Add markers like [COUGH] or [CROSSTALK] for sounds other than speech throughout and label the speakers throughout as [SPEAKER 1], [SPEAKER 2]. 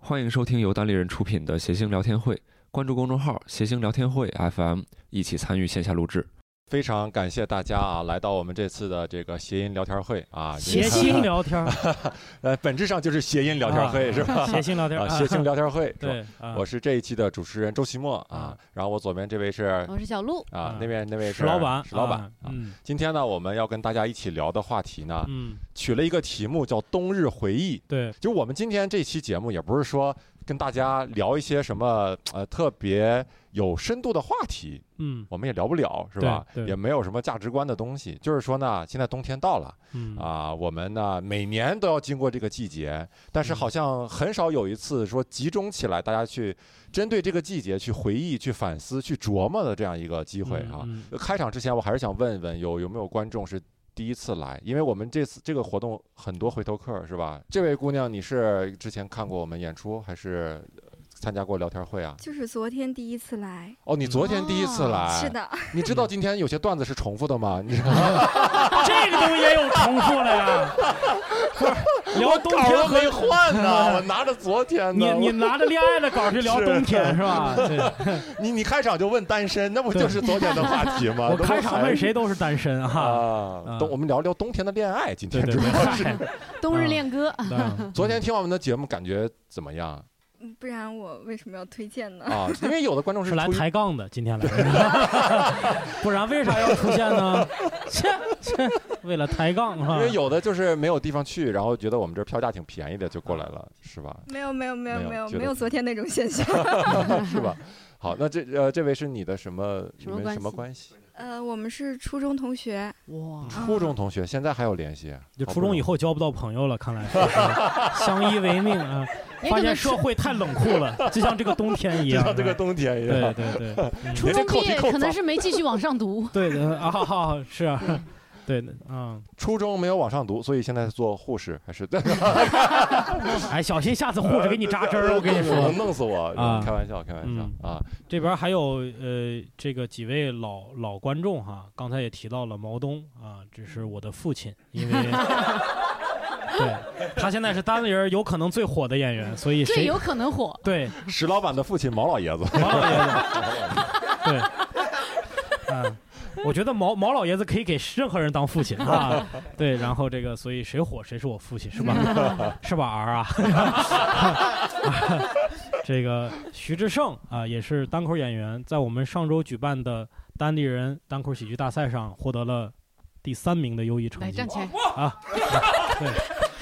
[SPEAKER 1] 欢迎收听由单立人出品的《谐星聊天会》，关注公众号“谐星聊天会 FM”，一起参与线下录制。
[SPEAKER 2] 非常感谢大家啊，来到我们这次的这个谐音聊天会啊，
[SPEAKER 3] 谐
[SPEAKER 2] [LAUGHS]
[SPEAKER 3] 星聊天，
[SPEAKER 2] 呃，本质上就是谐音聊天会、
[SPEAKER 3] 啊
[SPEAKER 2] 是吧？
[SPEAKER 3] 谐星聊天
[SPEAKER 2] 啊，
[SPEAKER 3] 啊
[SPEAKER 2] 谐星聊天会，是吧
[SPEAKER 3] [LAUGHS] 对，啊
[SPEAKER 2] 我是这一期的主持人周奇墨啊
[SPEAKER 3] 啊，
[SPEAKER 2] 然后我左边这位是
[SPEAKER 4] 我是小鹿，
[SPEAKER 2] 啊
[SPEAKER 3] 啊，
[SPEAKER 2] 那边那位
[SPEAKER 3] 史
[SPEAKER 2] 是
[SPEAKER 3] 老板，
[SPEAKER 2] 史老板
[SPEAKER 3] 啊
[SPEAKER 2] 啊。
[SPEAKER 3] 嗯
[SPEAKER 2] 今天呢，我们要跟大家一起聊的话题呢，
[SPEAKER 3] 嗯，
[SPEAKER 2] 取了一个题目叫“冬日回忆”。
[SPEAKER 3] 对，
[SPEAKER 2] 就我们今天这期节目，也不是说跟大家聊一些什么呃特别有深度的话题，
[SPEAKER 3] 嗯
[SPEAKER 2] 我们也聊不了，是吧？
[SPEAKER 3] 对对
[SPEAKER 2] 也没有什么价值观的东西。就是说呢，现在冬天到了
[SPEAKER 3] 嗯，
[SPEAKER 2] 啊，我们呢每年都要经过这个季节，但是
[SPEAKER 3] 嗯
[SPEAKER 2] 好像很少有一次说集中起来，大家去针对这个季节去回忆、去反思、去琢磨的这样一个机
[SPEAKER 3] 机
[SPEAKER 2] 会啊。
[SPEAKER 3] 嗯
[SPEAKER 2] 呃开场之前，我还是想问问有有没有观众是第一次来？因为我们这次这个活动很多回头客是吧？这位姑娘，你是之前看过我们演出，还是呃参加过聊天会啊？
[SPEAKER 5] 就是昨天第一次来，
[SPEAKER 2] 哦，你昨天第一次
[SPEAKER 4] 哦
[SPEAKER 2] 来，
[SPEAKER 5] 啊是。的，
[SPEAKER 2] 你
[SPEAKER 3] 嗯
[SPEAKER 2] 知道今天有些段子是重复的吗？你
[SPEAKER 3] 啊这个东西也有重复的呀，不是聊冬天和
[SPEAKER 2] 换
[SPEAKER 3] [LAUGHS]
[SPEAKER 2] 呢，我拿着昨天
[SPEAKER 3] 你你拿着恋爱的稿去聊
[SPEAKER 2] 是
[SPEAKER 3] 冬天是
[SPEAKER 2] [LAUGHS]
[SPEAKER 3] 吧？对，
[SPEAKER 2] 你你开场就问单身，那不
[SPEAKER 3] 对
[SPEAKER 2] 就是昨天的话题吗
[SPEAKER 3] [LAUGHS] 我开场问谁都是
[SPEAKER 2] [LAUGHS]
[SPEAKER 3] 单身哈。
[SPEAKER 2] 啊
[SPEAKER 3] 啊
[SPEAKER 2] 冬我们聊聊冬天的恋爱，今
[SPEAKER 3] 对对
[SPEAKER 2] 天主
[SPEAKER 3] 对
[SPEAKER 2] 要是。
[SPEAKER 3] 嗨，
[SPEAKER 2] [LAUGHS]
[SPEAKER 4] 冬日恋歌，
[SPEAKER 2] 啊
[SPEAKER 3] 嗯
[SPEAKER 2] 昨天听我们的节目，感觉怎么样
[SPEAKER 5] [LAUGHS] 嗯不然我为什么要推荐呢？
[SPEAKER 2] 啊？
[SPEAKER 5] [LAUGHS]
[SPEAKER 2] 因为有的观众
[SPEAKER 3] 是来
[SPEAKER 2] 出于
[SPEAKER 3] 抬杠的，今天来的，不然为啥要出
[SPEAKER 5] [LAUGHS]
[SPEAKER 3] 现呢？切切， [LAUGHS] 为了抬杠
[SPEAKER 2] 因
[SPEAKER 3] 啊
[SPEAKER 2] 为，有的就是没有地方去，然后觉得我们这儿票价挺便宜的，就过来了，是
[SPEAKER 4] [LAUGHS]
[SPEAKER 2] 吧？
[SPEAKER 5] 没有没有没有
[SPEAKER 2] 没有
[SPEAKER 5] 没有
[SPEAKER 2] 觉得
[SPEAKER 5] 没有昨天那种现象。
[SPEAKER 2] [LAUGHS]
[SPEAKER 5] [LAUGHS]
[SPEAKER 2] 是吧？好，那这呃，这位是你的什么你
[SPEAKER 4] 什么
[SPEAKER 2] 们
[SPEAKER 4] 关
[SPEAKER 2] 什么
[SPEAKER 4] 系嗯
[SPEAKER 2] 关系？
[SPEAKER 5] 呃，我们是初中同学，
[SPEAKER 4] 哇，
[SPEAKER 2] 初中同学，现在还有联系？啊
[SPEAKER 3] 就
[SPEAKER 2] 好
[SPEAKER 3] 初
[SPEAKER 2] 不
[SPEAKER 3] 中以
[SPEAKER 2] 容
[SPEAKER 3] 后交不到朋友了，看来相依为命
[SPEAKER 4] [LAUGHS]
[SPEAKER 3] 啊。
[SPEAKER 4] 也
[SPEAKER 3] 发
[SPEAKER 4] 可
[SPEAKER 3] 现
[SPEAKER 4] 能
[SPEAKER 3] 社会太冷酷了，就像这个冬天一
[SPEAKER 2] 易，
[SPEAKER 3] 样。啊
[SPEAKER 2] 像这个冬天一
[SPEAKER 3] 对
[SPEAKER 2] 样。
[SPEAKER 3] 对
[SPEAKER 2] [LAUGHS]
[SPEAKER 3] 对对，
[SPEAKER 4] 初中毕业
[SPEAKER 2] 扣题扣
[SPEAKER 4] 可能
[SPEAKER 2] 早
[SPEAKER 4] 是没继续往上读 [LAUGHS]
[SPEAKER 3] 对的啊，哈是啊，对的，嗯，
[SPEAKER 2] 初中没有往上读，所以现在做护士还是
[SPEAKER 3] [LAUGHS]
[SPEAKER 2] [LAUGHS]
[SPEAKER 3] 哎，小心下次护士给你扎针儿，我跟你说。
[SPEAKER 2] 弄死 [LAUGHS] 我！
[SPEAKER 3] 啊
[SPEAKER 2] 开玩笑，开玩笑
[SPEAKER 3] 嗯
[SPEAKER 2] 啊！
[SPEAKER 3] 这边还有呃，这个几位老老观众哈，刚才也提到了毛东啊，这是我的父亲，
[SPEAKER 4] [LAUGHS]
[SPEAKER 3] 因为对他现在是单立人有可能最火的演员，所以
[SPEAKER 4] 最
[SPEAKER 3] 谁
[SPEAKER 4] 有可能火。
[SPEAKER 3] 对
[SPEAKER 2] 石老板的父亲毛老爷子，
[SPEAKER 3] 毛老爷子，对， [LAUGHS] 嗯，我觉得毛毛老爷子可以给任何人当父亲
[SPEAKER 2] [LAUGHS]
[SPEAKER 3] 啊，对，然后这个，所以谁火谁是我父亲是
[SPEAKER 2] [LAUGHS]
[SPEAKER 3] 吧？是吧，儿啊？ [LAUGHS] 这个徐志胜啊，也是单口演员，在我们上周举办的当地人单口喜剧大赛上获得了第三名的优异成
[SPEAKER 4] 来
[SPEAKER 3] 绩
[SPEAKER 4] 站起来，
[SPEAKER 3] 啊， [LAUGHS] 对，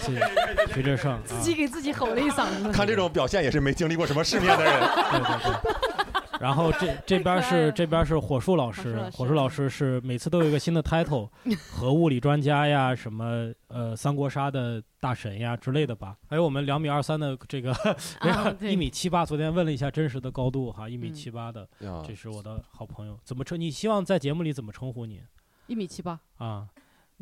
[SPEAKER 3] 谢谢徐志胜啊，
[SPEAKER 4] 自己给自己吼了一嗓子。
[SPEAKER 2] 看这种表现也是没经历过什么世面的人。
[SPEAKER 3] 对对对。然后这这边
[SPEAKER 4] 太可爱
[SPEAKER 3] 是
[SPEAKER 4] 了
[SPEAKER 3] 这边是火树老
[SPEAKER 4] 火树
[SPEAKER 3] 师
[SPEAKER 4] 老，师
[SPEAKER 3] 火树老师是每次都有一个新的
[SPEAKER 4] [LAUGHS]
[SPEAKER 3] title，和物理专家呀，什么呃三国杀的大神呀之类的吧。还有我们两米二三的这个 [LAUGHS]
[SPEAKER 4] 啊，
[SPEAKER 3] 一
[SPEAKER 4] 对，嗯
[SPEAKER 3] 米七八，昨天问了一下真实的高度哈，一米七八的，
[SPEAKER 2] 啊
[SPEAKER 3] 这是我的好朋友。怎么称？你希望在节目里怎么称呼你
[SPEAKER 4] 一米七八，
[SPEAKER 3] 啊？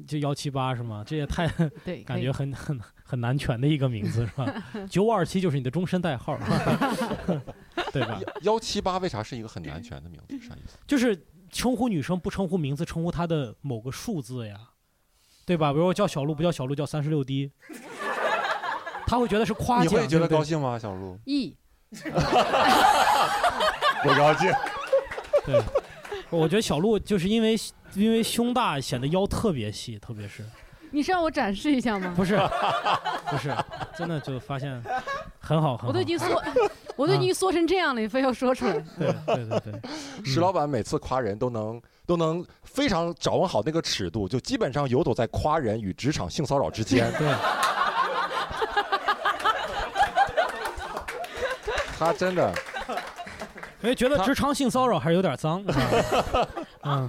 [SPEAKER 3] 就幺七八是吗？这也太
[SPEAKER 4] 对，
[SPEAKER 3] 感
[SPEAKER 4] 可以
[SPEAKER 3] 觉很很很难全的一个名字是
[SPEAKER 4] [LAUGHS]
[SPEAKER 3] 吧？九五二七就是你的终身代号， [LAUGHS] 对吧？
[SPEAKER 2] 幺七八为啥是一个很难全的名字？啥意思？
[SPEAKER 3] 就是称呼女生不称呼名字，称呼她的某个数字呀，对吧？比如我叫小鹿，不叫小鹿，叫三十六 D，他会觉得是夸
[SPEAKER 2] 你
[SPEAKER 3] 奖，
[SPEAKER 2] 会觉得
[SPEAKER 3] 对
[SPEAKER 2] 高
[SPEAKER 3] 不对
[SPEAKER 2] 兴吗，小鹿？
[SPEAKER 4] 一 [LAUGHS]
[SPEAKER 2] 不高兴。
[SPEAKER 3] 我觉得小鹿就是因为因为胸大显得腰特别细，特别是
[SPEAKER 4] 你是让我展示一下吗？
[SPEAKER 3] 不是不是真的就发现很好很好，
[SPEAKER 4] 我都已经缩， [LAUGHS] 我都已经缩成这样了，你非要说出来，
[SPEAKER 3] 对对对嗯
[SPEAKER 2] [LAUGHS]
[SPEAKER 3] 对，。
[SPEAKER 2] 石老板每次夸人都能都能非常掌握好那个尺度，就基本上游走在夸人与职场性骚扰之间
[SPEAKER 3] 对
[SPEAKER 2] 他啊
[SPEAKER 3] [LAUGHS]
[SPEAKER 2] 真的，
[SPEAKER 3] 因为觉得职场性骚扰还是有点脏，
[SPEAKER 2] [LAUGHS]
[SPEAKER 3] 是吧嗯。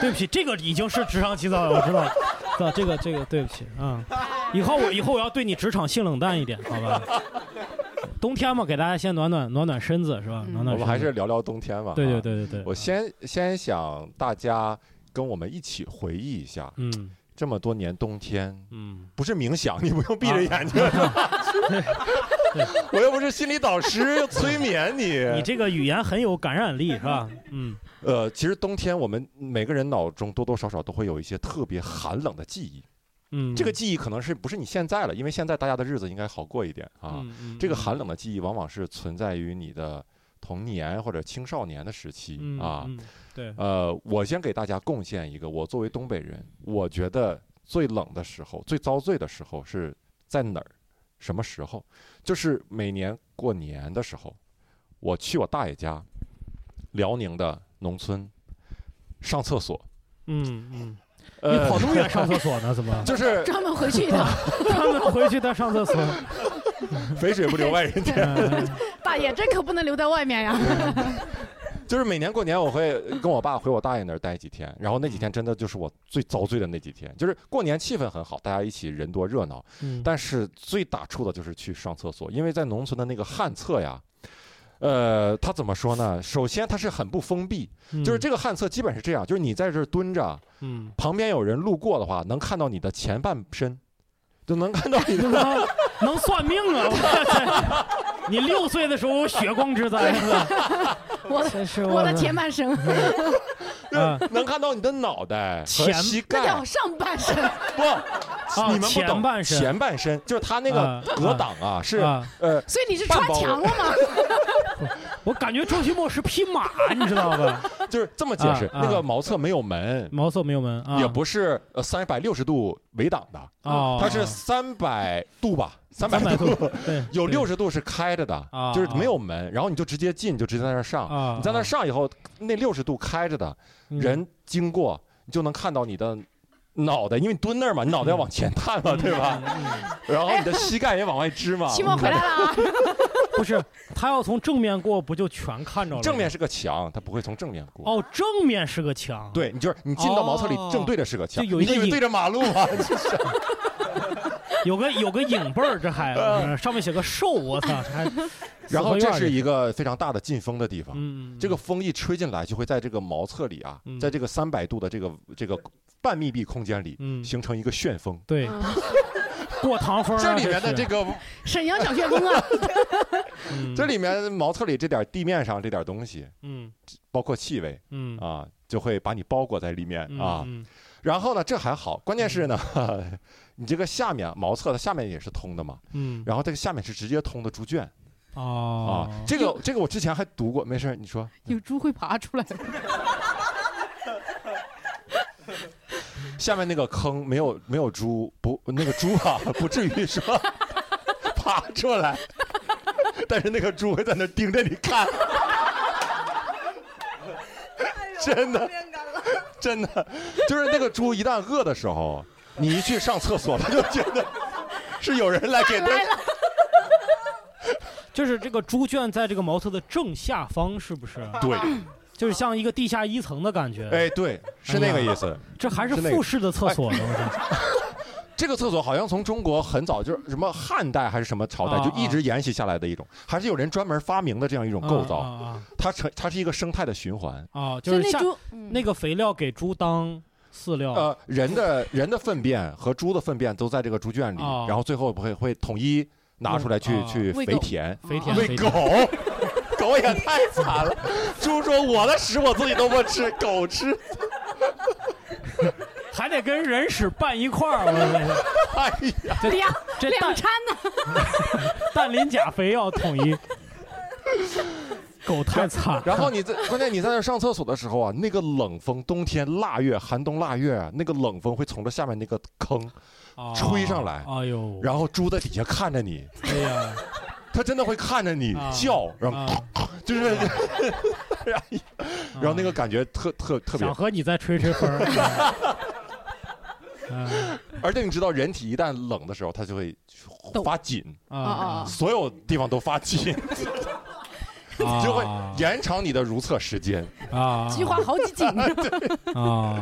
[SPEAKER 3] 对不起，这个已经是职场性骚扰，我知道，知道这个这个，对不起啊、嗯以后我以后我要对你职场性冷淡一点，好吧？冬天嘛，给大家先暖暖暖暖身子是吧？
[SPEAKER 4] 嗯
[SPEAKER 3] 暖暖身子。
[SPEAKER 2] 我们还是聊聊冬天吧。
[SPEAKER 3] 对对
[SPEAKER 2] 啊。
[SPEAKER 3] 对对对。
[SPEAKER 2] 我先先想大家跟我们一起回忆一下
[SPEAKER 3] 嗯
[SPEAKER 2] 这么多年冬天，
[SPEAKER 3] 嗯，啊
[SPEAKER 2] 不是冥想， [LAUGHS] 你不用闭着眼睛。 [LAUGHS] 我又不是心理导师，又
[SPEAKER 3] [LAUGHS]
[SPEAKER 2] 催眠
[SPEAKER 3] 你
[SPEAKER 2] 你。
[SPEAKER 3] 这个语言很有感染力是吧？嗯，
[SPEAKER 2] 呃，其实冬天我们每个人脑中多多少少都会有一些特别寒冷的记忆。
[SPEAKER 3] 嗯，
[SPEAKER 2] 这个记忆可能是不是你现在了，因为现在大家的日子应该好过一点啊。
[SPEAKER 3] 嗯，嗯
[SPEAKER 2] 这个寒冷的记忆往往是存在于你的童年或者青少年的时期
[SPEAKER 3] 嗯
[SPEAKER 2] 啊。
[SPEAKER 3] 嗯对，
[SPEAKER 2] 呃，我先给大家贡献一个，我作为东北人，我觉得最冷的时候、最遭罪的时候是在哪儿？什么时候？就是每年过年的时候，我去我大爷家，辽宁的农村上厕所。
[SPEAKER 3] 嗯嗯，你
[SPEAKER 2] 呃
[SPEAKER 3] 跑，那么远上厕所呢？怎么
[SPEAKER 2] 就是
[SPEAKER 4] 专门回去一趟。
[SPEAKER 3] [LAUGHS] 专门回去再上厕所？
[SPEAKER 2] 肥水不流外
[SPEAKER 3] [LAUGHS]
[SPEAKER 2] 人田。
[SPEAKER 3] 嗯
[SPEAKER 4] [LAUGHS] 大爷，这可不能留在外面呀！
[SPEAKER 2] 就是每年过年，我会跟我爸回我大爷那儿待几天，然后那几天真的就是我最遭罪的那几天。就是过年气氛很好，大家一起人多热闹，
[SPEAKER 3] 嗯
[SPEAKER 2] 但是最打怵的就是去上厕所，因为在农村的那个旱厕呀，呃，它怎么说呢？首先它是很不封闭，就是，这个旱厕基本是这样，就是你在这儿蹲着，
[SPEAKER 3] 嗯，
[SPEAKER 2] 旁边有人路过的话，能看到你的前半身，就能看到你的。
[SPEAKER 3] [LAUGHS] 嗯能能算命啊！我这你六岁的时候有血光之灾是吧？
[SPEAKER 4] 我的
[SPEAKER 3] 真是
[SPEAKER 4] 我的嗯前半生，
[SPEAKER 2] [LAUGHS]
[SPEAKER 3] 啊
[SPEAKER 2] 能看到你的脑袋和
[SPEAKER 3] 前啊
[SPEAKER 2] 膝
[SPEAKER 4] 那
[SPEAKER 2] 盖
[SPEAKER 4] 叫，上半身。 [LAUGHS]
[SPEAKER 2] 不， [LAUGHS] 你们不
[SPEAKER 3] 前
[SPEAKER 2] 懂
[SPEAKER 3] 半身
[SPEAKER 2] 前半身就是它那个
[SPEAKER 3] 啊
[SPEAKER 2] 隔挡啊，是
[SPEAKER 3] 啊！
[SPEAKER 2] 呃，
[SPEAKER 4] 所以你是穿墙了吗？
[SPEAKER 3] 我感觉周奇墨是匹马，你知道吧？
[SPEAKER 2] [LAUGHS] 就是这么解释，
[SPEAKER 3] 啊啊
[SPEAKER 2] 那个茅厕没有门，
[SPEAKER 3] 茅厕没有门啊，
[SPEAKER 2] 也不是呃三百六十度围挡的，
[SPEAKER 3] 哦，
[SPEAKER 2] 它是三百度吧，三百
[SPEAKER 3] 三百
[SPEAKER 2] 度，
[SPEAKER 3] 度，对，
[SPEAKER 2] [LAUGHS] 有
[SPEAKER 3] 对
[SPEAKER 2] 六十度是开着的
[SPEAKER 3] 啊，
[SPEAKER 2] 就是没有门，然后你就直接进，你就直接在那儿上。
[SPEAKER 3] 啊，
[SPEAKER 2] 你在那儿
[SPEAKER 3] 啊
[SPEAKER 2] 上以后，那六十度开着的
[SPEAKER 3] 嗯
[SPEAKER 2] 人经过，你就能看到你的脑袋，因为你蹲那儿嘛，你脑袋要往前探嘛，对吧？
[SPEAKER 3] 嗯嗯
[SPEAKER 2] [LAUGHS] 然后你的膝盖也往外支嘛。
[SPEAKER 4] 期末回来了啊！
[SPEAKER 3] 不是，他要从正面过，不就全看着了吗？
[SPEAKER 2] 正面是个墙，它不会从正面过。
[SPEAKER 3] 哦，正面是个墙，，
[SPEAKER 2] 对你就是你进到茅厕里
[SPEAKER 3] 哦
[SPEAKER 2] 正对着是个墙，
[SPEAKER 3] 就有
[SPEAKER 2] 你
[SPEAKER 3] 一个
[SPEAKER 2] 以为
[SPEAKER 3] 影
[SPEAKER 2] 对着马路啊？就是
[SPEAKER 3] 有个有个影背儿，这还
[SPEAKER 2] [LAUGHS]
[SPEAKER 3] 上面写个兽，我操，还
[SPEAKER 2] 然后
[SPEAKER 3] 四合
[SPEAKER 2] 这
[SPEAKER 3] 院
[SPEAKER 2] 是
[SPEAKER 3] 里
[SPEAKER 2] 一个非常大的进风的地方，
[SPEAKER 3] 嗯，嗯
[SPEAKER 2] 这个风一吹进来，就会在这个茅厕里啊
[SPEAKER 3] 嗯，
[SPEAKER 2] 在这个三百度的这个这个半密闭空间里，
[SPEAKER 3] 嗯
[SPEAKER 2] 形成一个旋风。
[SPEAKER 3] 对过堂风啊，
[SPEAKER 2] [LAUGHS] 这里面的
[SPEAKER 3] 是
[SPEAKER 2] 这个，
[SPEAKER 4] 沈阳小旋风啊！
[SPEAKER 3] 嗯
[SPEAKER 2] 这里面茅厕里这点地面上这点东西，
[SPEAKER 3] [LAUGHS] 嗯
[SPEAKER 2] 包括气味
[SPEAKER 3] 嗯
[SPEAKER 2] 啊，就会把你包裹在里面
[SPEAKER 3] 嗯
[SPEAKER 2] 啊。
[SPEAKER 3] 嗯
[SPEAKER 2] 然后呢，这还好，关键是呢， [LAUGHS] 你这个下面茅厕的下面也是通的嘛，
[SPEAKER 3] 嗯
[SPEAKER 2] 然后这个下面是直接通的猪圈啊
[SPEAKER 3] 哦。
[SPEAKER 2] 这个这个我之前还读过，没事儿，你说。
[SPEAKER 4] [LAUGHS] 有猪会爬 [LAUGHS] 出来，
[SPEAKER 2] 下面那个坑没有没有猪，不那个猪
[SPEAKER 3] [LAUGHS]
[SPEAKER 2] 啊，不至于说 [LAUGHS] 爬出来，但是那个猪会在那盯着你看，真的真的，就是那个猪一旦饿的时候，你一去上厕所，它就觉得 [LAUGHS] 是有人来给它。
[SPEAKER 3] 就是这个猪圈在这个茅厕的正下方，是不是？
[SPEAKER 2] 对，
[SPEAKER 3] 就是像一个地下一层的感觉。哎
[SPEAKER 2] 哎，对，是那个意思。哎
[SPEAKER 3] 这还是
[SPEAKER 2] 是那个
[SPEAKER 3] 复式的厕所呢，
[SPEAKER 2] [LAUGHS]
[SPEAKER 3] 我操
[SPEAKER 2] 这个厕所好像从中国很早就是什么汉代还是什么朝代
[SPEAKER 3] 啊
[SPEAKER 2] 就一直沿袭下来的一种，还是有人专门发明的这样一种构造。
[SPEAKER 3] 啊啊
[SPEAKER 2] 它成它是一个生态的循环。
[SPEAKER 3] 啊啊，就
[SPEAKER 4] 就是那
[SPEAKER 3] 下
[SPEAKER 4] 猪嗯
[SPEAKER 3] 那个肥料给猪当饲料。
[SPEAKER 2] 呃，人的 [LAUGHS] 人的粪便和猪的粪便都在这个猪圈里，
[SPEAKER 3] 哦
[SPEAKER 2] 然后最后会会统一拿出来去、
[SPEAKER 3] 哦
[SPEAKER 2] 去
[SPEAKER 4] 喂
[SPEAKER 2] 肥
[SPEAKER 4] 狗哦
[SPEAKER 2] 田，
[SPEAKER 3] 肥田
[SPEAKER 2] 喂狗，
[SPEAKER 3] [LAUGHS]
[SPEAKER 2] 狗也太惨了。 [LAUGHS] 猪说我的屎我自己都不吃，狗吃
[SPEAKER 3] [LAUGHS] 还得跟人屎拌一块儿，
[SPEAKER 2] [LAUGHS]
[SPEAKER 3] 我
[SPEAKER 2] 哎呀，
[SPEAKER 3] 这
[SPEAKER 4] 两
[SPEAKER 3] 这这
[SPEAKER 4] 两
[SPEAKER 3] 氮
[SPEAKER 4] 掺
[SPEAKER 3] [LAUGHS]
[SPEAKER 4] 呢，
[SPEAKER 3] 氮磷
[SPEAKER 4] [LAUGHS]
[SPEAKER 2] [LAUGHS]
[SPEAKER 3] 钾肥要统一。狗太惨了，
[SPEAKER 2] 然后你在关键你在那上厕所的时候啊，那个冷风，冬天腊月、寒冬腊月啊，那个冷风会从这下面那个坑，
[SPEAKER 3] 哦
[SPEAKER 2] 吹上来
[SPEAKER 3] 哎呦，
[SPEAKER 2] 然后猪在底下看着你，
[SPEAKER 3] 哎呀，
[SPEAKER 2] 它真的会看着你、
[SPEAKER 3] 啊
[SPEAKER 2] 叫，然后、
[SPEAKER 3] 啊
[SPEAKER 2] [LAUGHS] 就是，然后那个感觉特特特别
[SPEAKER 3] 想和你再吹吹风儿。
[SPEAKER 2] [LAUGHS]
[SPEAKER 3] 嗯
[SPEAKER 2] 而且你知道，人体一旦冷的时候，它就会
[SPEAKER 4] 抖
[SPEAKER 2] 发紧，
[SPEAKER 3] 啊
[SPEAKER 4] 啊
[SPEAKER 2] 所有地方都发紧，
[SPEAKER 3] 啊
[SPEAKER 2] [LAUGHS] 就会延长你的如厕时间。
[SPEAKER 3] 啊
[SPEAKER 4] 菊花好几斤。
[SPEAKER 2] [LAUGHS]
[SPEAKER 3] 啊，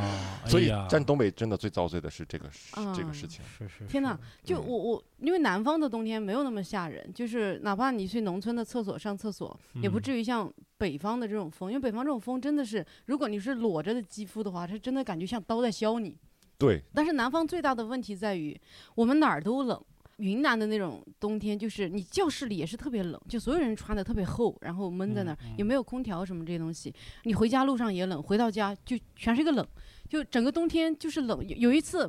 [SPEAKER 3] 哎
[SPEAKER 2] 所以
[SPEAKER 3] 呀，
[SPEAKER 2] 在东北真的最遭罪的是这个事
[SPEAKER 4] 啊
[SPEAKER 2] 这个事情。
[SPEAKER 3] 是是，嗯
[SPEAKER 4] 天哪
[SPEAKER 3] 是，
[SPEAKER 4] 就我我，因为南方的冬天没有那么吓人，就是哪怕你去农村的厕所上厕所，也不
[SPEAKER 3] 嗯
[SPEAKER 4] 至于像北方的这种风，因为北方这种风真的是，如果你是裸着的肌肤的话，它真的感觉像刀在削你。
[SPEAKER 2] 对，
[SPEAKER 4] 但是南方最大的问题在于，我们哪儿都冷。云南的那种冬天，就是你教室里也是特别冷，就所有人穿的特别厚，然后闷在那儿，
[SPEAKER 3] 嗯嗯
[SPEAKER 4] 也没有空调什么这些东西。你回家路上也冷，回到家就全是一个冷，就整个冬天就是冷。有有一次，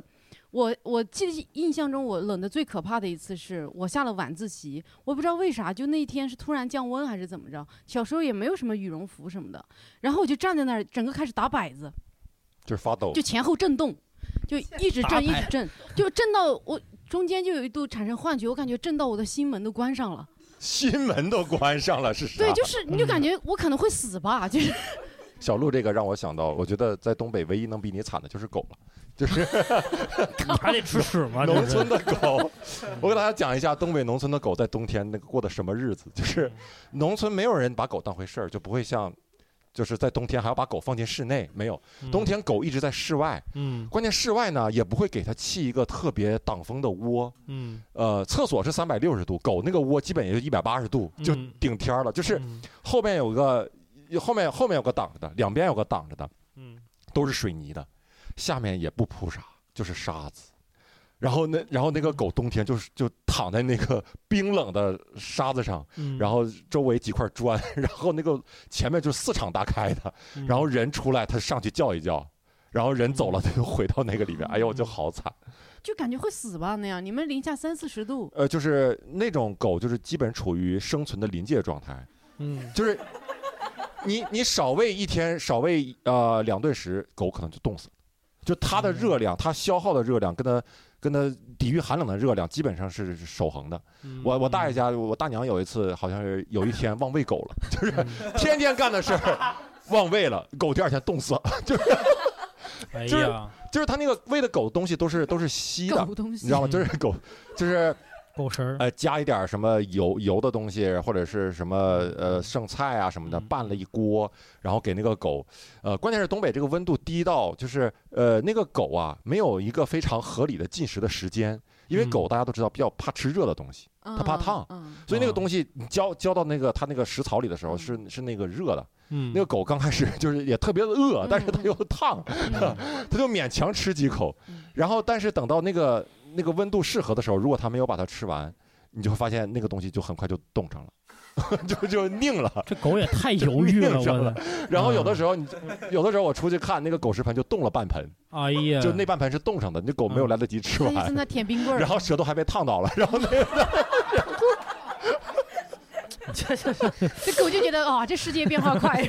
[SPEAKER 4] 我我记得印象中我冷的最可怕的一次是我下了晚自习，我不知道为啥，就那一天是突然降温还是怎么着，小时候也没有什么羽绒服什么的，然后我就站在那儿，整个开始打摆子，
[SPEAKER 2] 就是发抖
[SPEAKER 4] 就。前后震动，就一直
[SPEAKER 3] 打
[SPEAKER 4] 震一
[SPEAKER 3] 摆
[SPEAKER 4] 直震，就震到我中间就有一度产生幻觉，我感觉震到我的心门都关上了。
[SPEAKER 2] 心门都关上了，是啥？啊
[SPEAKER 4] 对，
[SPEAKER 2] 嗯
[SPEAKER 4] 就是你就感觉我可能会死吧，就是
[SPEAKER 2] 小鹿这个让我想到，我觉得在东北唯一能比你惨的就是狗了，就是
[SPEAKER 3] 还得吃屎吗？
[SPEAKER 2] 农
[SPEAKER 3] 啊这是
[SPEAKER 2] 村的狗。 [LAUGHS] 我给大家讲一下东北农村的狗在冬天那个过的什么日子，就是农村没有人把狗当回事儿，就不会像。就是在冬天还要把狗放进室内，没有冬，天狗一直在室外，
[SPEAKER 3] 嗯
[SPEAKER 2] 关键室外呢也不会给它砌一个特别挡风的窝，
[SPEAKER 3] 嗯，
[SPEAKER 2] 呃，厕所是三百六十度，狗那个窝基本也就一百八十度，就
[SPEAKER 3] 嗯
[SPEAKER 2] 顶天儿了，就是
[SPEAKER 3] 嗯
[SPEAKER 2] 后面有个后面后面有个挡着的，两边有个挡着的，
[SPEAKER 4] [LAUGHS]
[SPEAKER 3] 嗯
[SPEAKER 2] 都是水泥的，下面也不铺啥，就是沙子。然后那然后那个狗冬天就是就躺在那个冰冷的沙子上，
[SPEAKER 3] 嗯，
[SPEAKER 2] 然后周围几块砖， [LAUGHS] 然后那个前面就四敞大开的，
[SPEAKER 3] 嗯
[SPEAKER 2] 然后人出来它上去叫一叫，然后人走了它就回到那个里面，哎呦我就好惨。
[SPEAKER 4] 就感觉会死吧那样。你们零下三四十度，
[SPEAKER 2] 呃，就是那种狗就是基本处于生存的临界状态，
[SPEAKER 3] 嗯
[SPEAKER 2] 就是 [LAUGHS] 你你少喂一天，少喂呃两顿食，狗可能就冻死了。就它
[SPEAKER 3] 嗯
[SPEAKER 2] 的热量，它消耗的热量跟它跟它抵御寒冷的热量基本上是守恒的。
[SPEAKER 3] 嗯
[SPEAKER 2] 我我大爷家，我大娘有一次好像是有一天忘喂狗了， [LAUGHS] 就是天天干的事儿忘喂了，狗第二天冻死了。 [LAUGHS]
[SPEAKER 3] 哎
[SPEAKER 2] 就是
[SPEAKER 3] 呀，
[SPEAKER 2] 就是它那个喂的狗东西都是都是稀的，
[SPEAKER 4] 狗东
[SPEAKER 2] 你
[SPEAKER 4] 西
[SPEAKER 2] 知道吗？
[SPEAKER 3] 嗯
[SPEAKER 2] 就是狗就是
[SPEAKER 3] [LAUGHS] 狗食儿，
[SPEAKER 2] 呃，加一点儿什么油油的东西，或者是什么呃剩菜啊什么的，
[SPEAKER 3] 嗯
[SPEAKER 2] 拌了一锅，然后给那个狗，呃，关键是东北这个温度低到就是呃那个狗啊没有一个非常合理的进食的时间，因为
[SPEAKER 3] 嗯
[SPEAKER 2] 狗大家都知道比较怕吃热的东西，
[SPEAKER 4] 它
[SPEAKER 2] 它怕烫
[SPEAKER 4] 嗯，嗯
[SPEAKER 2] 所以那个
[SPEAKER 3] 哦
[SPEAKER 2] 东西你浇浇到那个它那个食槽里的时候
[SPEAKER 4] 嗯
[SPEAKER 2] 是是那个热的，
[SPEAKER 3] 嗯，
[SPEAKER 2] 那个狗刚开始就是 [LAUGHS] 也特别饿，但是它
[SPEAKER 4] 嗯
[SPEAKER 2] 又烫，
[SPEAKER 3] 嗯
[SPEAKER 2] [LAUGHS] 它就勉强吃几口
[SPEAKER 4] 嗯，
[SPEAKER 2] 然后但是等到那个那个温度适合的时候，如果它没有把它吃完，你就会发现那个东西就很快就冻上了， [LAUGHS] 就就拧了。
[SPEAKER 3] 这狗也太犹豫了，我
[SPEAKER 2] 就命上了
[SPEAKER 3] 的，
[SPEAKER 2] 然后有的
[SPEAKER 3] 嗯
[SPEAKER 2] 时候你有的时候我出去看那个狗食盆就冻了半盆，
[SPEAKER 3] 哎呀，啊
[SPEAKER 2] 就那半盆是冻上的，那狗没有来得及吃
[SPEAKER 4] 它就在
[SPEAKER 2] 完，
[SPEAKER 4] 那舔冰棍
[SPEAKER 2] 哎然
[SPEAKER 4] 儿，
[SPEAKER 2] 后舌头还被烫到了，然后那个
[SPEAKER 3] 这这这，
[SPEAKER 4] 这狗就觉得啊，这世界变化
[SPEAKER 2] [LAUGHS]
[SPEAKER 4] 快。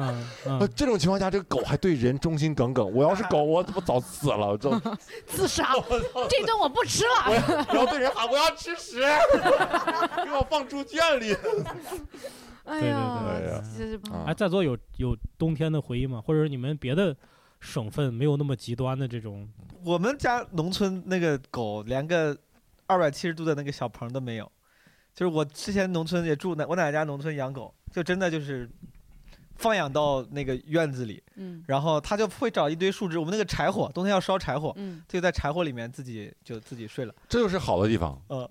[SPEAKER 3] 嗯
[SPEAKER 2] 呃
[SPEAKER 3] 嗯，
[SPEAKER 2] [LAUGHS] 这种情况下，这个狗还对人忠心耿耿。我要是狗，我我早死
[SPEAKER 4] [LAUGHS]
[SPEAKER 2] 了，我就
[SPEAKER 4] 自杀，这顿我不吃
[SPEAKER 2] 我
[SPEAKER 4] 了。
[SPEAKER 2] 要 [LAUGHS] 然后对人喊我要吃屎，给我放猪圈里。
[SPEAKER 4] 哎
[SPEAKER 3] 对
[SPEAKER 2] 对对
[SPEAKER 4] 呀
[SPEAKER 2] 哎，
[SPEAKER 4] 这是不好
[SPEAKER 2] 啊
[SPEAKER 3] 哎，在座有有冬天的回忆吗？或者是你们别的省份没有那么极端的这种？
[SPEAKER 6] 我们家农村那个狗连个二百七十度的那个小棚都没有，就是我之前农村也住奶我奶奶家农村养狗，就真的就是放养到那个院子里，
[SPEAKER 4] 嗯
[SPEAKER 6] 然后它就会找一堆树枝，我们那个柴火，冬天要烧柴火，
[SPEAKER 4] 嗯
[SPEAKER 6] 它就在柴火里面自己就自己睡了。
[SPEAKER 2] 这就是好的地方。
[SPEAKER 3] 嗯
[SPEAKER 6] 呃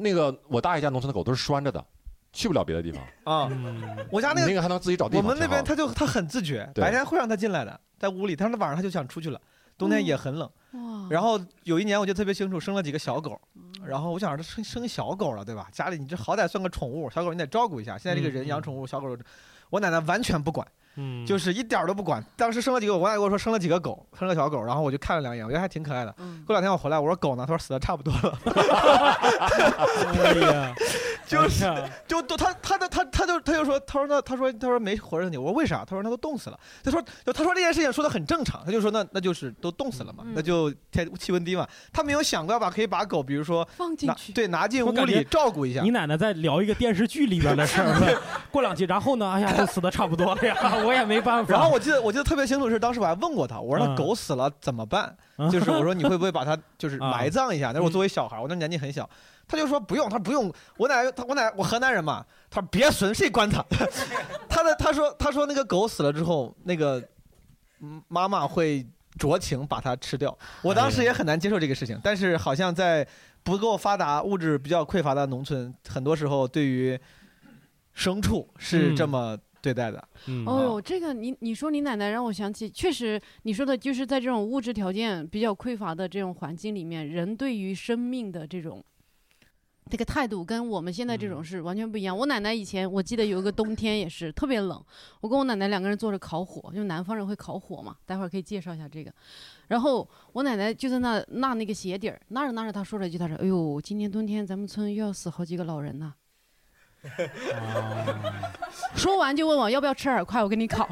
[SPEAKER 2] 那个我大爷家农村的狗都是拴着的，去不了别的地方。
[SPEAKER 6] 啊，
[SPEAKER 3] 嗯
[SPEAKER 6] 我家
[SPEAKER 2] 你
[SPEAKER 6] 那个
[SPEAKER 2] 那个还能自己找地
[SPEAKER 6] 我
[SPEAKER 2] 方。
[SPEAKER 6] 们那边
[SPEAKER 2] 挺好
[SPEAKER 6] 它就它很自觉，
[SPEAKER 2] 对
[SPEAKER 6] 白天会让它进来的，在屋里，但是晚上它就想出去了。冬天也很冷，
[SPEAKER 3] 哦
[SPEAKER 4] 哇，
[SPEAKER 6] 然
[SPEAKER 4] 后
[SPEAKER 6] 后有一年我记得特别清楚，生了几个小狗，
[SPEAKER 3] 嗯
[SPEAKER 6] 然后我想着生生小狗了，对吧？家里你这好歹算个宠物，小狗你得照顾一下。现在这个
[SPEAKER 3] 嗯
[SPEAKER 6] 人养宠物，小狗，我奶奶完全不管，
[SPEAKER 3] 嗯，
[SPEAKER 6] 就是一点儿都不管。当时生了几个，我奶奶跟我说生了几个狗，生了小狗，然后我就看了两眼，我觉得还挺可爱的。
[SPEAKER 4] 嗯
[SPEAKER 6] 过两天我回来，我说狗呢？她说死的差不多了，
[SPEAKER 3] 哎呀，
[SPEAKER 6] 就是
[SPEAKER 3] 哎呀
[SPEAKER 6] 就都他他他他他就他就说他说那他说他说没活着你，我说为啥？他说那都冻死了。他说就他说这件事情说的很正常，他就说那那就是都冻死了嘛，
[SPEAKER 4] 嗯
[SPEAKER 6] 那就天气温低嘛。他没有想过要把可以把狗，比如说
[SPEAKER 4] 放进
[SPEAKER 6] 拿
[SPEAKER 4] 去，
[SPEAKER 6] 对拿进
[SPEAKER 3] 我
[SPEAKER 6] 屋
[SPEAKER 3] 感觉
[SPEAKER 6] 里照顾一下
[SPEAKER 3] 你。奶奶在聊一个电视剧里边的事
[SPEAKER 2] [LAUGHS]
[SPEAKER 3] 儿， [LAUGHS] 过两集，然后呢，哎呀，都死的差不多了呀，啊 [LAUGHS] 我也没办法。
[SPEAKER 6] 然后我记得我记得特别清楚是当时我还问过他，我说那
[SPEAKER 3] 嗯
[SPEAKER 6] 狗死了怎么办？
[SPEAKER 3] 嗯
[SPEAKER 6] 就是我说你会不会把它就是
[SPEAKER 3] 啊
[SPEAKER 6] 埋葬一下？那是我作为小孩儿，我那年纪很小，他就说不用，他说不用。我奶奶他我奶我河南人嘛，他说别损，谁管他？ [LAUGHS] 他的他说他说那个狗死了之后，那个嗯妈妈会酌情把它吃掉。我当
[SPEAKER 3] 哎
[SPEAKER 6] 时也很难接受这个事情，但是好像在不够发达、物质比较匮乏的农村，很多时候对于牲畜是
[SPEAKER 3] 嗯
[SPEAKER 6] 这么对待的。
[SPEAKER 3] 嗯
[SPEAKER 4] 哦呦，这个你你说你奶奶让我想起，确实你说的就是在这种物质条件比较匮乏的这种环境里面，人对于生命的这种这个态度跟我们现在这种是完全不一样。我奶奶以前我记得有一个冬天也是特别冷，我跟我奶奶两个人坐着烤火，就南方人会烤火嘛，待会儿可以介绍一下这个。然后我奶奶就在那纳那个鞋底儿，纳着纳着，她说了一句：“她说，哎呦，今年冬天咱们村又要死好几个老人呐。”
[SPEAKER 3] 哦
[SPEAKER 2] [LAUGHS]
[SPEAKER 4] 说完就问我要不要吃饵块，我给你烤。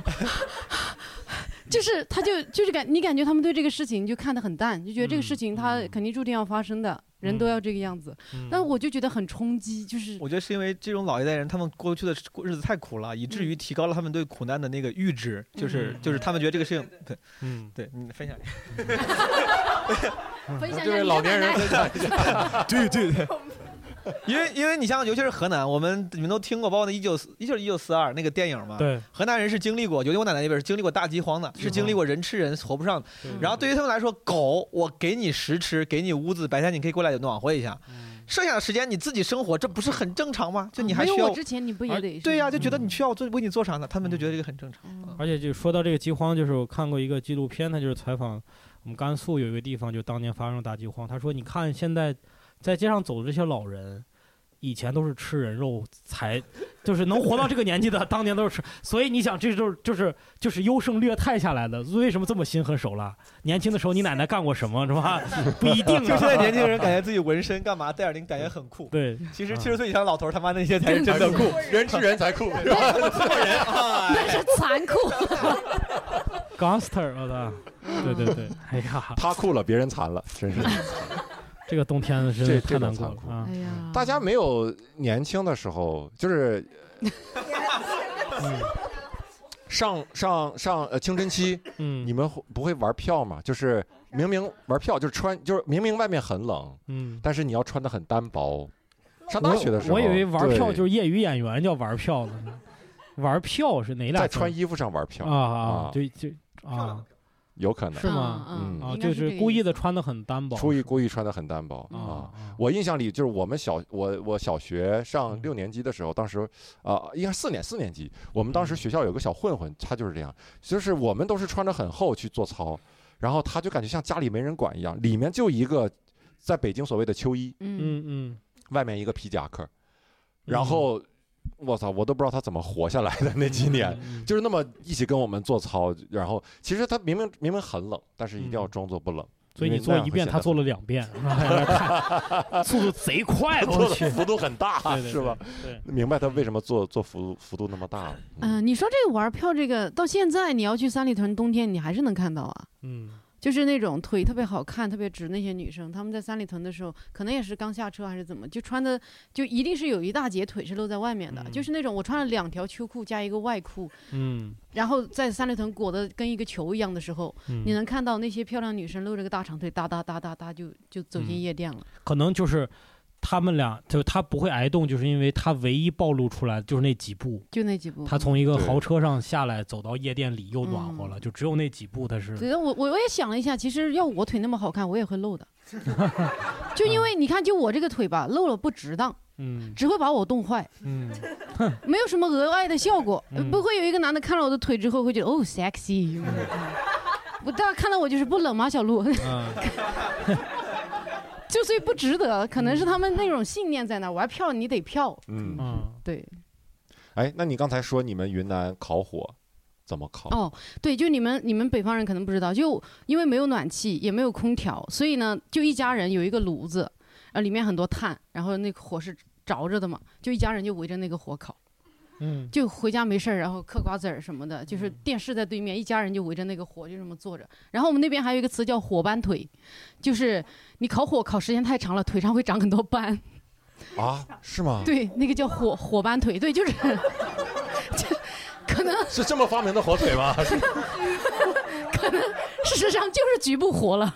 [SPEAKER 4] [LAUGHS] 就是，他就就是感你感觉他们对这个事情就看得很淡，就觉得这个事情它肯定注定要发生的，人都要这个样子。
[SPEAKER 6] 嗯
[SPEAKER 4] 但我就觉得很冲击，就是
[SPEAKER 6] 我觉得是因为这种老一代人，他们过去的日子太苦了，以至
[SPEAKER 4] 嗯
[SPEAKER 6] 于提高了他们对苦难的那个阈值，就是
[SPEAKER 3] 嗯
[SPEAKER 6] 就是他们觉得这个事情，对
[SPEAKER 3] 嗯，
[SPEAKER 6] 对，你分享一下。
[SPEAKER 4] [LAUGHS] 分享一
[SPEAKER 2] 这
[SPEAKER 4] 下
[SPEAKER 2] 位
[SPEAKER 4] 你
[SPEAKER 2] 老
[SPEAKER 4] 的
[SPEAKER 2] 年
[SPEAKER 4] 奶
[SPEAKER 2] 人
[SPEAKER 4] 奶
[SPEAKER 2] 分享一下，
[SPEAKER 6] [LAUGHS] 对
[SPEAKER 4] [LAUGHS]
[SPEAKER 6] 对对， [LAUGHS] 因为因为你像尤其是河南，我们你们都听过，包括那一九一九一九四二那个电影嘛，
[SPEAKER 3] 对，
[SPEAKER 6] 河南人是经历过，尤其我奶奶那边是经历过大饥荒的，是经历过人吃人活不上的。然后对于他们来说，狗我给你食吃，给你屋子，白天你可以过来暖和一下，
[SPEAKER 3] 嗯
[SPEAKER 6] 剩下的时间你自己生活，这不是很正常吗？就你还
[SPEAKER 4] 没
[SPEAKER 6] 需
[SPEAKER 4] 有
[SPEAKER 6] 要啊
[SPEAKER 4] 我之前你不也
[SPEAKER 3] 而
[SPEAKER 4] 得是
[SPEAKER 6] 对呀、就觉得
[SPEAKER 3] 嗯
[SPEAKER 6] 你需要我做为你做啥呢？他们就觉得这个很正常。啊
[SPEAKER 4] 嗯
[SPEAKER 3] 而且就说到这个饥荒，就是我看过一个纪录片，它就是采访我们甘肃有一个地方，就当年发生大饥荒。他说，你看现在在街上走的这些老人，以前都是吃人肉才，就是能活到这个年纪的，当年都是吃。所以你想，这就是就是就是优胜劣汰下来的。为什么这么心狠手辣？年轻的时候你奶奶干过什么是吧？ [LAUGHS] 不一定
[SPEAKER 6] [LAUGHS] 就现在
[SPEAKER 3] 啊。
[SPEAKER 6] 年轻人感觉自己纹身干嘛戴耳钉感觉很酷，
[SPEAKER 3] 对，啊
[SPEAKER 6] 其实七十岁以上老头儿他妈那些才是真的酷。
[SPEAKER 2] [LAUGHS] 人吃人才
[SPEAKER 6] [LAUGHS]
[SPEAKER 2] 酷。 [LAUGHS]
[SPEAKER 7] [LAUGHS]
[SPEAKER 4] 那是残酷。
[SPEAKER 3] [LAUGHS] gangster，我操！对对对，哎呀，
[SPEAKER 2] 他酷了，别人残了，真是。
[SPEAKER 3] 这个冬天真
[SPEAKER 2] 这
[SPEAKER 3] 是太
[SPEAKER 2] 这种
[SPEAKER 3] 难过
[SPEAKER 2] 残酷
[SPEAKER 3] 了啊
[SPEAKER 4] 哎！呀，
[SPEAKER 2] 大家没有年轻的时候，就是
[SPEAKER 3] 嗯
[SPEAKER 2] [LAUGHS] 上上上呃青春期，
[SPEAKER 3] 嗯，
[SPEAKER 2] 你们会不会玩票吗？就是明明玩票，就是穿，就是明明外面很冷，
[SPEAKER 3] 嗯。
[SPEAKER 2] 但是你要穿的很单薄。上大学的时候，
[SPEAKER 3] 我，我以为玩票就是是业余演员叫玩票呢，玩票是哪俩字
[SPEAKER 2] 在
[SPEAKER 3] 儿？
[SPEAKER 2] 穿衣服上玩
[SPEAKER 3] 啊
[SPEAKER 2] 票，
[SPEAKER 3] 啊
[SPEAKER 2] 啊
[SPEAKER 3] 啊！就就啊
[SPEAKER 2] 有可能
[SPEAKER 3] 是吗
[SPEAKER 4] 嗯，
[SPEAKER 2] 嗯
[SPEAKER 3] 啊，
[SPEAKER 4] 应该
[SPEAKER 3] 就是是
[SPEAKER 4] 这个
[SPEAKER 3] 故
[SPEAKER 4] 意
[SPEAKER 3] 意的
[SPEAKER 4] 思
[SPEAKER 3] 穿的很单薄，
[SPEAKER 2] 故意
[SPEAKER 3] 是吧
[SPEAKER 2] 故意穿的很单薄
[SPEAKER 4] 嗯
[SPEAKER 2] 啊。
[SPEAKER 3] 啊
[SPEAKER 2] 我印象里，就是我们小我我小学上
[SPEAKER 3] 嗯
[SPEAKER 2] 六年级的时候，当时啊、应该是四年四年级，我们当
[SPEAKER 3] 嗯
[SPEAKER 2] 时学校有个小混混，他就是这样，就是我们都是穿着很厚去做操，然后他就感觉像家里没人管一样，里面就一个在北京所谓的秋衣，
[SPEAKER 4] 嗯
[SPEAKER 3] 嗯嗯，
[SPEAKER 2] 外面一个皮夹克，然后我操，我都不知道他怎么活下来的那几年。
[SPEAKER 3] 嗯
[SPEAKER 2] [LAUGHS] 就是那么一起跟我们做操，然后其实他明明明明很冷，但是一定要
[SPEAKER 3] 嗯
[SPEAKER 2] 装作不冷。
[SPEAKER 3] 所以
[SPEAKER 2] 因为
[SPEAKER 3] 你做
[SPEAKER 2] 那样
[SPEAKER 3] 一
[SPEAKER 2] 会
[SPEAKER 3] 遍，
[SPEAKER 2] 显
[SPEAKER 3] 他
[SPEAKER 2] 得
[SPEAKER 3] 做了两遍，太哎速度贼
[SPEAKER 2] [LAUGHS]
[SPEAKER 3] 快，我去，
[SPEAKER 2] 幅度很大
[SPEAKER 3] [LAUGHS] 对对
[SPEAKER 2] 是吧？？
[SPEAKER 3] 对，嗯
[SPEAKER 2] 明白他为什么做做幅度幅度那么大了。
[SPEAKER 4] 嗯、你说这个玩票这个，到现在你要去三里屯，冬天你还是能看到啊。
[SPEAKER 3] 嗯
[SPEAKER 4] 就是那种腿特别好看、特别直那些女生，她们在三里屯的时候，可能也是刚下车还是怎么，就穿的就一定是有一大截腿是露在外面的，
[SPEAKER 3] 嗯
[SPEAKER 4] 就是那种我穿了两条秋裤加一个外裤，
[SPEAKER 3] 嗯
[SPEAKER 4] 然后在三里屯裹得跟一个球一样的时候，
[SPEAKER 3] 嗯，
[SPEAKER 4] 你能看到那些漂亮女生露着个大长腿，哒哒哒哒哒就就走进
[SPEAKER 3] 嗯
[SPEAKER 4] 夜店了。
[SPEAKER 3] 可能就是他们俩，就是他不会挨冻，就是因为他唯一暴露出来的就是那几步，
[SPEAKER 4] 就那几步。
[SPEAKER 3] 他从一个
[SPEAKER 2] 对
[SPEAKER 3] 豪车上下来，走到夜店里又暖和了，
[SPEAKER 4] 嗯
[SPEAKER 3] 就只有那几步他是
[SPEAKER 4] 对，啊我我我也想了一下，其实要我腿那么好看，我也
[SPEAKER 3] [LAUGHS]
[SPEAKER 4] 会露的。就因为你看，就我这个腿吧，露了不值当，
[SPEAKER 3] 嗯
[SPEAKER 4] 只会把我
[SPEAKER 3] [LAUGHS]
[SPEAKER 4] 冻坏，
[SPEAKER 3] 嗯
[SPEAKER 2] [LAUGHS]
[SPEAKER 4] 没有什么额外的效果，
[SPEAKER 3] 嗯
[SPEAKER 4] 不会有一个男的看了我的腿之后会觉得哦
[SPEAKER 3] [LAUGHS]
[SPEAKER 4] sexy。我大家看到我就是不冷吗，小鹿？ [LAUGHS]
[SPEAKER 3] 嗯。
[SPEAKER 4] 就所以不值得，可能是他们那种信念在那儿。我要票你得票，
[SPEAKER 2] 嗯，
[SPEAKER 3] 嗯
[SPEAKER 4] 对
[SPEAKER 2] 哎，那你刚才说你们云南烤火怎么烤？
[SPEAKER 4] 哦对，就你们你们北方人可能不知道，就因为没有暖气也没有空调，所以呢，就一家人有一个炉子，呃，里面很多炭，然后那个火是着着的嘛，就一家人就围着那个火烤，
[SPEAKER 3] 嗯
[SPEAKER 4] 就回家没事儿，然后嗑瓜子儿什么的，就是电视在对面，一家人就围着那个火就这么坐着。然后我们那边还有一个词叫火斑腿，就是你烤火烤时间太长了，腿上会长很多斑。
[SPEAKER 2] 啊，是吗？
[SPEAKER 4] 对，那个叫火火斑腿，对，就是。可能
[SPEAKER 2] 是这么发明的火腿
[SPEAKER 4] [LAUGHS]
[SPEAKER 2] 吗？ [LAUGHS]
[SPEAKER 4] 事实上就是局部活了，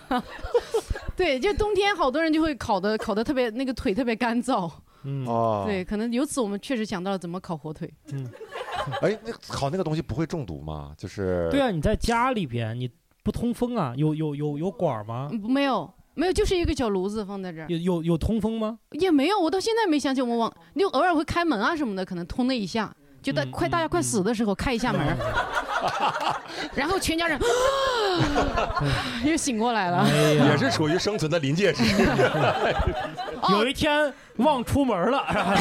[SPEAKER 4] [LAUGHS] 对，就冬天好多人就会烤的烤的特别那个腿特别干燥，
[SPEAKER 3] 嗯
[SPEAKER 2] 啊，
[SPEAKER 4] 对，，可能由此我们确实想到了怎么烤火腿，
[SPEAKER 2] 哎，那烤那个东西不会中毒吗？就是
[SPEAKER 3] 对啊，你在家里边你不通风啊？有有有有管儿吗？
[SPEAKER 4] 嗯没有没有，就是一个小炉子放在这儿，
[SPEAKER 3] 有有有通风吗？
[SPEAKER 4] 也没有，我到现在没想起我们往，就偶尔会开门啊什么的，可能通那一下，就在
[SPEAKER 3] 嗯
[SPEAKER 4] 快大家
[SPEAKER 3] 嗯
[SPEAKER 4] 快死的时候开一下门儿，
[SPEAKER 3] [LAUGHS]
[SPEAKER 4] 然后全家人 [LAUGHS] 又醒过来了。
[SPEAKER 3] 哎
[SPEAKER 8] 也是处于生存的临
[SPEAKER 2] [LAUGHS]
[SPEAKER 8] 界值。
[SPEAKER 2] 哦
[SPEAKER 3] 有一天忘出门了，是吧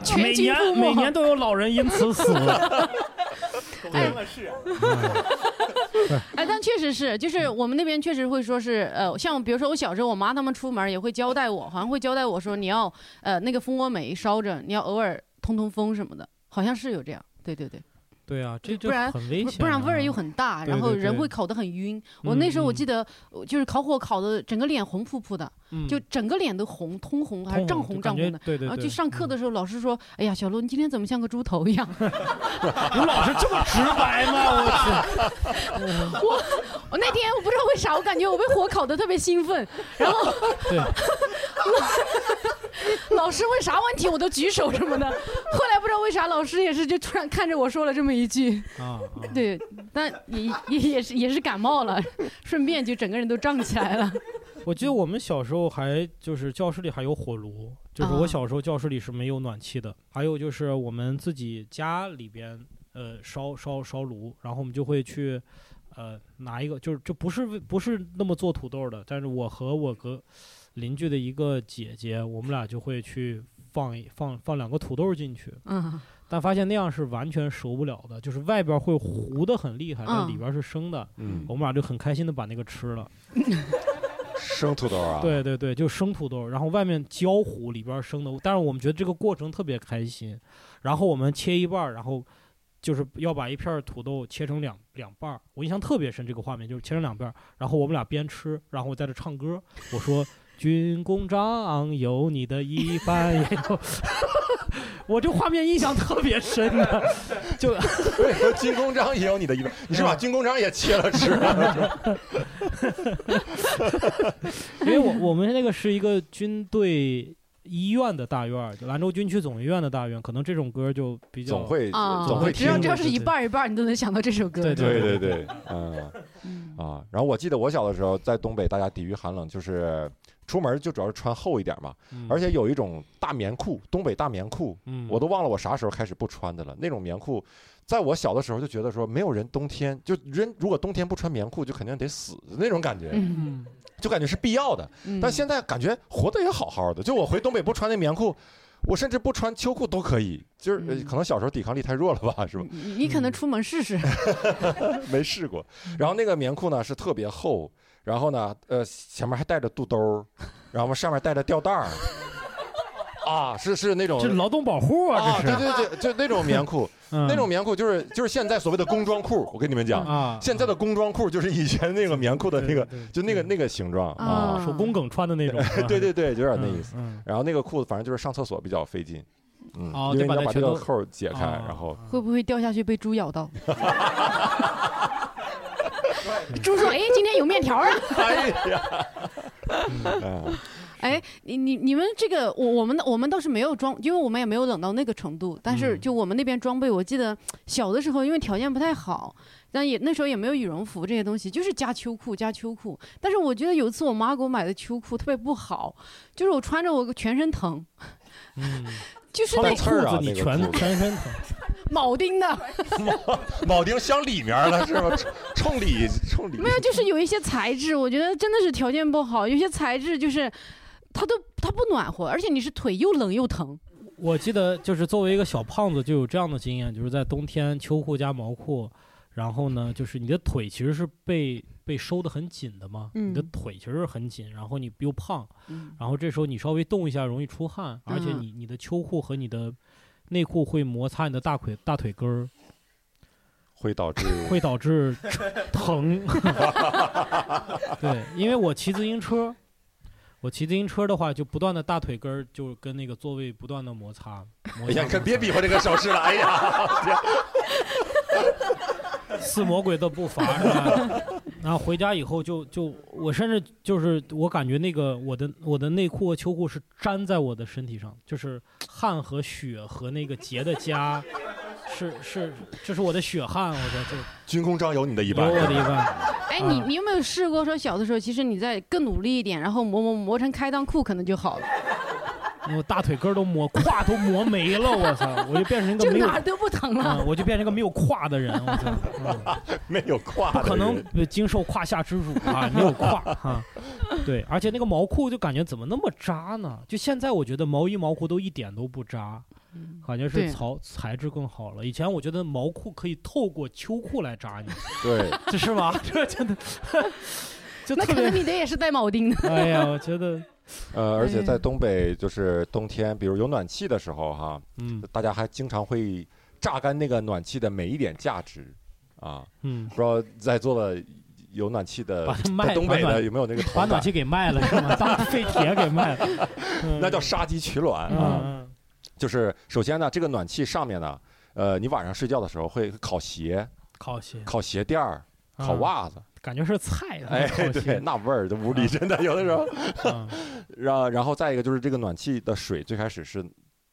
[SPEAKER 2] [LAUGHS]
[SPEAKER 3] 每
[SPEAKER 4] 全军
[SPEAKER 3] 年
[SPEAKER 4] 覆没
[SPEAKER 3] 每年
[SPEAKER 4] [LAUGHS]
[SPEAKER 3] 都有老人因此死。
[SPEAKER 2] [LAUGHS]
[SPEAKER 3] [LAUGHS]
[SPEAKER 4] 啊哎，但确实是，就是
[SPEAKER 3] 嗯
[SPEAKER 4] 我们那边确实会说是，呃，像比如说我小时候，我妈他们出门也会交代我，好像会交代我说你要，呃，那个蜂窝煤烧着，你要偶尔通通风什么的，好像是有这样。对对对，
[SPEAKER 3] 对啊，这这
[SPEAKER 4] 不然
[SPEAKER 3] 很危
[SPEAKER 4] 不
[SPEAKER 3] 险啊，
[SPEAKER 4] 不然味儿又很大，
[SPEAKER 3] 对
[SPEAKER 4] 然后
[SPEAKER 3] 对
[SPEAKER 4] 人
[SPEAKER 3] 对
[SPEAKER 4] 会烤得很晕。我那时候我
[SPEAKER 3] 嗯
[SPEAKER 4] 记得，呃就是烤火烤的整个脸红扑扑的，
[SPEAKER 3] 嗯
[SPEAKER 4] 就整个脸都红，通红还是
[SPEAKER 3] 通
[SPEAKER 4] 涨
[SPEAKER 3] 红
[SPEAKER 4] 红
[SPEAKER 3] 就感
[SPEAKER 4] 涨红
[SPEAKER 3] 觉
[SPEAKER 4] 的。
[SPEAKER 3] 对对
[SPEAKER 4] 然后
[SPEAKER 3] 对，
[SPEAKER 4] 去上课
[SPEAKER 3] 嗯
[SPEAKER 4] 的时候，老师说：“哎呀，小罗，你今天怎么像个猪头
[SPEAKER 3] [LAUGHS]
[SPEAKER 4] 一样
[SPEAKER 3] 吴老师这么直白吗？我去。？”
[SPEAKER 4] 我那天我不知道为啥，我感觉我被火烤得特别兴奋，然后
[SPEAKER 3] 对
[SPEAKER 4] 老 [LAUGHS] 师问啥问题我都举手什么的。后来不知道为啥，老师也是就突然看着我说了这么一句，
[SPEAKER 3] 啊，啊
[SPEAKER 4] 对，但也也也是也是感冒了，顺便就整个人都胀起来了。
[SPEAKER 3] 我记得我们小时候还就是教室里还有火炉，就是我
[SPEAKER 4] 啊
[SPEAKER 3] 小时候教室里是没有暖气的。还有就是我们自己家里边呃烧烧烧炉，然后我们就会去呃拿一个，就是就不是为不是那么做土豆的，但是我和我隔邻居的一个姐姐，我们俩就会去放一放放两个土豆进去，
[SPEAKER 4] 嗯
[SPEAKER 3] [LAUGHS] 但发现那样是完全熟不了的，就是外边会糊的很厉害，但
[SPEAKER 4] 嗯
[SPEAKER 3] 里边是生的。
[SPEAKER 2] 嗯，
[SPEAKER 3] 我们俩就很开心的把那个吃了。
[SPEAKER 2] 生土豆
[SPEAKER 3] [LAUGHS]
[SPEAKER 2] 啊，，
[SPEAKER 3] 对对对，就生土豆，然后外面焦糊，里边儿生的。但是我们觉得这个过程特别开心。然后我们切一半儿，然后就是要把一片儿土豆切成两两半儿。我印象特别深这个画面，就是切成两半儿，然后我们俩边吃，然后我在这唱歌，我说。军功章有你的一半，也有。 [LAUGHS] 我这画面印象特别深的，就
[SPEAKER 8] 对，和军功章也有你的一半，你是把军功章也切了吃了？
[SPEAKER 3] [LAUGHS] 因为我我们那个是一个军队医院的大院儿，就兰州军区总医院的大院，可能这种歌就比较
[SPEAKER 2] 总会
[SPEAKER 4] 啊，
[SPEAKER 2] 总
[SPEAKER 3] 会
[SPEAKER 2] 会
[SPEAKER 4] 只
[SPEAKER 2] 听
[SPEAKER 4] 要
[SPEAKER 3] 听
[SPEAKER 4] 只
[SPEAKER 3] 过
[SPEAKER 4] 要
[SPEAKER 3] 这
[SPEAKER 4] 是一
[SPEAKER 3] 些
[SPEAKER 4] 半儿一半儿，你都能想到这首歌。
[SPEAKER 3] 对
[SPEAKER 2] 对
[SPEAKER 4] [LAUGHS]
[SPEAKER 2] 对对，嗯
[SPEAKER 4] 嗯
[SPEAKER 2] 啊。然后我记得我小的时候在东北，大家抵御寒冷就是出门就主要是穿厚一点嘛，而且有一种大棉裤，东北大棉裤，
[SPEAKER 3] 嗯，
[SPEAKER 2] 我都忘了我啥时候开始不穿的了。那种棉裤，在我小的时候就觉得说，没有人冬天就人如果冬天不穿棉裤，就肯定得死那种感觉，
[SPEAKER 4] 嗯
[SPEAKER 3] 嗯
[SPEAKER 2] 就感觉是必要的。
[SPEAKER 4] 嗯
[SPEAKER 2] 但现在感觉活得也好好的，就我回东北不穿那棉裤。我甚至不穿秋裤都可以，就是呃
[SPEAKER 4] 嗯
[SPEAKER 2] 可能小时候抵抗力太弱了吧，是吧？
[SPEAKER 4] 你你你可能出门
[SPEAKER 3] [LAUGHS]
[SPEAKER 4] 试试。
[SPEAKER 2] [LAUGHS] 没试过。然后那个棉裤呢是特别厚，然后呢，呃，前面还带着肚兜儿，然后上面带着吊带儿，啊，是是那种
[SPEAKER 3] [LAUGHS] 这劳动保护啊，
[SPEAKER 2] 啊，
[SPEAKER 3] 这
[SPEAKER 2] 对
[SPEAKER 3] 是嗯
[SPEAKER 2] 对对，就那种
[SPEAKER 3] [LAUGHS]
[SPEAKER 2] 棉裤，那
[SPEAKER 3] 那
[SPEAKER 2] 种棉裤就是就是现在所谓的工装裤，我跟你们讲，
[SPEAKER 3] 啊，
[SPEAKER 2] 现在的工装裤就是以前那个棉裤的那个，
[SPEAKER 3] 对对
[SPEAKER 2] 就那个那个形状啊，
[SPEAKER 4] 啊
[SPEAKER 3] 手工梗穿的
[SPEAKER 2] [LAUGHS]
[SPEAKER 3] 那种，是吧
[SPEAKER 2] 对对对，有点那
[SPEAKER 3] 嗯
[SPEAKER 2] 意思。
[SPEAKER 3] 嗯，
[SPEAKER 2] 然后那个裤子反正就是上厕所比较费劲。嗯
[SPEAKER 3] 哦，
[SPEAKER 2] 因为
[SPEAKER 3] 就把
[SPEAKER 2] 你
[SPEAKER 3] 它
[SPEAKER 2] 要把这
[SPEAKER 3] 全
[SPEAKER 2] 个
[SPEAKER 3] 都
[SPEAKER 2] 扣儿解开，
[SPEAKER 3] 啊
[SPEAKER 2] 然后
[SPEAKER 4] 会不会掉下去被猪
[SPEAKER 3] [LAUGHS]
[SPEAKER 4] 咬到？猪说：“哎，今天有面条啊！”
[SPEAKER 2] 哎呀，嗯
[SPEAKER 4] 哎，你你你们这个，我我们的我们倒是没有装，因为我们也没有冷到那个程度。但是
[SPEAKER 3] 嗯
[SPEAKER 4] 就我们那边装备，我记得小的时候，因为条件不太好，但也那时候也没有羽绒服这些东西，就是加秋裤加秋裤。但是我觉得有一次我妈给我买的秋裤特别不好，就是我穿着我全身疼，
[SPEAKER 3] 嗯，
[SPEAKER 4] 就是
[SPEAKER 2] 穿
[SPEAKER 4] 那
[SPEAKER 2] 着
[SPEAKER 4] 个
[SPEAKER 2] 刺儿啊
[SPEAKER 3] 裤子你
[SPEAKER 2] 那个
[SPEAKER 3] 全
[SPEAKER 2] 裤子
[SPEAKER 3] 全身
[SPEAKER 2] [LAUGHS]
[SPEAKER 3] 疼，
[SPEAKER 4] 铆钉的，
[SPEAKER 8] 铆钉镶里面了是
[SPEAKER 2] [LAUGHS]
[SPEAKER 8] 吧？冲冲里冲里
[SPEAKER 4] 没有，就是有一些材质，我觉得真的是条件不好，有些材质就是它都它不暖和，而且你是腿又冷又疼。
[SPEAKER 3] 我记得就是作为一个小胖子，就有这样的经验，就是在冬天秋裤加毛裤，然后呢，就是你的腿其实是被被收的很紧的嘛，
[SPEAKER 4] 嗯
[SPEAKER 3] 你的腿其实是很紧，然后你又胖，
[SPEAKER 4] 嗯
[SPEAKER 3] 然后这时候你稍微动一下容易出汗，而且
[SPEAKER 4] 嗯
[SPEAKER 3] 你你的秋裤和你的内裤会摩擦你的大腿大腿根儿，
[SPEAKER 2] 会导致
[SPEAKER 3] 会导致疼。对，因为我骑自行车，我骑自行车的话，就不断的大腿根儿就跟那个座位不断的摩擦。摩
[SPEAKER 8] 哎
[SPEAKER 3] 擦
[SPEAKER 8] 呀，可别比
[SPEAKER 3] 摩
[SPEAKER 8] 划这个手势了，哎呀，
[SPEAKER 3] 擦似魔鬼的步伐是吧？然后回家以后就就我甚至就是我感觉那个我的我的内裤和秋裤是粘在我的身体上，就是汗和血和那个结的痂，是是这是我的血汗，我的这
[SPEAKER 8] 军功章有你的一
[SPEAKER 3] 有
[SPEAKER 8] 半
[SPEAKER 3] 我。的一 [LAUGHS] 半，
[SPEAKER 4] 哎，你
[SPEAKER 3] 啊
[SPEAKER 4] 你有没有试过说小的时候，其实你再更努力一点，然后磨磨磨成开裆裤可能就好了？ [LAUGHS]
[SPEAKER 3] 我大腿根儿都磨，胯都磨没了，我操！我就变成一个
[SPEAKER 4] 就
[SPEAKER 3] 没有
[SPEAKER 4] 哪儿都不疼
[SPEAKER 3] 啊、
[SPEAKER 4] 了。 [LAUGHS]
[SPEAKER 3] 我就变成一个没有胯的人，我操！嗯
[SPEAKER 8] [LAUGHS] 没有胯
[SPEAKER 3] 不
[SPEAKER 8] 的人，
[SPEAKER 3] 可能经受胯下之辱啊，没有胯啊。对，而且那个毛裤就感觉怎么那么扎呢？就现在我觉得毛衣毛裤都一点都不扎，
[SPEAKER 4] 嗯
[SPEAKER 3] [LAUGHS] 感觉
[SPEAKER 4] 对
[SPEAKER 3] 是材材质更好了。以前我觉得毛裤可以透过秋裤来扎你，
[SPEAKER 2] [LAUGHS] 对，
[SPEAKER 3] 这是吗？ [LAUGHS] 这真的，就
[SPEAKER 4] 那
[SPEAKER 3] 特
[SPEAKER 4] 可能
[SPEAKER 3] 别。
[SPEAKER 4] 你的也是带铆钉的。
[SPEAKER 3] 哎呀，
[SPEAKER 4] [LAUGHS]
[SPEAKER 3] 我觉得，
[SPEAKER 2] 呃，而且
[SPEAKER 4] 哎
[SPEAKER 2] 在东北就是冬天，比如有暖气的时候哈，
[SPEAKER 3] 嗯
[SPEAKER 2] 大家还经常会榨干那个暖气的每一点价值啊。
[SPEAKER 3] 嗯
[SPEAKER 2] 不，知道在座的有暖气的
[SPEAKER 3] 把它，卖
[SPEAKER 2] 在东北
[SPEAKER 3] 把
[SPEAKER 2] 的
[SPEAKER 3] 暖
[SPEAKER 2] 有没有那个
[SPEAKER 3] 把
[SPEAKER 2] 同
[SPEAKER 3] 暖
[SPEAKER 2] 感？
[SPEAKER 3] 气给卖了是
[SPEAKER 2] [LAUGHS]
[SPEAKER 3] 吗？当废铁给 [LAUGHS] 卖了，嗯
[SPEAKER 2] 那叫杀鸡取卵
[SPEAKER 3] 嗯
[SPEAKER 2] 啊！
[SPEAKER 3] 嗯
[SPEAKER 2] 就是首先呢，这个暖气上面呢，呃，你晚上睡觉的时候会烤鞋、
[SPEAKER 3] 烤鞋、
[SPEAKER 2] 烤鞋垫儿、烤
[SPEAKER 3] 嗯，
[SPEAKER 2] 袜子，
[SPEAKER 3] 感觉是菜啊。
[SPEAKER 8] [LAUGHS]
[SPEAKER 2] 哎，
[SPEAKER 3] 烤 [LAUGHS]
[SPEAKER 2] 对，
[SPEAKER 3] 鞋，
[SPEAKER 2] 那味儿，这屋里真的有的时候。
[SPEAKER 3] 嗯
[SPEAKER 2] [LAUGHS] 然然后再一个就是这个暖气的水最开始是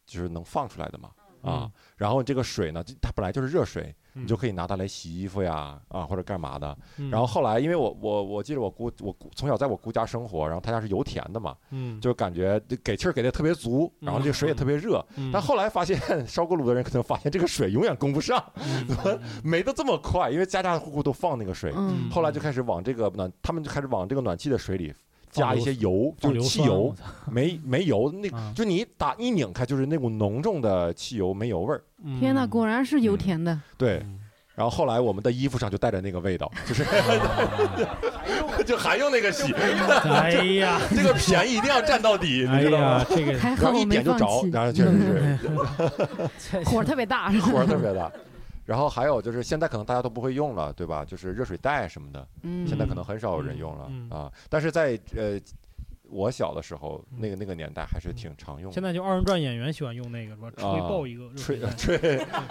[SPEAKER 2] 就是能放出来的嘛啊，
[SPEAKER 3] 嗯
[SPEAKER 2] 然后这个水呢，它本来就是热水，你
[SPEAKER 3] 嗯
[SPEAKER 2] 就可以拿它来洗衣服呀啊或者干嘛的。
[SPEAKER 3] 嗯
[SPEAKER 2] 然后后来因为我我我记得我姑我姑从小在我姑家生活，然后她家是油田的嘛，
[SPEAKER 3] 嗯，
[SPEAKER 2] 就感觉这给气儿给的特别足，然后这个水也特别热。
[SPEAKER 3] 嗯
[SPEAKER 2] 但后来发现 [LAUGHS] 烧锅炉的人可能发现这个水永远供不上，
[SPEAKER 3] 嗯嗯
[SPEAKER 2] 没得这么快，因为家家户户都放那个水。
[SPEAKER 4] 嗯
[SPEAKER 3] 嗯
[SPEAKER 2] 后来就开始往这个暖，他们就开始往这个暖气的水里加一些油，
[SPEAKER 3] 放
[SPEAKER 2] 就是
[SPEAKER 3] 硫
[SPEAKER 2] 汽
[SPEAKER 3] 酸
[SPEAKER 2] 油
[SPEAKER 3] 我，操
[SPEAKER 2] 没没油，那
[SPEAKER 3] 啊
[SPEAKER 2] 就你一打一拧开就是那股浓重的汽油没油味儿。
[SPEAKER 3] 嗯
[SPEAKER 4] 天哪，果
[SPEAKER 3] 然
[SPEAKER 4] 然是油田的。
[SPEAKER 2] 对，然后后来我们的衣服上就带着那个味道，就是
[SPEAKER 3] [LAUGHS]
[SPEAKER 2] [LAUGHS]
[SPEAKER 8] 就还用那个洗，
[SPEAKER 3] 哎
[SPEAKER 2] [LAUGHS]
[SPEAKER 3] 呀，
[SPEAKER 8] 这个便宜一定要占到底，你
[SPEAKER 3] 哎
[SPEAKER 8] 知道吗？
[SPEAKER 3] 呀，这个
[SPEAKER 4] 还
[SPEAKER 2] 然
[SPEAKER 4] 好
[SPEAKER 2] 后
[SPEAKER 4] 我
[SPEAKER 2] 一
[SPEAKER 4] 没
[SPEAKER 2] 点就
[SPEAKER 4] 放
[SPEAKER 2] 着，
[SPEAKER 4] 弃，
[SPEAKER 2] 然后确实是
[SPEAKER 3] [LAUGHS]
[SPEAKER 4] [LAUGHS]
[SPEAKER 2] [LAUGHS]
[SPEAKER 4] 火特别大， [LAUGHS]
[SPEAKER 2] 火儿特别大。然后还有就是现在可能大家都不会用了，对吧？就是热水袋什么的，
[SPEAKER 4] 嗯，
[SPEAKER 2] 现在可能很少有人用了
[SPEAKER 3] 嗯嗯
[SPEAKER 2] 啊。但是在呃我小的时候，
[SPEAKER 3] 嗯
[SPEAKER 2] 那个那个年代还是挺常用的。
[SPEAKER 3] 现在就二人转演员喜欢用那个是啊吧？吹爆一个热
[SPEAKER 2] 吹
[SPEAKER 3] 水 [LAUGHS] 袋。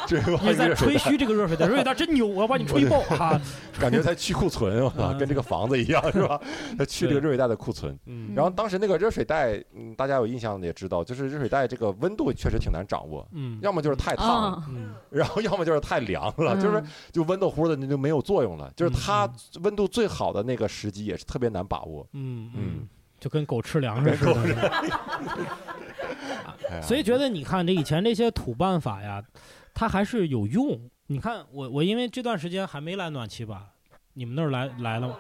[SPEAKER 2] 吹吹
[SPEAKER 3] 你
[SPEAKER 2] 完
[SPEAKER 3] 在
[SPEAKER 2] 热水
[SPEAKER 3] 吹
[SPEAKER 2] 袋，
[SPEAKER 3] 嘘这个热水袋，热水袋真牛，我要把你吹
[SPEAKER 2] [LAUGHS]
[SPEAKER 3] 爆 [LAUGHS] 啊！
[SPEAKER 2] 感觉在去库存，
[SPEAKER 3] [LAUGHS]
[SPEAKER 2] 我操，
[SPEAKER 3] 嗯
[SPEAKER 2] 跟这个房子一样是吧？在去这个热水袋的库存。
[SPEAKER 3] 嗯
[SPEAKER 2] 然后当时那个热水袋，嗯，大家有印象的也知道，就是热水袋这个温度确实挺难掌握，
[SPEAKER 3] 嗯，
[SPEAKER 2] 要么就是太烫了，
[SPEAKER 4] 啊，
[SPEAKER 3] 嗯
[SPEAKER 2] 然后要么就是太凉了，
[SPEAKER 4] 嗯
[SPEAKER 2] 就是就温度乎的那就没有作用了。就是它
[SPEAKER 3] 嗯
[SPEAKER 2] 温度最好的那个时机也是特别难把握。
[SPEAKER 3] 嗯
[SPEAKER 2] 嗯
[SPEAKER 3] 嗯，就 [LAUGHS] 跟狗吃粮食似的。
[SPEAKER 2] 哎呀
[SPEAKER 3] 所以觉得你看这以前这些土办法呀，它还是有用。你看我我因为这段时间还没来暖气吧，你们那儿来来了吗？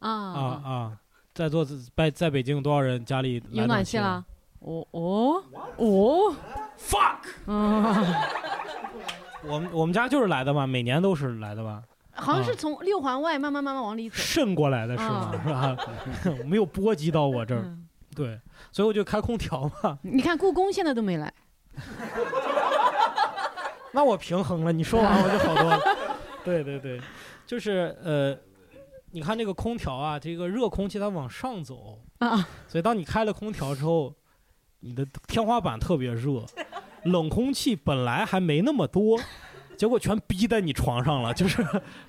[SPEAKER 4] 啊
[SPEAKER 3] 啊啊，在座在在北京多少人家里来
[SPEAKER 4] 有暖气
[SPEAKER 3] 气
[SPEAKER 4] 了？。哦哦哦
[SPEAKER 7] [LAUGHS]
[SPEAKER 3] Fuck！
[SPEAKER 4] 嗯，
[SPEAKER 3] 我们我们家就是来的嘛，每年都是来的嘛，啊
[SPEAKER 4] 好像是从六环外慢慢慢慢往里走。
[SPEAKER 3] 渗过来的嗯是吗？是吧？ [LAUGHS] 没有波及到我这儿，
[SPEAKER 4] 嗯
[SPEAKER 3] 对，所以我就开空调嘛。
[SPEAKER 4] 你看故宫现在都没来，
[SPEAKER 3] 那我平衡了，你说
[SPEAKER 4] [LAUGHS]
[SPEAKER 3] 完我就好多了。对对对，就是呃，你看这个空调啊，这个热空气它往上走
[SPEAKER 4] 啊，
[SPEAKER 3] 所以当你开了空调之后，你的天花板特别热，
[SPEAKER 4] [LAUGHS]
[SPEAKER 3] 冷空气本来还没那么多，结果全逼在你床上了，就是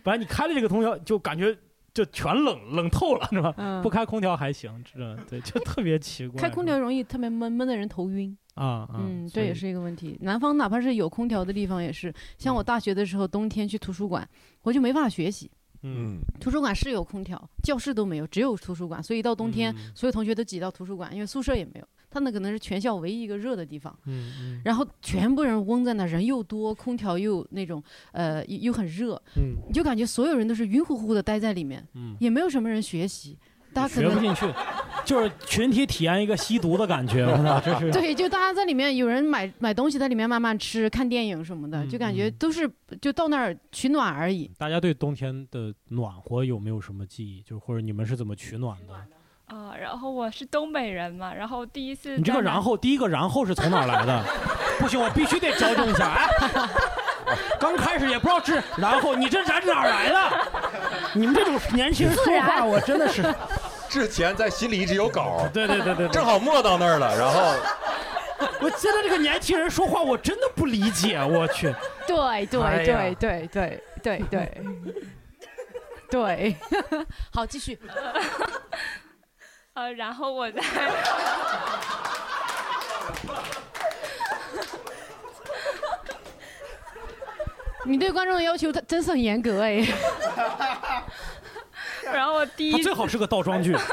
[SPEAKER 3] 本来你开了这个空调就感觉就全冷冷透了，是吧？
[SPEAKER 4] 嗯
[SPEAKER 3] 不，开空调还行，这对就特别奇怪。
[SPEAKER 4] 开空调容易特别闷，闷的人头晕。
[SPEAKER 3] 啊，
[SPEAKER 4] 嗯，
[SPEAKER 3] 所
[SPEAKER 4] 这
[SPEAKER 3] 以
[SPEAKER 4] 也是一个问题。南方哪怕是有空调的地方也是，像
[SPEAKER 3] 嗯
[SPEAKER 4] 我大学的时候，冬天去图书馆，我就没办法学习。
[SPEAKER 3] 嗯，
[SPEAKER 2] 嗯，
[SPEAKER 4] 图书馆是有空调，教室都没有，只有图书馆，所以到冬天、
[SPEAKER 3] 嗯
[SPEAKER 4] 所有同学都挤到图书馆，因为宿舍也没有。它那可能是全校唯一一个热的地方，
[SPEAKER 3] 嗯嗯
[SPEAKER 4] 然后全部人嗡在那，人又多，空调又那种，呃，又又很热，
[SPEAKER 3] 嗯
[SPEAKER 4] 你就感觉所有人都是晕乎乎的待在里面，
[SPEAKER 3] 嗯，
[SPEAKER 4] 也没有什么人学习，大家可
[SPEAKER 3] 学不
[SPEAKER 4] 能
[SPEAKER 3] 进去，就是群体体验一个吸毒的感觉，我操，这是
[SPEAKER 4] 对，就大家在里面，有人买买东西在里面慢慢吃、看电影什么的，
[SPEAKER 3] 嗯
[SPEAKER 4] 就感觉
[SPEAKER 3] 嗯
[SPEAKER 4] 都是就到那儿取暖而已。
[SPEAKER 3] 大家对冬天的暖和有没有什么记忆？就是或者你们是怎么取暖的？
[SPEAKER 9] 啊、然后我是东北人嘛，然后第一次
[SPEAKER 3] 你这
[SPEAKER 9] 在
[SPEAKER 3] 个
[SPEAKER 9] 南
[SPEAKER 3] 然后第一个然后是从哪儿来的？不行，我必须得纠正一下。哎，刚开始也不知道这然后你这然哪儿来的？你们这种年轻人说话，我真的是
[SPEAKER 2] [LAUGHS]
[SPEAKER 8] 之前在心里一直有稿，
[SPEAKER 3] 对对对对对
[SPEAKER 8] 正。好磨到那儿了，然后
[SPEAKER 3] 我现在这个年轻人说话，我真的不理解。我去，
[SPEAKER 4] 对对
[SPEAKER 3] 哎呀
[SPEAKER 4] 对对对对对
[SPEAKER 3] [LAUGHS]
[SPEAKER 4] 对， [LAUGHS] 好，继续。
[SPEAKER 9] 呃，然后我在。 [LAUGHS]
[SPEAKER 4] 你对观众的要求他真是很严格
[SPEAKER 3] [LAUGHS]
[SPEAKER 4] 哎。
[SPEAKER 9] 然后我第
[SPEAKER 3] 他
[SPEAKER 9] 一
[SPEAKER 3] 最好是个倒装句。
[SPEAKER 5] 有人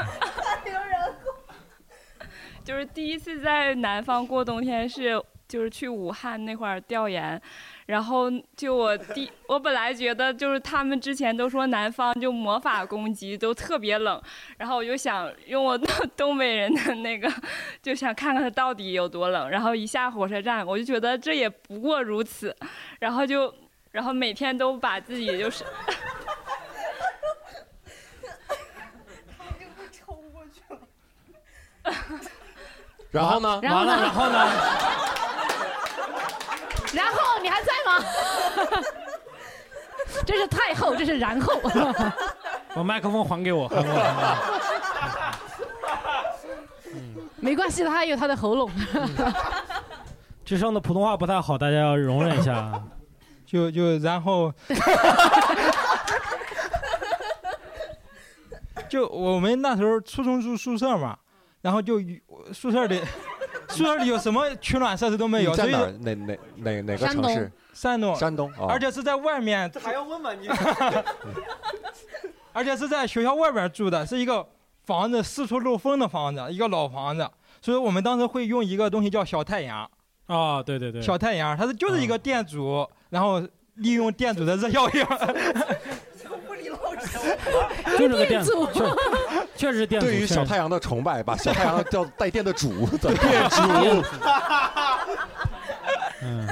[SPEAKER 9] 就是第一次在南方过冬天是。就是去武汉那块儿调研，然后就我第我本来觉得就是他们之前都说南方就魔法攻击都特别冷，然后我就想用我 [LAUGHS] 东北人的那个，就想看看它到底有多冷。然后一下火车站，我就觉得这也不过如此，然后就然后每天都把自己就是 [LAUGHS]
[SPEAKER 8] 然后呢？
[SPEAKER 4] 然后呢？
[SPEAKER 3] 然后呢？
[SPEAKER 10] 然后你还在吗？
[SPEAKER 4] [LAUGHS]
[SPEAKER 10] 真是太后，这是然
[SPEAKER 3] [LAUGHS]
[SPEAKER 10] 后。
[SPEAKER 3] 把麦克风还给我， [LAUGHS] 还给我。
[SPEAKER 4] 没关系，他还有他的喉咙。
[SPEAKER 3] 嗯
[SPEAKER 4] [LAUGHS]
[SPEAKER 3] 智胜的普通话不太好，大家要容忍一下啊。
[SPEAKER 11] [LAUGHS] 就就然后，就我们那时候初中住宿舍嘛，然后就宿
[SPEAKER 3] [LAUGHS]
[SPEAKER 11] 舍里宿舍里有什么取暖设施都没有，
[SPEAKER 2] 你在
[SPEAKER 11] 所以
[SPEAKER 2] 哪儿？哪哪哪哪个城市？
[SPEAKER 11] 山东，
[SPEAKER 2] 山东哦
[SPEAKER 11] 而且是在外面，
[SPEAKER 6] 这还要问吗？你
[SPEAKER 11] 而且是在学校外边住的，是一个房子四处漏风的房子，一个老房子，所以我们当时会用一个东西叫小太阳。
[SPEAKER 3] 啊，对对对，
[SPEAKER 11] 小太阳，它是就是一个电阻，
[SPEAKER 2] 嗯
[SPEAKER 11] 然后利用电阻的热效应， [LAUGHS]
[SPEAKER 3] 就是个电
[SPEAKER 4] 阻，
[SPEAKER 3] 确确实是电阻。
[SPEAKER 2] 对于
[SPEAKER 3] 确
[SPEAKER 2] 小
[SPEAKER 3] 实
[SPEAKER 2] 太阳的崇拜，把小太 [LAUGHS] 阳叫带电的 [LAUGHS] 主，的电主。
[SPEAKER 3] 嗯，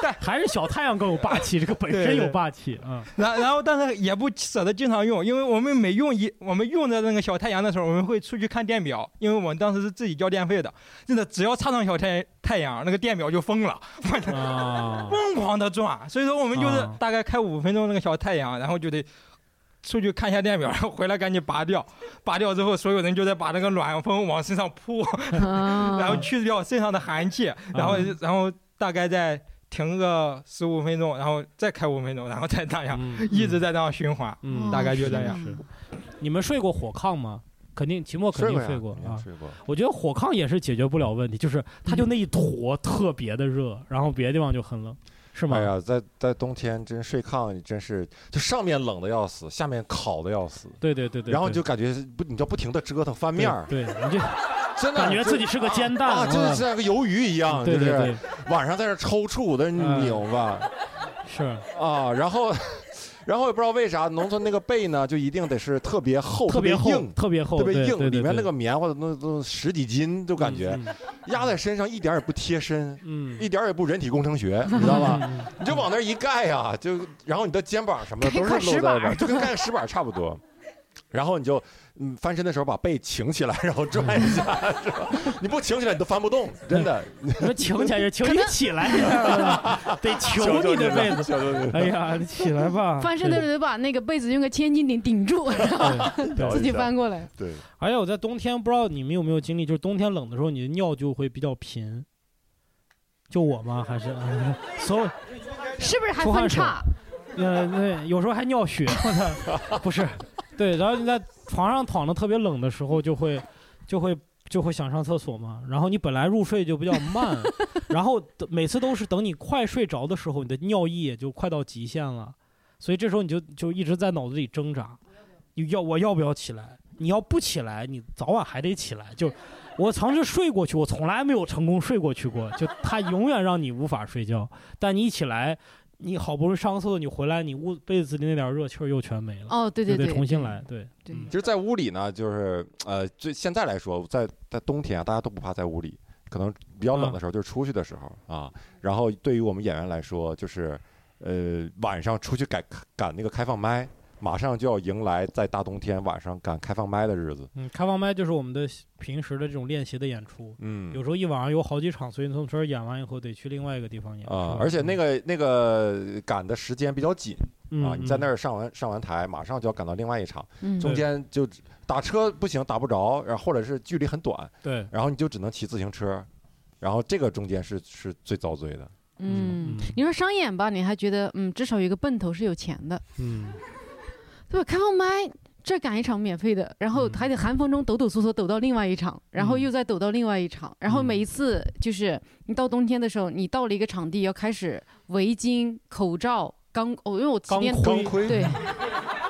[SPEAKER 3] 但还是小太阳更有霸气，这个本身有霸气啊。
[SPEAKER 11] [LAUGHS] 然然后但是也不舍得经常用，因为我们每用一我们用的那个小太阳的时候，我们会出去看电表，因为我们当时是自己交电费的，真的只要插上小太太阳，那个电表就疯了，
[SPEAKER 3] 啊，
[SPEAKER 11] 疯狂的转，所以说我们就是
[SPEAKER 3] 啊
[SPEAKER 11] 大概开五分钟那个小太阳，然后就得。出去看一下电表，然后回来赶紧拔掉， [LAUGHS] 拔掉之后，所有人就在把那个暖风往身上扑， [LAUGHS] 然
[SPEAKER 4] 然
[SPEAKER 11] 后去掉身上的寒气，然后、
[SPEAKER 3] 嗯
[SPEAKER 11] 然后大概再停个十五分钟，然后再开五分钟，然后再那样，
[SPEAKER 3] 嗯
[SPEAKER 11] 一直在这样循环。
[SPEAKER 3] 嗯，
[SPEAKER 11] 大概就这
[SPEAKER 3] 样。是你们睡过火炕吗？肯定，秦末肯定睡过啊。
[SPEAKER 2] 睡过。
[SPEAKER 3] 我觉得火炕也是解决不了问题，就是它就那一坨特别的热，然后别的地方就很冷，是吗？
[SPEAKER 2] 哎呀，在在冬天真睡炕，真是就上面冷的要死，下面烤的要死，
[SPEAKER 3] 对对对对，
[SPEAKER 2] 然后
[SPEAKER 3] 对
[SPEAKER 2] 就感觉是不，你就不停的折腾翻
[SPEAKER 3] 对
[SPEAKER 2] 面儿，
[SPEAKER 3] 对，你就
[SPEAKER 2] [LAUGHS] 真的
[SPEAKER 3] 感觉自己是个煎蛋
[SPEAKER 2] 啊，
[SPEAKER 3] 嗯
[SPEAKER 2] 就是像个鱿鱼一样，
[SPEAKER 3] 对
[SPEAKER 2] 就
[SPEAKER 3] 对
[SPEAKER 2] 是
[SPEAKER 3] 对，
[SPEAKER 2] 晚上在这抽搐在那
[SPEAKER 3] 嗯
[SPEAKER 2] 拧吧。
[SPEAKER 3] 是
[SPEAKER 2] 啊，然后，然后也不知道为啥，农村那个被呢，就一定得是特别厚、特
[SPEAKER 3] 特别厚
[SPEAKER 2] 硬，、
[SPEAKER 3] 特别厚，
[SPEAKER 2] 特别
[SPEAKER 3] 对对
[SPEAKER 2] 硬，
[SPEAKER 3] 对
[SPEAKER 2] 里面
[SPEAKER 3] 对
[SPEAKER 2] 那个棉花的那都十几斤，就感觉
[SPEAKER 3] 嗯
[SPEAKER 2] 压在身上一点儿也不贴身，
[SPEAKER 3] 嗯，
[SPEAKER 2] 一点儿也不人体工程学，你知道
[SPEAKER 4] [LAUGHS]
[SPEAKER 2] 吧？
[SPEAKER 3] 嗯
[SPEAKER 2] 你就往那儿一盖啊，就然后你的肩膀什么的
[SPEAKER 4] 盖一
[SPEAKER 2] 都是
[SPEAKER 4] 块
[SPEAKER 2] 露在
[SPEAKER 4] 石板
[SPEAKER 2] 那儿，就跟盖个石板差不多。然后你就嗯翻身的时候把被请起来，然后转一
[SPEAKER 3] [LAUGHS]
[SPEAKER 2] 下，是吧？你不请起来你都翻不动，真的。
[SPEAKER 3] 你们请起来，请你起来，
[SPEAKER 2] [LAUGHS]
[SPEAKER 3] 得求你这辈子。哎呀，你起来吧！
[SPEAKER 4] [LAUGHS] 翻身的时候得把那个被子用个千斤顶顶住，然后
[SPEAKER 3] 对对
[SPEAKER 4] [LAUGHS] 自己翻过来。
[SPEAKER 2] 对，
[SPEAKER 3] 而且我在冬天不知道你们有没有经历，就是冬天冷的时候，你的尿就会比较频。就我吗？还是啊 [LAUGHS] 所有？
[SPEAKER 4] 是不是还
[SPEAKER 3] 出汗
[SPEAKER 4] 分
[SPEAKER 3] 水
[SPEAKER 4] 叉？
[SPEAKER 3] [LAUGHS] 呃，对，有时候还尿血，我操不是？对，然后你在床上躺的特别冷的时候，就会就会就会想上厕所嘛。然后你本来入睡就比较慢，然后等每次都是等你快睡着的时候，你的尿意也就快到极限了，所以这时候你就就一直在脑子里挣扎，你要我要不要起来？你要不起来，你早晚还得起来。就我尝试睡过去，我从来没有成功睡过去过，就它永远让你无法睡觉。但你一起来，你好不容易上个厕所，你回来，你屋被子里那点热气儿又全没了，
[SPEAKER 4] 哦，对
[SPEAKER 3] 就
[SPEAKER 4] 对，
[SPEAKER 3] 得重新来。对，
[SPEAKER 4] 对
[SPEAKER 3] 嗯
[SPEAKER 2] 其实，在屋里呢，就是呃，最现在来说，在在冬天啊，大家都不怕在屋里，可能比较冷的时候就是出去的时候啊。然后对于我们演员来说，就是呃晚上出去赶赶那个开放麦，马上就要迎来在大冬天晚上赶开放麦的日子。
[SPEAKER 3] 嗯，开放麦就是我们的平时的这种练习的演出，
[SPEAKER 2] 嗯
[SPEAKER 3] 有时候一晚上有好几场，所以从这儿演完以后得去另外一个地方演
[SPEAKER 2] 啊，而且那
[SPEAKER 3] 个
[SPEAKER 2] 个那个赶的时间比较紧
[SPEAKER 3] 嗯
[SPEAKER 2] 啊，你在那
[SPEAKER 3] 儿
[SPEAKER 2] 儿上完上完台，马上就要赶到另外一场，
[SPEAKER 4] 嗯
[SPEAKER 2] 中间就打车不行打不着，然后或者是距离很短，
[SPEAKER 3] 对，
[SPEAKER 2] 然后你就只能骑自行车，然后这个中间是是最遭罪的。
[SPEAKER 4] 嗯，你说商演吧，你还觉得嗯，至少有一个奔头是有钱的，
[SPEAKER 3] 嗯，
[SPEAKER 4] 对吧？开放麦这赶一场免费的，然后
[SPEAKER 3] 嗯
[SPEAKER 4] 还得寒风中抖抖嗦嗦抖到另外一场，然后又再抖到另外一场，
[SPEAKER 3] 嗯
[SPEAKER 4] 然后每一次就是你到冬天的时候，你到了一个场地要开始围巾、口罩、钢，哦，因为我骑
[SPEAKER 3] 钢
[SPEAKER 4] 电
[SPEAKER 3] 盔
[SPEAKER 4] 对，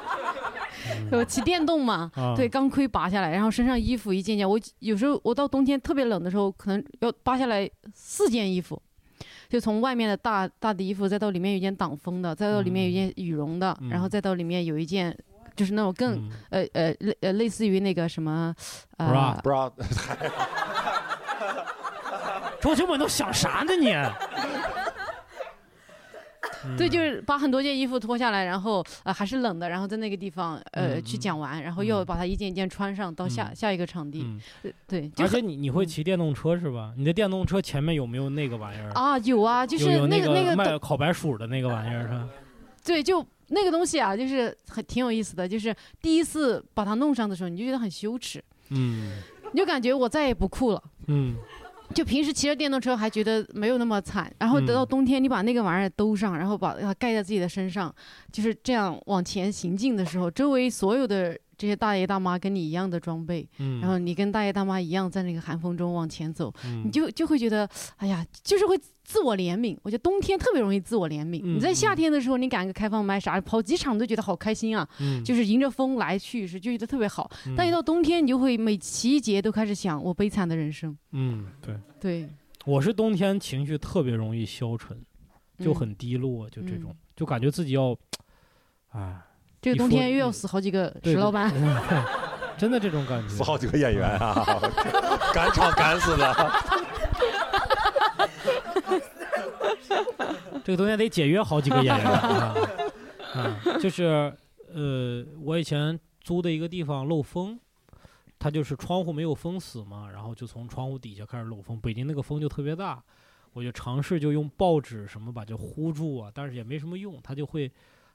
[SPEAKER 4] [LAUGHS] 我骑电动嘛
[SPEAKER 3] 嗯啊，
[SPEAKER 4] 对，钢盔拔下来，然后身上衣服一件件，我有时候我到冬天特别冷的时候，可能要拔下来四件衣服，就从外面的大大的衣服，再到里面有一件挡风的，再到里面有
[SPEAKER 3] 嗯
[SPEAKER 4] 一件羽绒的，然后再到里面有一件。就是那种更、
[SPEAKER 3] 嗯
[SPEAKER 4] 呃呃类呃类似于那个什么呃
[SPEAKER 3] [LAUGHS]
[SPEAKER 2] bra bra
[SPEAKER 3] 同学们都想啥呢
[SPEAKER 4] [LAUGHS]
[SPEAKER 3] 你？嗯
[SPEAKER 4] 对，就是把很多件衣服脱下来，然后呃还是冷的，然后在那个地方呃、
[SPEAKER 3] 嗯
[SPEAKER 4] 去讲完，然后又把它一件一件穿上到下、下一个场地，呃对，就
[SPEAKER 3] 而且
[SPEAKER 4] 很
[SPEAKER 3] 嗯你你会骑电动车是吧？你的电动车前面有没有那个玩意儿？
[SPEAKER 4] 啊有啊，就
[SPEAKER 3] 有，
[SPEAKER 4] 是
[SPEAKER 3] 有
[SPEAKER 4] 那
[SPEAKER 3] 个
[SPEAKER 4] 那个
[SPEAKER 3] 卖
[SPEAKER 4] 东
[SPEAKER 3] 烤白薯的那个玩意儿是吧？
[SPEAKER 4] 对，就那个东西啊，就是很挺有意思的，就是第一次把它弄上的时候，你就觉得很羞耻，
[SPEAKER 3] 嗯
[SPEAKER 4] 你就感觉我再也不酷了。
[SPEAKER 8] [LAUGHS]
[SPEAKER 3] 嗯，
[SPEAKER 4] 就平时骑着电动车还觉得没有那么惨，然后
[SPEAKER 3] 嗯
[SPEAKER 4] 等到冬天你把那个玩意儿兜上，然后把它盖在自己的身上，就是这样往前行进的时候，周围所有的这些大爷大妈跟你一样的装备，
[SPEAKER 3] 嗯
[SPEAKER 4] 然后你跟大爷大妈一样在那个寒风中往前走，
[SPEAKER 3] 嗯
[SPEAKER 4] 你就就会觉得，哎呀，就是会自我怜悯。我觉得冬天特别容易自我怜悯。
[SPEAKER 3] 嗯
[SPEAKER 4] 你在夏天的时候，你赶个开放麦啥，跑几场都觉得好开心啊，
[SPEAKER 3] 嗯
[SPEAKER 4] 就是迎着风来去是就觉得特别好。
[SPEAKER 3] 嗯
[SPEAKER 4] 但一到冬天，你就会每骑一节都开始想我悲惨的人生。
[SPEAKER 3] 嗯，对，
[SPEAKER 4] 对，
[SPEAKER 3] 我是冬天情绪特别容易消沉，就很低落，就这种，
[SPEAKER 4] 嗯
[SPEAKER 3] 就感觉自己要，哎，
[SPEAKER 4] 这个
[SPEAKER 3] 一
[SPEAKER 4] 冬
[SPEAKER 3] 说
[SPEAKER 4] 天又要死好几个
[SPEAKER 3] 对
[SPEAKER 4] 石老板。
[SPEAKER 3] 对对真的这种感觉，
[SPEAKER 8] 死好几个演员啊，赶场赶死了。
[SPEAKER 3] 这个冬天得解约好几个演员
[SPEAKER 4] [LAUGHS]
[SPEAKER 3] 啊，啊就是呃，我以前租的一个地方漏风，它就是窗户没有封死嘛，然后就从窗户底下开始漏风，北京那个风就特别大，我就尝试就用报纸什么把这糊住啊，但是也没什么用，它就会，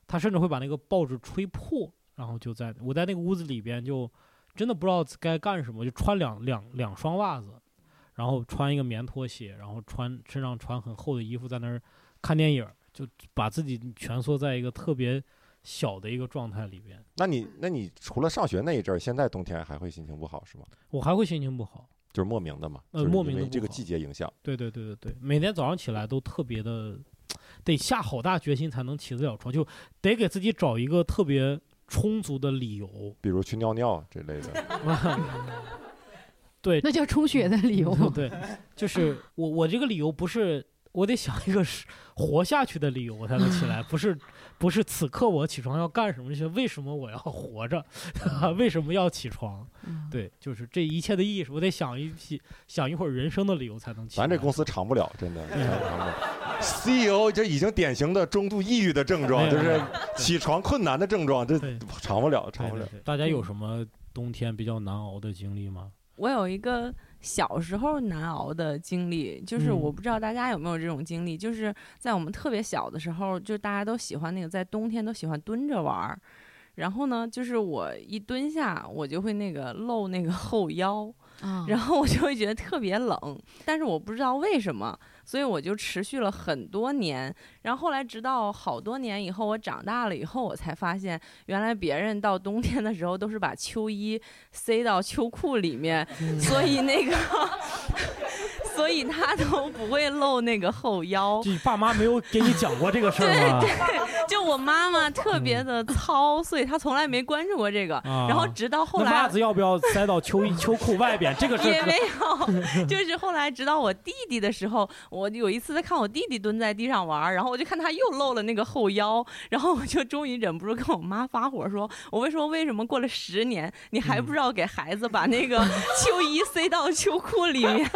[SPEAKER 3] 它甚至会把那个报纸吹破，然后就在我在那个屋子里边就真的不知道该干什么，我就穿两两两双袜子，然后穿一个棉拖鞋，然后穿身上穿很厚的衣服，在那儿看电影儿，就把自己蜷缩在一个特别小的一个状态里边，
[SPEAKER 2] 那你那你除了上学那一阵儿，现在冬天还会心情不好是吗？
[SPEAKER 3] 我还会心情不好。
[SPEAKER 2] 就是莫名的嘛，
[SPEAKER 3] 呃
[SPEAKER 2] 就是
[SPEAKER 3] 莫
[SPEAKER 2] 因
[SPEAKER 3] 名地
[SPEAKER 2] 为
[SPEAKER 3] 不
[SPEAKER 2] 这个
[SPEAKER 3] 好
[SPEAKER 2] 季节影响。
[SPEAKER 3] 对对对对对，每天早上起来都特别的，得下好大决心才能起得了床，就得给自己找一个特别充足的理由。
[SPEAKER 2] 比如去尿尿这类的，
[SPEAKER 3] [LAUGHS] 对，。
[SPEAKER 4] 那叫充血的理由
[SPEAKER 3] [LAUGHS] 对，就是我我这个理由不是我得想一个是活下去的理由我才能起来，不是不是此刻我起床要干什么，就是为什么我要活着， [LAUGHS]
[SPEAKER 4] 嗯
[SPEAKER 3] 为什么要起床？对，就是这一切的意义是，我得想一批想一会儿人生的理由才能起来。哎
[SPEAKER 2] 咱这公司长不了，真的长不了。CEO 这已经典型的中度抑郁的症状，
[SPEAKER 3] 对
[SPEAKER 2] 就是
[SPEAKER 3] 哎对
[SPEAKER 2] 起床困难的症状，这长不了，长不了。
[SPEAKER 3] 大家
[SPEAKER 4] 嗯
[SPEAKER 3] 有什么冬天比较难熬的经历吗？
[SPEAKER 7] 我有一个小时候难熬的经历，就是
[SPEAKER 3] 嗯
[SPEAKER 7] 我不知道大家有没有这种经历，就是在我们特别小的时候，就是大家都喜欢那个在冬天都喜欢蹲着玩儿，然后呢，就是我一蹲下，我就会那个露那个后腰。
[SPEAKER 3] 嗯
[SPEAKER 7] 然后我就会觉得特别冷，但是我不知道为什么，所以我就持续了很多年。然后后来直到好多年以后，我长大了以后，我才发现，原来别人到冬天的时候都是把秋衣塞到秋裤里面，
[SPEAKER 3] 嗯
[SPEAKER 7] 所以那个， [LAUGHS] 所以他都不会露那个后腰。
[SPEAKER 3] 就你爸妈没有给你讲过这个事儿吗？
[SPEAKER 7] 对，就我妈妈特别的糙，所以她从来没关注过这个。
[SPEAKER 3] 啊
[SPEAKER 7] 然后直到后
[SPEAKER 3] 那
[SPEAKER 7] 来，
[SPEAKER 3] 袜子要不要塞到秋衣秋裤外边？这个事儿
[SPEAKER 7] 也没有，就是后来直到我弟弟的时候，我有一次在看我弟弟蹲在地上玩儿，然后我就看他又露了那个后腰，然后我就终于忍不住跟我妈发火说：“我为什么为什么过了十年，你还
[SPEAKER 3] 嗯
[SPEAKER 7] 不知道给孩子把那个秋衣塞到秋裤里面？”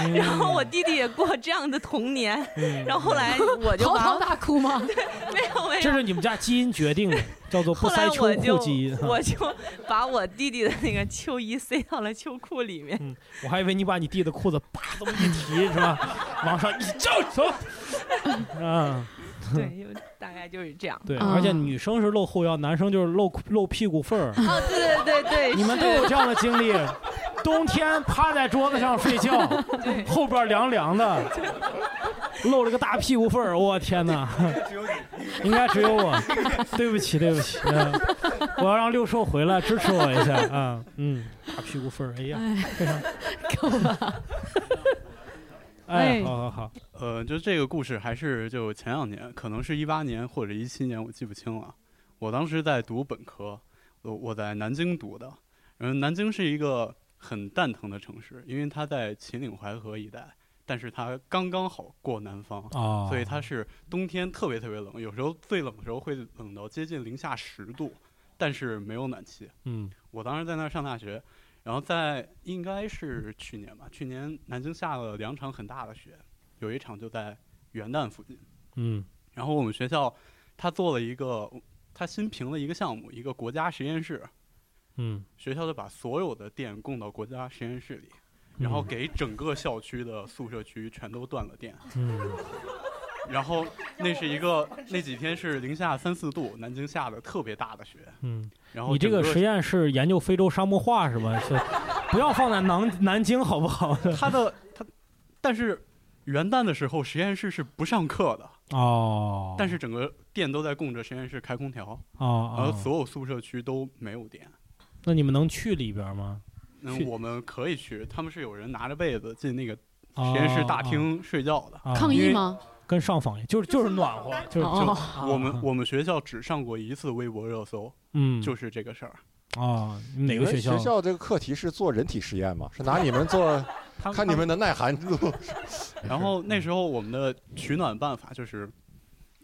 [SPEAKER 3] 嗯
[SPEAKER 7] [LAUGHS] 然后我弟弟也过这样的童年，然后后来我就
[SPEAKER 4] 嚎
[SPEAKER 7] 把
[SPEAKER 4] 啕大哭吗？
[SPEAKER 7] 没有没有
[SPEAKER 3] 这，嗯是你们家基因决定
[SPEAKER 7] [LAUGHS]
[SPEAKER 3] 的，叫做不
[SPEAKER 7] 后来
[SPEAKER 3] 塞秋
[SPEAKER 7] 我就
[SPEAKER 3] 裤基因。啊
[SPEAKER 7] 我就把我弟弟的那个秋衣塞到了秋裤里面。 [LAUGHS]
[SPEAKER 3] 我还以为你把你弟的裤子啪这么一提是吧？往上一叫走，啊，
[SPEAKER 7] [LAUGHS] 对，有大概就是这样。
[SPEAKER 3] [LAUGHS] 对，而且女生是露后腰，男生就是露露屁股缝儿。
[SPEAKER 7] [LAUGHS] 哦，对对对对，
[SPEAKER 3] 你们都有这样的经历？ [LAUGHS] 冬天趴在桌子上睡
[SPEAKER 4] [LAUGHS]
[SPEAKER 3] 觉，后边凉凉的，露了个大屁股缝儿，
[SPEAKER 4] [LAUGHS]
[SPEAKER 3] 我天哪！应该只有我， [LAUGHS] 对不起，对不起，嗯我要让六兽回来支持我一下啊，嗯，大屁股缝儿，哎呀，非常
[SPEAKER 4] 够了。
[SPEAKER 3] 哎，好好好，
[SPEAKER 12] 呃，就这个故事还是就前两年，可能是一八年或者一七年，我记不清了。我当时在读本科，我呃我在南京读的，嗯，南京是一个很蛋疼的城市，因为它在秦岭淮河一带，但是它刚刚好过南方，
[SPEAKER 3] 哦
[SPEAKER 12] 所以它是冬天特别特别冷，有时候最冷的时候会冷到接近零下十度，但是没有暖气。
[SPEAKER 3] [LAUGHS] 嗯，
[SPEAKER 12] 我当时在那儿上大学，然后在应该是去年吧，去年南京下了两场很大的雪，有一场就在元旦附近。
[SPEAKER 3] 嗯
[SPEAKER 12] 然后我们学校他做了一个，他新评了一个项目，一个国家实验室，
[SPEAKER 3] 嗯
[SPEAKER 12] 学校就把所有的电供到国家实验室里，然后
[SPEAKER 3] 嗯
[SPEAKER 12] 给整个校区的宿舍区全都断了电。
[SPEAKER 3] 嗯
[SPEAKER 12] [LAUGHS] 然后那是一个那几天是零下三四度，南京下的特别大的雪。
[SPEAKER 3] 嗯，
[SPEAKER 12] 然后
[SPEAKER 3] 你这个
[SPEAKER 12] 整
[SPEAKER 3] 实验是研究非洲沙漠化是吧？是，不要放在南 [LAUGHS] 南京好不
[SPEAKER 12] [LAUGHS]
[SPEAKER 3] 好？
[SPEAKER 12] 他的他，但是元旦的时候实验室是不上课的，
[SPEAKER 3] 哦，
[SPEAKER 12] 但是整个电都在供着实验室开空调，
[SPEAKER 3] 哦
[SPEAKER 12] 然后
[SPEAKER 3] 哦
[SPEAKER 12] 所有宿舍区都没有电。
[SPEAKER 3] 那你们能去里边吗？去
[SPEAKER 12] 嗯，我们可以去，他们是有人拿着被子进那个
[SPEAKER 3] 哦
[SPEAKER 12] 实验室大厅睡觉的。
[SPEAKER 3] 啊
[SPEAKER 12] 因为？？
[SPEAKER 3] 跟上访一样，就是就是暖和，就是
[SPEAKER 12] 就
[SPEAKER 3] 就
[SPEAKER 12] 我们我们学校只上过一次微博热搜，
[SPEAKER 3] 嗯
[SPEAKER 12] 就是这个事儿。
[SPEAKER 3] [LAUGHS] 啊，你们哪
[SPEAKER 2] 你
[SPEAKER 3] 个
[SPEAKER 2] 们
[SPEAKER 3] 学校？
[SPEAKER 2] 学校这个课题是做人体实验吗？是拿你们做
[SPEAKER 12] 他，
[SPEAKER 2] [LAUGHS] 看你们的耐寒度。
[SPEAKER 3] [LAUGHS]
[SPEAKER 12] 然后那时候我们的取暖办法就是，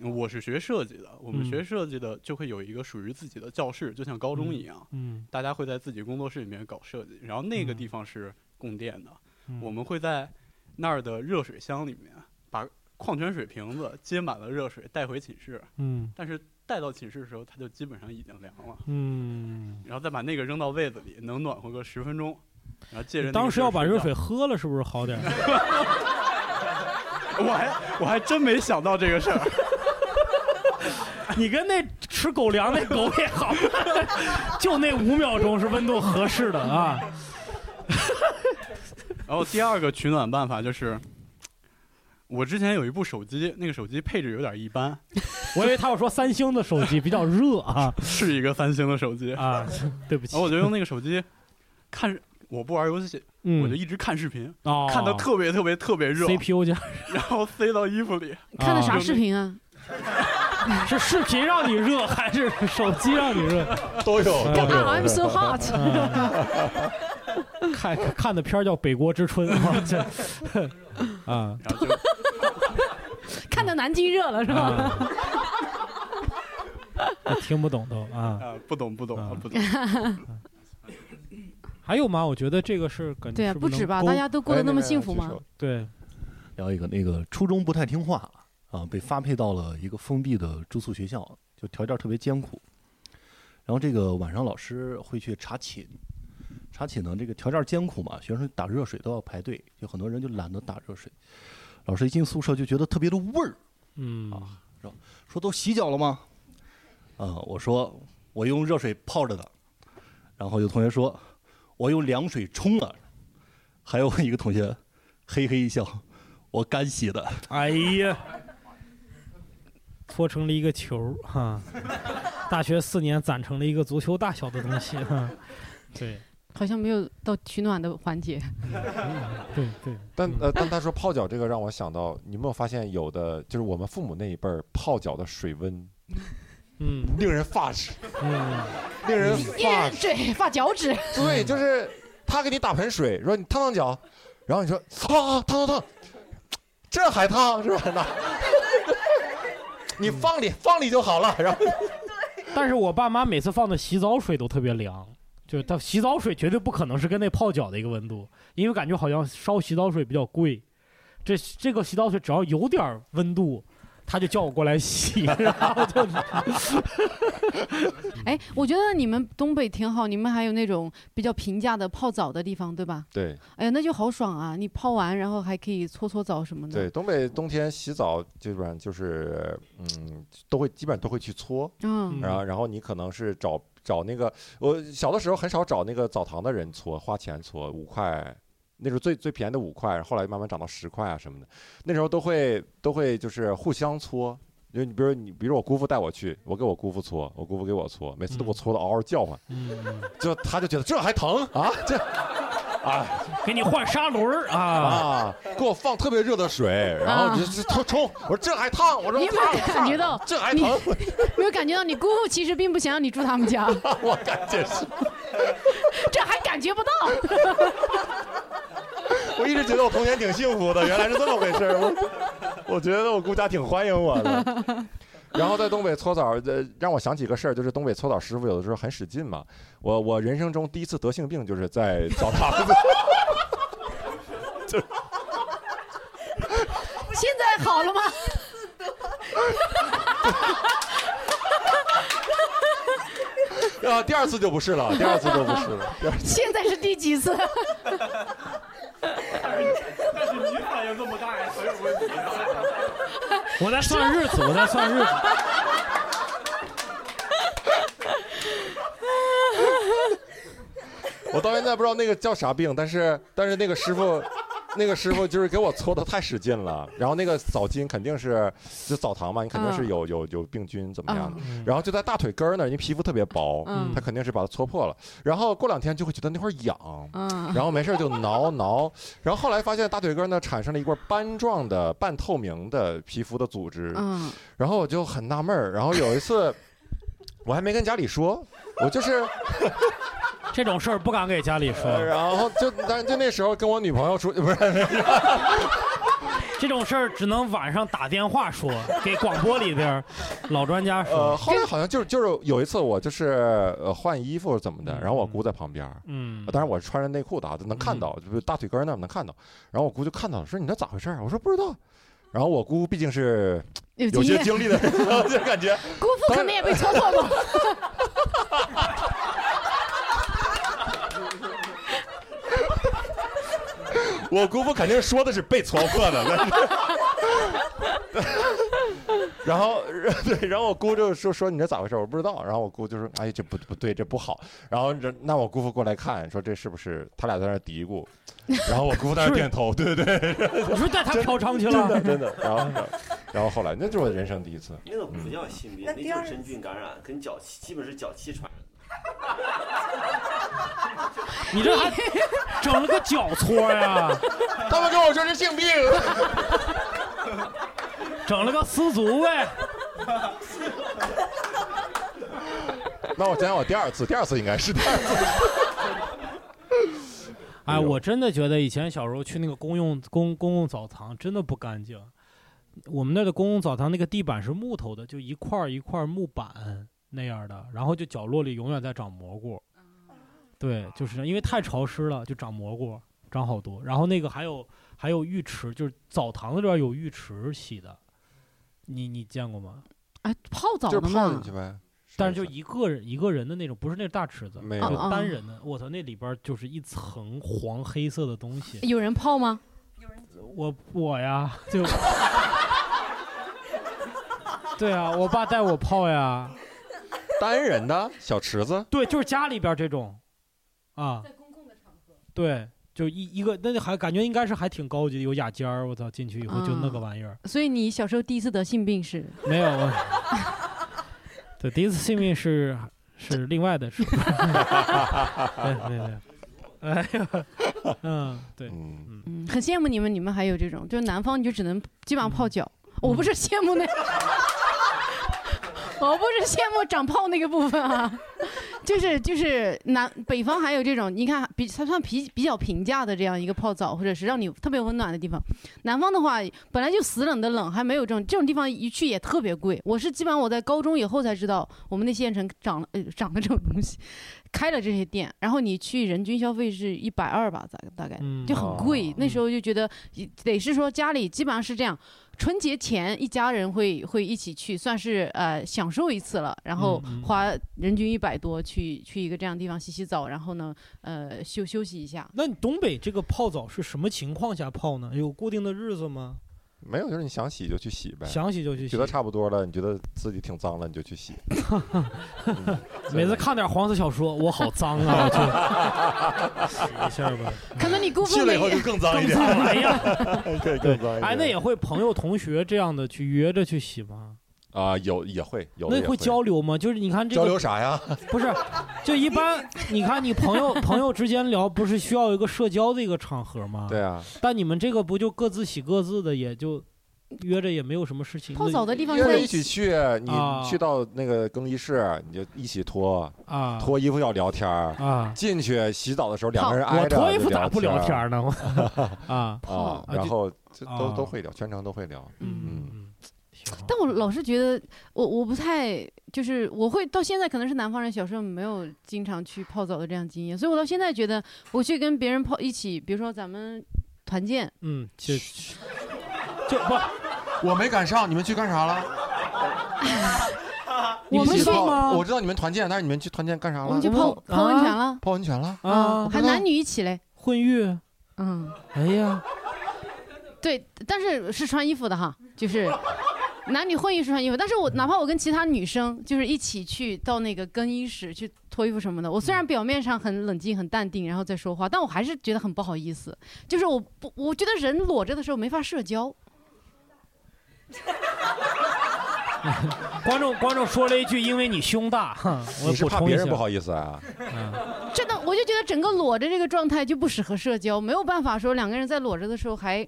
[SPEAKER 12] 我是学设计的，我们
[SPEAKER 3] 嗯
[SPEAKER 12] 学设计的就会有一个属于自己的教室，就像高中一样，
[SPEAKER 3] 嗯
[SPEAKER 12] 大家会在自己工作室里面搞设计，然后那个地方是供电的，
[SPEAKER 3] 嗯
[SPEAKER 12] 我们会在那儿的热水箱里面把矿泉水瓶子接满了热水带回寝室，
[SPEAKER 3] 嗯
[SPEAKER 12] 但是带到寝室的时候它就基本上已经凉了，
[SPEAKER 3] 嗯，
[SPEAKER 12] 然后再把那个扔到被子里，能暖和个十分钟，然后借着那个
[SPEAKER 3] 当时要把热
[SPEAKER 12] 睡
[SPEAKER 3] 水
[SPEAKER 12] 觉
[SPEAKER 3] 喝 [LAUGHS] 了，是不是好点儿？
[SPEAKER 12] [LAUGHS] 我还我还真没想到这个事儿。
[SPEAKER 3] [LAUGHS] 你跟那吃狗粮那狗也好， [LAUGHS] 就那五秒钟是温度合适的啊。
[SPEAKER 12] [LAUGHS] 然后第二个取暖办法就是，我之前有一部手机，那个手机配置有点一般，
[SPEAKER 3] 我以为他要说三星的手机比较热啊，
[SPEAKER 12] [LAUGHS] 是一个三星的手机
[SPEAKER 3] 啊，对不起
[SPEAKER 12] 然后我就用那个手机看， [LAUGHS] 我不玩游戏，
[SPEAKER 3] 嗯
[SPEAKER 12] 我就一直看视频，
[SPEAKER 3] 哦
[SPEAKER 12] 看的特别特别特别热
[SPEAKER 3] CPU 加，
[SPEAKER 12] [LAUGHS] 然后塞到衣服
[SPEAKER 3] 啊
[SPEAKER 12] 里。
[SPEAKER 4] 看的啥视？频啊？
[SPEAKER 3] [LAUGHS] 是视频让你热还是手机让你热？哎
[SPEAKER 2] 都
[SPEAKER 3] 有都有
[SPEAKER 4] I'm so
[SPEAKER 3] [LAUGHS]
[SPEAKER 4] hot
[SPEAKER 3] 看看的片儿叫《北国之春》啊，这 [LAUGHS] 啊，
[SPEAKER 4] [LAUGHS] 看到南京热了是吧？
[SPEAKER 3] 我听不懂都啊。
[SPEAKER 12] 啊，不懂不懂啊，不懂。
[SPEAKER 3] 还有吗？我觉得这个是感觉
[SPEAKER 4] 对啊
[SPEAKER 3] 是是
[SPEAKER 4] 不止
[SPEAKER 3] 能
[SPEAKER 4] 吧
[SPEAKER 3] 勾
[SPEAKER 4] 大家都过得那么幸福吗哎没有没有举手
[SPEAKER 3] 对，
[SPEAKER 13] 聊一个那个初中不太听话啊，被发配到了一个封闭的住宿学校，就条件特别艰苦。然后这个晚上老师会去查寝，查寝呢这个条件艰苦嘛，学生打热水都要排队，有很多人就懒得打热水。老师一进宿舍就觉得特别的味儿，
[SPEAKER 3] 嗯，
[SPEAKER 13] 说说都洗脚了吗？啊，我说我用热水泡着的。然后有同学说我用凉水冲了，还有一个同学嘿嘿一笑，我干洗的。
[SPEAKER 3] 哎呀，搓成了一个球儿哈、大学四年攒成了一个足球大小的东西哈、对
[SPEAKER 4] [LAUGHS] 好像没有到取暖的环
[SPEAKER 2] [LAUGHS]
[SPEAKER 4] 节。
[SPEAKER 3] 对对，
[SPEAKER 2] 但呃，
[SPEAKER 3] 嗯
[SPEAKER 2] 但他说泡脚这个让我想到，你有没有发现有的就是我们父母那一辈儿泡脚的水温，
[SPEAKER 3] 嗯，
[SPEAKER 2] 令人发指，
[SPEAKER 3] 嗯，
[SPEAKER 2] 令人
[SPEAKER 4] 一
[SPEAKER 2] 发
[SPEAKER 4] 人 [LAUGHS]
[SPEAKER 2] 指。
[SPEAKER 4] 对发脚趾，
[SPEAKER 2] 对，就是他给你打盆水，说你烫烫脚，然后你说啊啊烫烫烫，这还烫是吧？那 [LAUGHS] 你放里放里就好了，然后
[SPEAKER 3] 但是我爸妈每次放的洗澡水都特别凉，就是他洗澡水绝对不可能是跟那泡脚的一个温度，因为感觉好像烧洗澡水比较贵，这这个洗澡水只要有点儿温度，他就叫我过来洗， [LAUGHS] 然后就嗯
[SPEAKER 4] 哎，我觉得你们东北挺好，你们还有那种比较平价的泡澡的地方，对吧？
[SPEAKER 2] 对
[SPEAKER 4] 哎呀，那就好爽啊！你泡完，然后还可以搓搓澡什么的。
[SPEAKER 2] 对，东北冬天洗澡基本上就是嗯，都会基本上都会去搓，
[SPEAKER 4] 嗯
[SPEAKER 2] 然后然后你可能是找找那个，我小的时候很少找那个澡堂的人搓，花钱搓五块。那时候最最便宜的五块，后来慢慢涨到十块啊什么的。那时候都会都会就是互相搓，因为你比如你比如我姑父带我去，我给我姑父搓，我姑父给我搓，每次都给我搓的嗷嗷叫唤，
[SPEAKER 3] 嗯
[SPEAKER 2] 就他就觉得这还疼啊这啊，
[SPEAKER 3] 给你换砂 [LAUGHS] 轮儿啊
[SPEAKER 8] 啊，给我放特别热的水，然
[SPEAKER 4] 啊
[SPEAKER 8] 后就就冲
[SPEAKER 2] [LAUGHS]
[SPEAKER 8] 冲，我说 [LAUGHS] 这还烫，我说
[SPEAKER 4] 你有没有
[SPEAKER 8] 烫
[SPEAKER 4] 感觉到
[SPEAKER 8] 烫这还
[SPEAKER 4] 你
[SPEAKER 8] 疼，
[SPEAKER 4] [LAUGHS] 没有感觉到你姑父其实并不想让你住他们家， [LAUGHS]
[SPEAKER 8] 我感觉是，
[SPEAKER 4] 这还感觉不到。
[SPEAKER 2] [LAUGHS]
[SPEAKER 8] 我一直觉得我童年挺幸福的，原来是这么回事儿我我觉得我姑家挺欢迎我的。
[SPEAKER 2] 然后在东北搓澡儿，呃，让我想起个事儿，就是东北搓澡师傅有的时候很使劲嘛。我我人生中第一次得性病就是在澡堂子， [LAUGHS]
[SPEAKER 4] 现在好了吗？
[SPEAKER 2] 啊，第二次就不是了，第二次就不是了。第二次
[SPEAKER 4] 现在是第几次？
[SPEAKER 12] 但是你反应这么大呀，很有问题
[SPEAKER 3] [LAUGHS]
[SPEAKER 12] [LAUGHS] 啊。
[SPEAKER 3] 我在算日子，我在算日子。
[SPEAKER 2] [LAUGHS] 我到现在不知道那个叫啥病，但是但是那个师傅，那个师傅就是给我搓的太使劲了，然后那个澡巾肯定是就澡堂嘛，你肯定是有、有有病菌怎么样的，然后就在大腿根儿那儿，因为皮肤特别薄，
[SPEAKER 8] 嗯
[SPEAKER 2] 他肯定是把它搓破了，然后过两天就会觉得那块儿痒，
[SPEAKER 4] [LAUGHS]
[SPEAKER 8] 嗯
[SPEAKER 2] [LAUGHS] 然后没事儿就挠挠，然后后来发现大腿根儿呢产生了一块斑状的半透明的皮肤的组织，
[SPEAKER 8] 嗯
[SPEAKER 2] 然后我就很纳闷儿，然后有一次 [LAUGHS] 我还没跟家里说，我就是。
[SPEAKER 3] [LAUGHS] 这种事儿不敢给家里说。
[SPEAKER 2] 呃 [LAUGHS] 然后就但就那时候跟我女朋友出，不 [LAUGHS] 是
[SPEAKER 3] 这种事儿只能晚上打电话说，给广播里边儿老专家说。
[SPEAKER 2] 呃，后来好像就是就是有一次我就是呃换衣服怎么的，然后我姑在旁边儿，
[SPEAKER 3] 嗯
[SPEAKER 2] 当然我是穿着内裤的啊，就能看到，就是大腿根儿那儿能看到，然后我姑就看到了，说你这咋回事儿？啊我说不知道，然后我姑毕竟是
[SPEAKER 4] 有
[SPEAKER 2] 有
[SPEAKER 4] 经
[SPEAKER 2] 些
[SPEAKER 4] 验
[SPEAKER 2] 经历的 [LAUGHS] 人，然后就感觉
[SPEAKER 4] 姑父可能也被戳破
[SPEAKER 2] [LAUGHS]
[SPEAKER 4] 过。
[SPEAKER 8] 我姑父肯定说的是被戳破的，但是
[SPEAKER 2] [LAUGHS] 然后 [LAUGHS] 对，然后我姑就说说你这咋回事？我不知道。然后我姑就说，哎，这不不对，这不好。然后这那我姑父过来看，说这是不是他俩在那儿嘀咕？然后我姑父在那儿点头，对对对。
[SPEAKER 3] 你说带他嫖娼去
[SPEAKER 2] 真
[SPEAKER 3] 了
[SPEAKER 2] 的？真的。然后然后后来那就是我人生第一次。
[SPEAKER 14] 那个不叫性病，那叫真菌感染，跟脚气基本是脚气传染。
[SPEAKER 3] [LAUGHS] 你这还整了个脚搓呀？
[SPEAKER 8] 他们跟我说是
[SPEAKER 2] [LAUGHS]
[SPEAKER 8] 性病，
[SPEAKER 3] 整了个丝足呗。
[SPEAKER 2] 那我讲讲我第二次，第二次应该是第二次。 [LAUGHS]
[SPEAKER 3] 哎，我真的觉得以前小时候去那个公用公公共澡堂真的不干净。我们那儿的公共澡堂那个地板是木头的，就一块儿一块儿木板那样的，然后就角落里永远在长蘑菇。对，就是这样因为太潮湿了，就长蘑菇，长好多。然后那个还有还有浴池，就是澡堂子里边有浴池洗的，你你见过吗？
[SPEAKER 4] 哎，泡澡
[SPEAKER 2] 就是
[SPEAKER 4] 的
[SPEAKER 2] 泡
[SPEAKER 4] 嘛
[SPEAKER 2] 进去。呗。
[SPEAKER 3] 但是就一个人一个人的那种，不是那大池子，
[SPEAKER 2] 没
[SPEAKER 4] 有
[SPEAKER 3] 就
[SPEAKER 4] 啊啊
[SPEAKER 3] 单人的。我操，那里边就是一层黄黑色的东西。
[SPEAKER 4] 有人泡吗？
[SPEAKER 3] 我我呀，
[SPEAKER 4] [LAUGHS]
[SPEAKER 3] 就对啊，我爸带我泡呀，
[SPEAKER 2] 单人的小池子，
[SPEAKER 3] 对，就是家里边这种啊，在公共的场合，对，就一一个，那还感觉应该是还挺高级的，有雅间儿，我操，进去以后就那个玩意儿，
[SPEAKER 4] 啊所以你小时候第一次得性病是？
[SPEAKER 3] 没有，我对，第一次性命是是另外的
[SPEAKER 2] [LAUGHS]
[SPEAKER 3] 事，对对对，哎呀，嗯，对，
[SPEAKER 2] 嗯
[SPEAKER 4] 嗯，很羡慕你们，你们还有这种，就是南方你就只能基本上泡脚。
[SPEAKER 3] 嗯
[SPEAKER 4] 我不是羡慕那， [LAUGHS] 我不是羡慕长泡那个部分啊，就是就是南北方还有这种，你看比它算比比较平价的这样一个泡澡，或者是让你特别温暖的地方。南方的话本来就死冷的冷，还没有这种这种地方一去也特别贵。我是基本上我在高中以后才知道，我们那县城长了 [LAUGHS] 呃长了这种东西，开了这些店，然后你去人均消费是一百二吧，大大概
[SPEAKER 10] 嗯
[SPEAKER 4] 就很贵。那时候就觉得得是说家里基本上是这样，春节前一家人会会一起去，算是呃享受一次了，然后
[SPEAKER 10] 嗯嗯
[SPEAKER 4] 花人均一百多去去一个这样的地方洗洗澡，然后呢呃休休息一下。
[SPEAKER 10] 哦
[SPEAKER 3] 那你东北这个泡澡是什么情况下泡呢？有固定的日子
[SPEAKER 2] [LAUGHS]
[SPEAKER 3] 吗？
[SPEAKER 2] 没有，就是你想洗就去洗呗，
[SPEAKER 3] 想洗就去洗
[SPEAKER 2] 觉得差不多了，你觉得自己挺脏了，你就去洗。
[SPEAKER 3] 每次看点黄色小说，我好脏
[SPEAKER 2] [LAUGHS]
[SPEAKER 3] 啊！
[SPEAKER 2] 哎
[SPEAKER 3] 就洗一下吧。
[SPEAKER 4] 可能你姑父
[SPEAKER 8] 去了以
[SPEAKER 4] 每
[SPEAKER 8] 后就更脏
[SPEAKER 4] [LAUGHS]
[SPEAKER 8] 一点，
[SPEAKER 3] 更脏哎呀，
[SPEAKER 8] 对，更脏一点。
[SPEAKER 3] 哎哎，那也会朋友同学这样的去约着去洗吗？
[SPEAKER 2] 啊，有也会有的
[SPEAKER 3] 那
[SPEAKER 2] 也
[SPEAKER 3] 会交流吗？就是你看这个
[SPEAKER 2] 交流啥呀？
[SPEAKER 3] 不是，就一般你看你朋友朋友之间聊，不是需要一个社交的一个场合吗？
[SPEAKER 2] 对啊，
[SPEAKER 3] 但你们这个不就各自喜各自的，也就约着也没有什么事情。
[SPEAKER 4] 泡澡的地方
[SPEAKER 2] 约
[SPEAKER 4] 在
[SPEAKER 2] 着一起去，你
[SPEAKER 3] 啊
[SPEAKER 2] 去到那个更衣室，你就一起脱
[SPEAKER 3] 啊
[SPEAKER 2] 脱衣服要聊天儿
[SPEAKER 3] 啊
[SPEAKER 2] 进去洗澡的时候两个人
[SPEAKER 3] 好我
[SPEAKER 2] 挨着
[SPEAKER 3] 脱衣服
[SPEAKER 2] 就
[SPEAKER 3] 咋不聊
[SPEAKER 2] 天
[SPEAKER 3] 天
[SPEAKER 2] [LAUGHS]
[SPEAKER 3] 呢我啊
[SPEAKER 2] 啊
[SPEAKER 3] 啊，
[SPEAKER 2] 然
[SPEAKER 3] 就
[SPEAKER 2] 后这都
[SPEAKER 3] 啊
[SPEAKER 2] 都会聊，全程都会聊，嗯
[SPEAKER 4] 但我老是觉得我我不太就是我会到现在可能是南方人，小时候没有经常去泡澡的这样经验，所以我到现在觉得我去跟别人泡一起，比如说咱们团建，
[SPEAKER 3] 嗯，就就不，
[SPEAKER 2] 我没赶上，你们去干啥了？
[SPEAKER 4] 我们
[SPEAKER 2] 一起
[SPEAKER 4] 去
[SPEAKER 2] 泡
[SPEAKER 4] 吗
[SPEAKER 2] 我知道你们团建，但是你们去团建干啥了？
[SPEAKER 4] 我们去泡
[SPEAKER 3] 啊
[SPEAKER 4] 泡温泉了，
[SPEAKER 2] 泡温泉了
[SPEAKER 4] 啊，还男
[SPEAKER 2] 女
[SPEAKER 4] 女一起嘞，
[SPEAKER 3] 混浴，
[SPEAKER 4] 嗯，
[SPEAKER 3] 哎呀，
[SPEAKER 4] 对，但是是穿衣服的哈，就是。男女混浴是穿衣服，但是我哪怕我跟其他女生就是一起去到那个更衣室去脱衣服什么的，我虽然表面上很冷静、很淡定，然后再说话，但我还是觉得很不好意思。就是我不，我觉得人裸着的时候没法社交。
[SPEAKER 3] 观众观众说了一句：“因为你胸大。”哼，我
[SPEAKER 2] 你是
[SPEAKER 3] 补
[SPEAKER 2] 怕
[SPEAKER 3] 充
[SPEAKER 2] 别
[SPEAKER 3] 一下
[SPEAKER 2] 人不。好意思啊？
[SPEAKER 4] 真的，我就觉得整个裸着这个状态就不适合社交，没有办法说两个人在裸着的时候还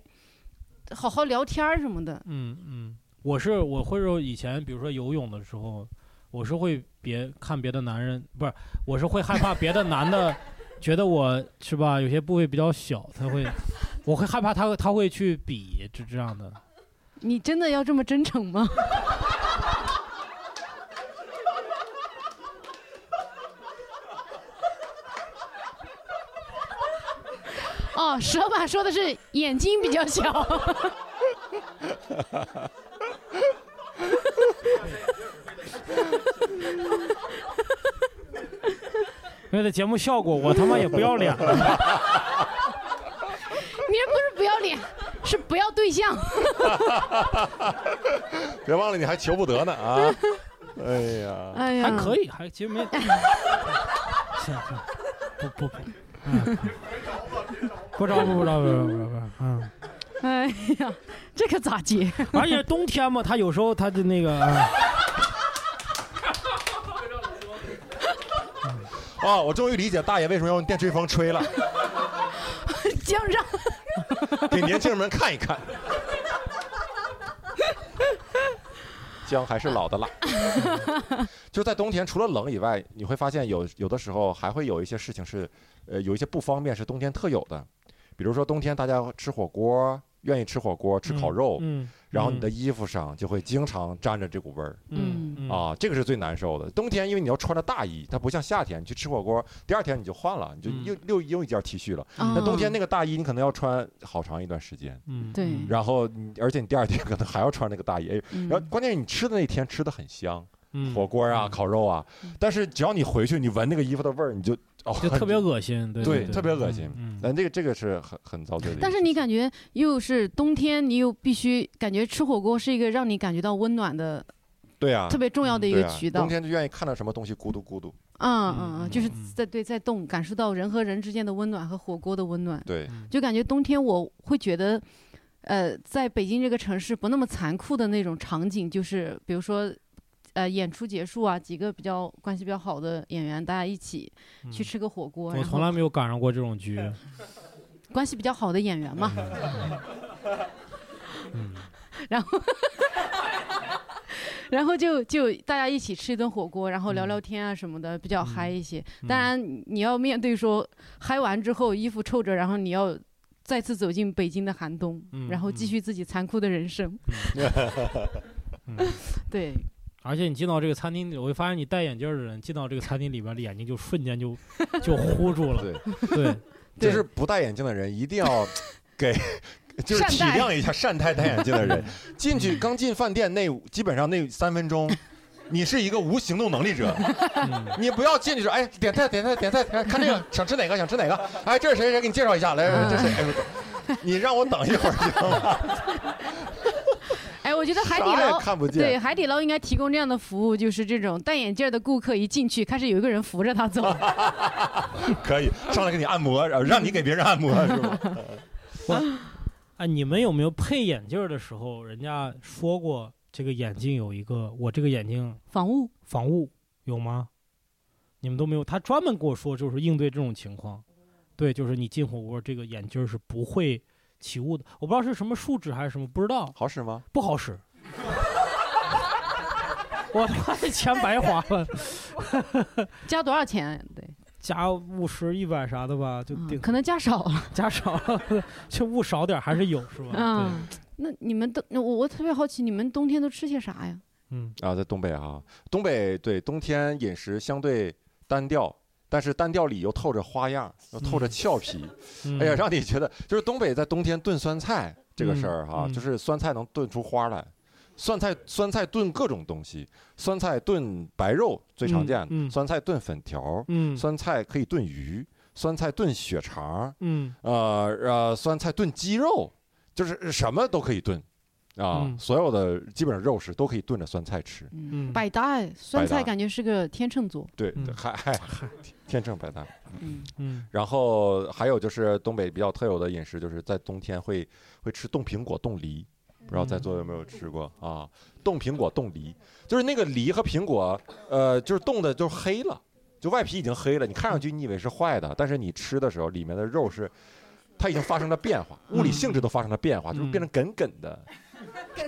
[SPEAKER 4] 好好聊天儿什么的。
[SPEAKER 3] 嗯嗯，我是我会说以前，比如说游泳的时候，我是会别看别的男人，不是，我是会害怕别的男的 [LAUGHS] 觉得我是吧，有些部位比较小，他会， [LAUGHS] 我会害怕他他会去比，就这样的。 [LAUGHS]
[SPEAKER 4] 你真的要这么真诚吗？哦，蛇马说的是眼睛比较小。
[SPEAKER 3] 为了节目效果，我他妈也不要脸了。
[SPEAKER 4] 你这不是不要脸，是不要对象。
[SPEAKER 2] 别忘了你还求不得
[SPEAKER 3] [LAUGHS]
[SPEAKER 2] 呢啊！哎呀，
[SPEAKER 4] 哎呀
[SPEAKER 3] 还可以，还其实没。
[SPEAKER 4] [LAUGHS]
[SPEAKER 3] 行行，不不不，嗯不着不不着不着不着不着，嗯。
[SPEAKER 4] 哎呀，这可咋接？
[SPEAKER 3] 而且冬天嘛，他有时候他就那个，哎
[SPEAKER 2] 哦，我终于理解大爷为什么要用电吹风吹了，
[SPEAKER 4] 江 [LAUGHS] 上。
[SPEAKER 2] 给年轻人们看一看。姜还是老的辣，就在冬天，除了冷以外，你会发现有有的时候还会有一些事情是，呃，有一些不方便是冬天特有的，比如说冬天大家吃火锅，愿意吃火锅，吃烤肉，
[SPEAKER 3] 嗯
[SPEAKER 2] 然后你的衣服上就会经常沾着这股味儿，
[SPEAKER 3] 嗯嗯
[SPEAKER 2] 啊，这个是最难受的。冬天因为你要穿着大衣，它不像夏天，你去吃火锅，第二天你就换了，你
[SPEAKER 3] 嗯
[SPEAKER 2] 就又又又一件 T 恤了。
[SPEAKER 4] 嗯
[SPEAKER 2] 那冬天那个大衣你可能要穿好长一段时间，
[SPEAKER 3] 嗯
[SPEAKER 4] 对
[SPEAKER 2] 然后你而且你第二天 [LAUGHS] 可能还要穿那个大衣，哎
[SPEAKER 4] 嗯
[SPEAKER 2] 然后关键是你吃的那天吃的很香，
[SPEAKER 3] 嗯
[SPEAKER 2] 火锅啊、烤肉啊，
[SPEAKER 4] 嗯
[SPEAKER 2] 但是只要你回去，你闻那个衣服的味儿，你就哦，
[SPEAKER 3] 就特别恶心，对对，嗯
[SPEAKER 2] 特别恶心。但这个这个是很很遭罪的。
[SPEAKER 4] 但是你感觉又是冬天，你又必须感觉吃火锅是一个让你感觉到温暖的，
[SPEAKER 2] 对啊，
[SPEAKER 4] 特别重要的一个
[SPEAKER 2] 对啊
[SPEAKER 4] 渠道
[SPEAKER 2] 冬天就愿意看到什么东西咕嘟咕嘟。
[SPEAKER 4] 嗯嗯嗯，就是在对在动，感受到人和人之间的温暖和火锅的温暖。
[SPEAKER 2] 对，
[SPEAKER 3] 嗯
[SPEAKER 4] 就感觉冬天我会觉得，呃，在北京这个城市不那么残酷的那种场景，就是比如说，呃，演出结束啊，几个比较关系比较好的演员，大家一起去吃个火锅，
[SPEAKER 3] 我
[SPEAKER 4] 然
[SPEAKER 3] 从
[SPEAKER 4] 后
[SPEAKER 3] 来没有赶上过这种局。
[SPEAKER 4] 关系比较好的演员嘛，
[SPEAKER 2] 嗯
[SPEAKER 4] [LAUGHS] 然后然后就就大家一起吃一顿火锅，然后聊聊天啊什么的，比较嗨一些。
[SPEAKER 2] 嗯
[SPEAKER 4] 当然你要面对说嗨完之后衣服臭着，然后你要再次走进北京的寒冬，
[SPEAKER 3] 嗯
[SPEAKER 4] 然后继续自己残酷的人
[SPEAKER 2] [LAUGHS]
[SPEAKER 4] 生。
[SPEAKER 3] 嗯
[SPEAKER 4] [LAUGHS] 对，
[SPEAKER 3] 而且你进到这个餐厅里，我会发现你戴眼镜儿的人进到这个餐厅里边儿，眼睛就瞬间就就糊住了。[LAUGHS]
[SPEAKER 2] 对
[SPEAKER 3] 对，
[SPEAKER 2] [LAUGHS] 就是不戴眼镜的人一定
[SPEAKER 3] [LAUGHS]
[SPEAKER 2] 要给，就是
[SPEAKER 3] 善
[SPEAKER 2] 体
[SPEAKER 3] 待
[SPEAKER 2] 谅一下善待戴眼镜的人。
[SPEAKER 3] [LAUGHS] 嗯
[SPEAKER 2] 进去刚进饭店那基本上那三
[SPEAKER 3] [LAUGHS]
[SPEAKER 2] 分钟，你是一个无行动能力者，
[SPEAKER 3] 嗯
[SPEAKER 2] 你不要进去说哎点菜点菜点菜，点菜看这
[SPEAKER 3] [LAUGHS]
[SPEAKER 2] 个想吃哪个想吃哪个，哎这是谁谁给你介绍一下来，
[SPEAKER 3] 嗯
[SPEAKER 2] 这是谁？哎你让我等一会儿 [LAUGHS] 行吗？
[SPEAKER 4] 哎，我觉得海底
[SPEAKER 2] 啥也
[SPEAKER 4] 捞
[SPEAKER 2] 看不见
[SPEAKER 4] 对海底捞应该提供这样的服务，就是这种戴眼镜儿的顾客一进去，开始有一个人扶着他走。
[SPEAKER 2] 可以上来给你按摩，然后让你给别人按摩是吧？
[SPEAKER 3] 哎，你们有没有配眼镜儿的时候，人家说过这个眼镜有一个，我这个眼镜
[SPEAKER 4] 防雾
[SPEAKER 3] 防雾有吗？你们都没有，他专门跟我说，就是应对这种情况，对，就是你进火锅，这个眼镜儿是不会起雾的。我不知道是什么树脂还是什么，不知道。
[SPEAKER 2] 好使吗？
[SPEAKER 3] 不好使。 [LAUGHS] 我他妈这钱白花了，
[SPEAKER 4] [LAUGHS] 加多少钱？对，嗯
[SPEAKER 3] 加五十、一百啥的吧，就顶。
[SPEAKER 4] 可能加少了，
[SPEAKER 3] 加少了， [LAUGHS] 就雾少点儿还是有是吧？对
[SPEAKER 4] 嗯，那你们都，我我特别好奇，你们冬天都吃些啥呀？
[SPEAKER 8] 嗯
[SPEAKER 2] 啊，在东北啊，东北对冬天饮食相对单调，但是单调里又透着花样，又透着俏皮。
[SPEAKER 8] 嗯
[SPEAKER 2] 哎呀，让你觉得就是东北在冬天炖酸菜这个事儿哈、
[SPEAKER 8] 嗯嗯
[SPEAKER 2] 就是酸菜能炖出花来。酸菜酸菜炖各种东西，酸菜炖白肉最常见的，
[SPEAKER 8] 嗯嗯
[SPEAKER 2] 酸菜炖粉条，
[SPEAKER 8] 嗯
[SPEAKER 2] 酸菜可以炖鱼，酸菜炖血肠，
[SPEAKER 3] 嗯
[SPEAKER 2] 呃呃，酸菜炖鸡肉，就是呃什么都可以炖，啊，
[SPEAKER 4] 嗯
[SPEAKER 2] 所有的基本上肉食都可以炖着酸菜吃。
[SPEAKER 4] 嗯，百搭哎，酸菜感觉是个天秤座。
[SPEAKER 2] 对，还还天正白搭。
[SPEAKER 4] 嗯
[SPEAKER 3] 嗯，
[SPEAKER 2] 然后还有就是东北比较特有的饮食，就是在冬天会会吃冻苹果、冻梨，不知道在座有没
[SPEAKER 3] 嗯
[SPEAKER 2] 有吃过啊？冻苹果、冻梨，就是那个梨和苹果，呃，就是冻的就黑了，就外皮已经黑了，你看上去你以为是坏的，但是你吃的时候里面的肉是。它已经发生了变化，物理性质都发生了变化，就是
[SPEAKER 3] 嗯
[SPEAKER 2] 变成梗梗的、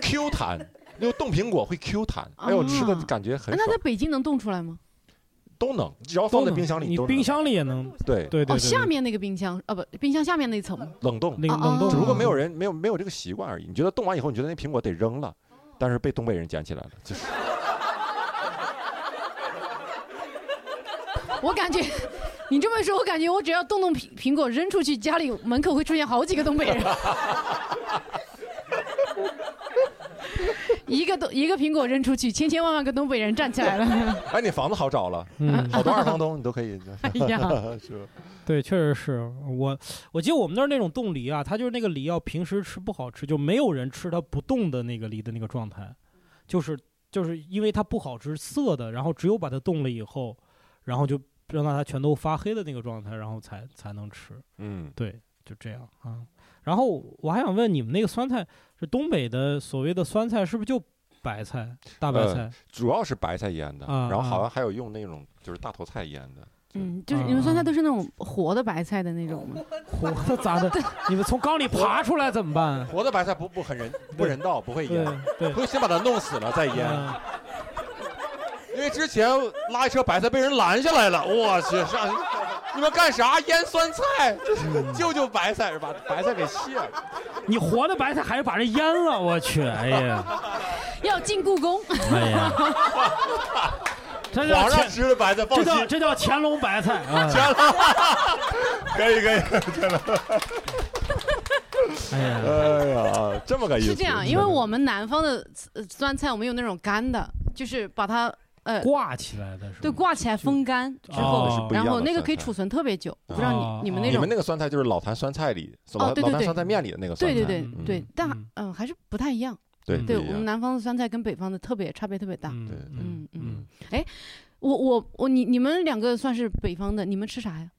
[SPEAKER 2] Q 弹。因为冻苹果会 Q 弹，哎呦，吃的
[SPEAKER 3] 哦
[SPEAKER 2] 感觉
[SPEAKER 4] 啊
[SPEAKER 2] 很
[SPEAKER 4] 那
[SPEAKER 2] 爽
[SPEAKER 4] 在。北京能冻出来吗？
[SPEAKER 2] 都能，只要放在冰箱里
[SPEAKER 3] 你
[SPEAKER 2] 都能
[SPEAKER 3] 冰箱里也能
[SPEAKER 2] 对
[SPEAKER 3] 对对
[SPEAKER 4] 哦，下面那个冰箱啊，不，冰箱下面那层。
[SPEAKER 2] 冷冻
[SPEAKER 3] 冷
[SPEAKER 4] 哦
[SPEAKER 3] 冷冻
[SPEAKER 2] 只不过没有人没有没有这个习惯而已。你觉得冻完以后，你觉得那苹果得扔了，
[SPEAKER 4] 哦
[SPEAKER 2] 但是被东北人捡起来了， [LAUGHS] 就是
[SPEAKER 4] 我感觉 [LAUGHS] 你这么说，我感觉我只要动动苹苹果扔出去，家里门口会出现好几个东北人。一个东一个苹果扔出去，千千万万个东北人站起来了。
[SPEAKER 2] 哎，你房子好找了，
[SPEAKER 3] 嗯
[SPEAKER 2] 好多二房东你都可以。
[SPEAKER 4] 哎呀
[SPEAKER 2] [LAUGHS] 是吧
[SPEAKER 3] 对，确实是我，我记得我们那儿那种冻梨啊，它就是那个梨要平时吃不好吃，就没有人吃它不冻的那个梨的那个状态，就是就是因为它不好吃涩的，然后只有把它冻了以后，然后就让它全都发黑的那个状态，然后才才能吃。
[SPEAKER 2] 嗯，
[SPEAKER 3] 对，就这样啊。然后我还想问你们那个酸菜是东北的所谓的酸菜，是不是就白菜、 [LAUGHS] 大白菜
[SPEAKER 2] 呃？主要是白菜腌的，
[SPEAKER 3] 啊
[SPEAKER 2] 然后好
[SPEAKER 3] 啊
[SPEAKER 2] 像还有用那种就是大头菜腌的。
[SPEAKER 4] 嗯，就是你们酸菜都是那种活的白菜的那种吗？
[SPEAKER 3] 活的咋的？你们从缸里爬出来怎么办？
[SPEAKER 2] 活的白菜不不很人不人道，不会腌，
[SPEAKER 3] 对，嗯
[SPEAKER 2] 会先把它弄死了再腌。因为之前拉一车白菜被人拦下来了，我去上，你们干啥腌酸菜？救救白菜是吧？白菜给卸了。
[SPEAKER 3] 嗯你活的白菜还是把人腌了？我去，哎呀，
[SPEAKER 4] 要进故宫。
[SPEAKER 3] 哎
[SPEAKER 4] [LAUGHS]
[SPEAKER 3] 呀这叫
[SPEAKER 8] 皇上
[SPEAKER 3] 乾
[SPEAKER 8] 吃的白菜放
[SPEAKER 3] 这
[SPEAKER 8] 心
[SPEAKER 3] 叫这叫乾隆白菜啊！
[SPEAKER 8] 乾隆可以可以，对了。
[SPEAKER 3] 哎呀，
[SPEAKER 2] [LAUGHS] 哎呀，这么个意思。
[SPEAKER 4] 是这样，因为我们南方的呃酸菜，我们有那种干的，就是把它呃
[SPEAKER 3] 挂起来的是
[SPEAKER 4] 对，挂起来风干之
[SPEAKER 2] 哦
[SPEAKER 4] 后，
[SPEAKER 2] 是不一
[SPEAKER 4] 然
[SPEAKER 2] 样的
[SPEAKER 4] 后那个
[SPEAKER 2] 酸
[SPEAKER 4] 可以
[SPEAKER 2] 菜
[SPEAKER 4] 储存特别久。我不知道
[SPEAKER 2] 哦
[SPEAKER 4] 你你们
[SPEAKER 2] 哦
[SPEAKER 4] 那
[SPEAKER 2] 你
[SPEAKER 4] 种
[SPEAKER 2] 们那个酸菜就是老坛酸菜里，老
[SPEAKER 4] 哦，对
[SPEAKER 2] 老
[SPEAKER 4] 对
[SPEAKER 2] 坛
[SPEAKER 4] 对，
[SPEAKER 2] 酸菜面里的那个酸菜。
[SPEAKER 4] 对对对对
[SPEAKER 2] 嗯，
[SPEAKER 4] 但嗯、呃还是不太一样。
[SPEAKER 2] 对
[SPEAKER 4] 对
[SPEAKER 2] 不一
[SPEAKER 4] 我
[SPEAKER 2] 样
[SPEAKER 4] 们南方的酸菜跟北方的特别差别特别大。
[SPEAKER 2] 对
[SPEAKER 4] 嗯嗯，哎，我我我你你们两个算是北方的，你们吃啥呀？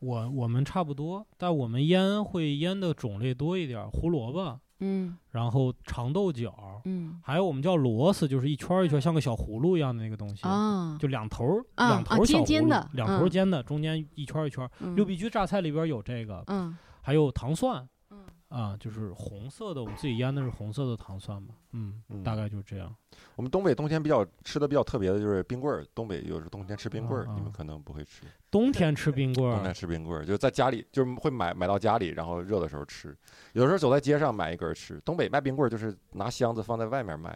[SPEAKER 3] 我我们差不多，但我们腌会腌的种类多一点儿，胡萝卜，
[SPEAKER 4] 嗯
[SPEAKER 3] 然后长豆角，
[SPEAKER 4] 嗯，
[SPEAKER 3] 还有我们叫螺丝，就是一圈儿一圈儿像个小葫芦一样的那个东西，
[SPEAKER 4] 啊
[SPEAKER 3] 就两头儿、
[SPEAKER 4] 啊
[SPEAKER 3] 两头儿小
[SPEAKER 4] 啊
[SPEAKER 3] 葫芦，
[SPEAKER 4] 尖尖的
[SPEAKER 3] 两头儿
[SPEAKER 4] 嗯
[SPEAKER 3] 尖的，中间一圈儿一圈儿。
[SPEAKER 4] 嗯
[SPEAKER 3] 六必居榨菜里边有这个，
[SPEAKER 4] 嗯，
[SPEAKER 3] 还有糖蒜，啊，就是红色的，我们自己腌的是红色的糖蒜嘛，嗯，大概就是这样。
[SPEAKER 2] 我们东北冬天比较吃的比较特别的就是冰棍儿，东北有时冬天吃冰棍儿
[SPEAKER 4] 哦
[SPEAKER 3] 啊，啊
[SPEAKER 2] 你们可能不会吃。
[SPEAKER 3] 冬天吃冰棍
[SPEAKER 2] 冬
[SPEAKER 3] 儿
[SPEAKER 2] 天，吃冰棍儿，就在家里，就是会买买到家里，然后热的时候吃。有的时候走在街上买一根儿吃。东北卖冰棍儿就是拿箱子放在外面卖，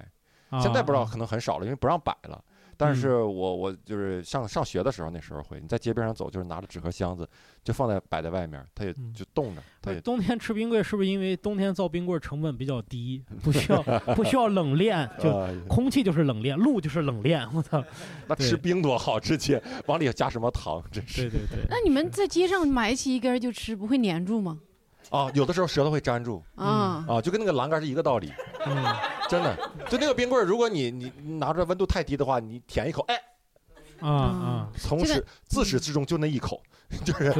[SPEAKER 8] 啊
[SPEAKER 2] 现在不知道可能很少了，因为不让摆了。但
[SPEAKER 8] 嗯
[SPEAKER 2] 是我我就是上上学的时候，那时候会，你在街边上走，就是拿着纸盒箱子，就放在摆在外面，它也就冻着，它
[SPEAKER 3] 不
[SPEAKER 2] 也
[SPEAKER 3] 是冬天吃冰棍儿是不是因为冬天造冰棍儿成本比较低，不需要不需要冷链，就
[SPEAKER 2] 哎呀
[SPEAKER 3] 空气就是冷链，路就是冷链，我操，
[SPEAKER 2] 那吃
[SPEAKER 3] 对
[SPEAKER 2] 冰多好，直接往里加什么糖，真是。
[SPEAKER 3] 对对对。
[SPEAKER 4] 那你们在街上买起一根儿就吃，不会粘住吗？
[SPEAKER 2] 啊，有的时候舌头会粘住
[SPEAKER 4] 啊
[SPEAKER 2] 啊，就跟那个栏杆是一个道理。
[SPEAKER 3] 嗯，
[SPEAKER 2] 真的，就那个冰棍儿，如果你你你拿着温度太低的话，你舔一口，哎，
[SPEAKER 3] 啊啊，
[SPEAKER 2] 从
[SPEAKER 3] 这个
[SPEAKER 2] 始自始至终就那一口，就是。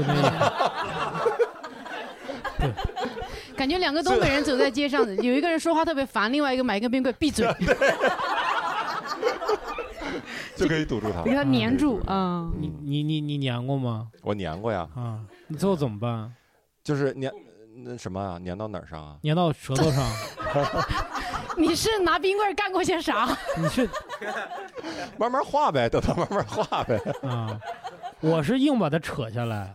[SPEAKER 4] 感觉两个东北人走在街上，有一个人说话特别烦，另外一个买一个冰棍闭嘴，
[SPEAKER 2] 就可以
[SPEAKER 4] [LAUGHS]
[SPEAKER 2] 堵住他。嗯
[SPEAKER 4] 给他粘住啊。
[SPEAKER 3] 你你你你粘过吗？
[SPEAKER 2] 我粘过呀。
[SPEAKER 3] 啊，你最后怎么办？
[SPEAKER 2] 就是粘那什么啊，粘到哪儿上啊？
[SPEAKER 3] 粘到舌头上。
[SPEAKER 4] 你是拿冰棍干过些啥？
[SPEAKER 3] 你是
[SPEAKER 2] [LAUGHS] 慢慢 [LAUGHS] 画呗，等他慢慢画呗。
[SPEAKER 3] 啊，我是硬把它扯下来，
[SPEAKER 4] 哎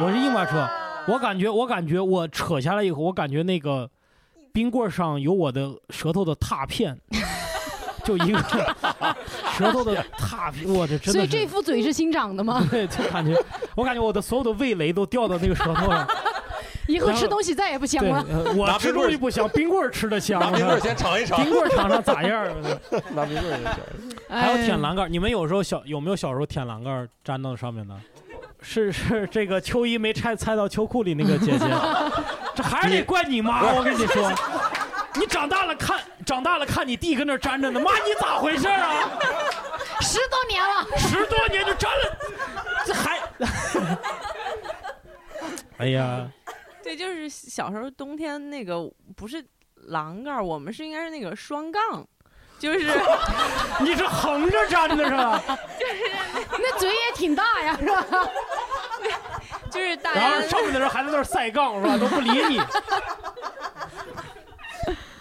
[SPEAKER 3] 我是硬把它扯。我感觉，我感觉我扯下来以后，我感觉那个冰棍上有我的舌头的踏片，就一个
[SPEAKER 2] [LAUGHS]
[SPEAKER 3] 舌头的踏片，我这真
[SPEAKER 4] 所
[SPEAKER 3] 的
[SPEAKER 4] 以
[SPEAKER 3] 是。
[SPEAKER 4] 这副嘴是新长的吗？
[SPEAKER 3] 对，就感觉，我感觉我的所有的味蕾都掉到那个舌头上。
[SPEAKER 4] 以后吃东西再也不香
[SPEAKER 3] 对，
[SPEAKER 4] 了。
[SPEAKER 3] 呃我吃东西不 [LAUGHS] 香，冰棍儿吃的香。啊
[SPEAKER 2] 拿冰棍儿先尝一尝
[SPEAKER 3] 冰棍儿尝尝咋样
[SPEAKER 7] [LAUGHS]
[SPEAKER 3] 啊儿？
[SPEAKER 2] [LAUGHS] 拿冰棍儿
[SPEAKER 3] 还有
[SPEAKER 7] 哎
[SPEAKER 3] 舔栏杆儿，你们有时候小有没有小时候舔栏杆儿粘到上面的？是是，这个秋衣没拆猜到秋裤里那个
[SPEAKER 2] [LAUGHS]
[SPEAKER 3] 姐姐， [LAUGHS] 这还是得怪你妈！我跟你说，你长大了看长大了看你弟跟那儿粘着呢，妈你咋回事儿啊？
[SPEAKER 10] 十多年了，
[SPEAKER 3] 十多年就粘了，这还， [LAUGHS] 哎呀，
[SPEAKER 7] [LAUGHS] 对，就是小时候冬天那个不是栏杆儿，我们是应该是那个双杠，就是
[SPEAKER 3] [LAUGHS] 你是横着粘的是吧？
[SPEAKER 4] 那嘴也挺大呀，是吧？
[SPEAKER 3] [LAUGHS]
[SPEAKER 7] 就是大
[SPEAKER 3] 然后
[SPEAKER 7] 家
[SPEAKER 3] 上面的人还在那儿赛杠是吧？都不理你。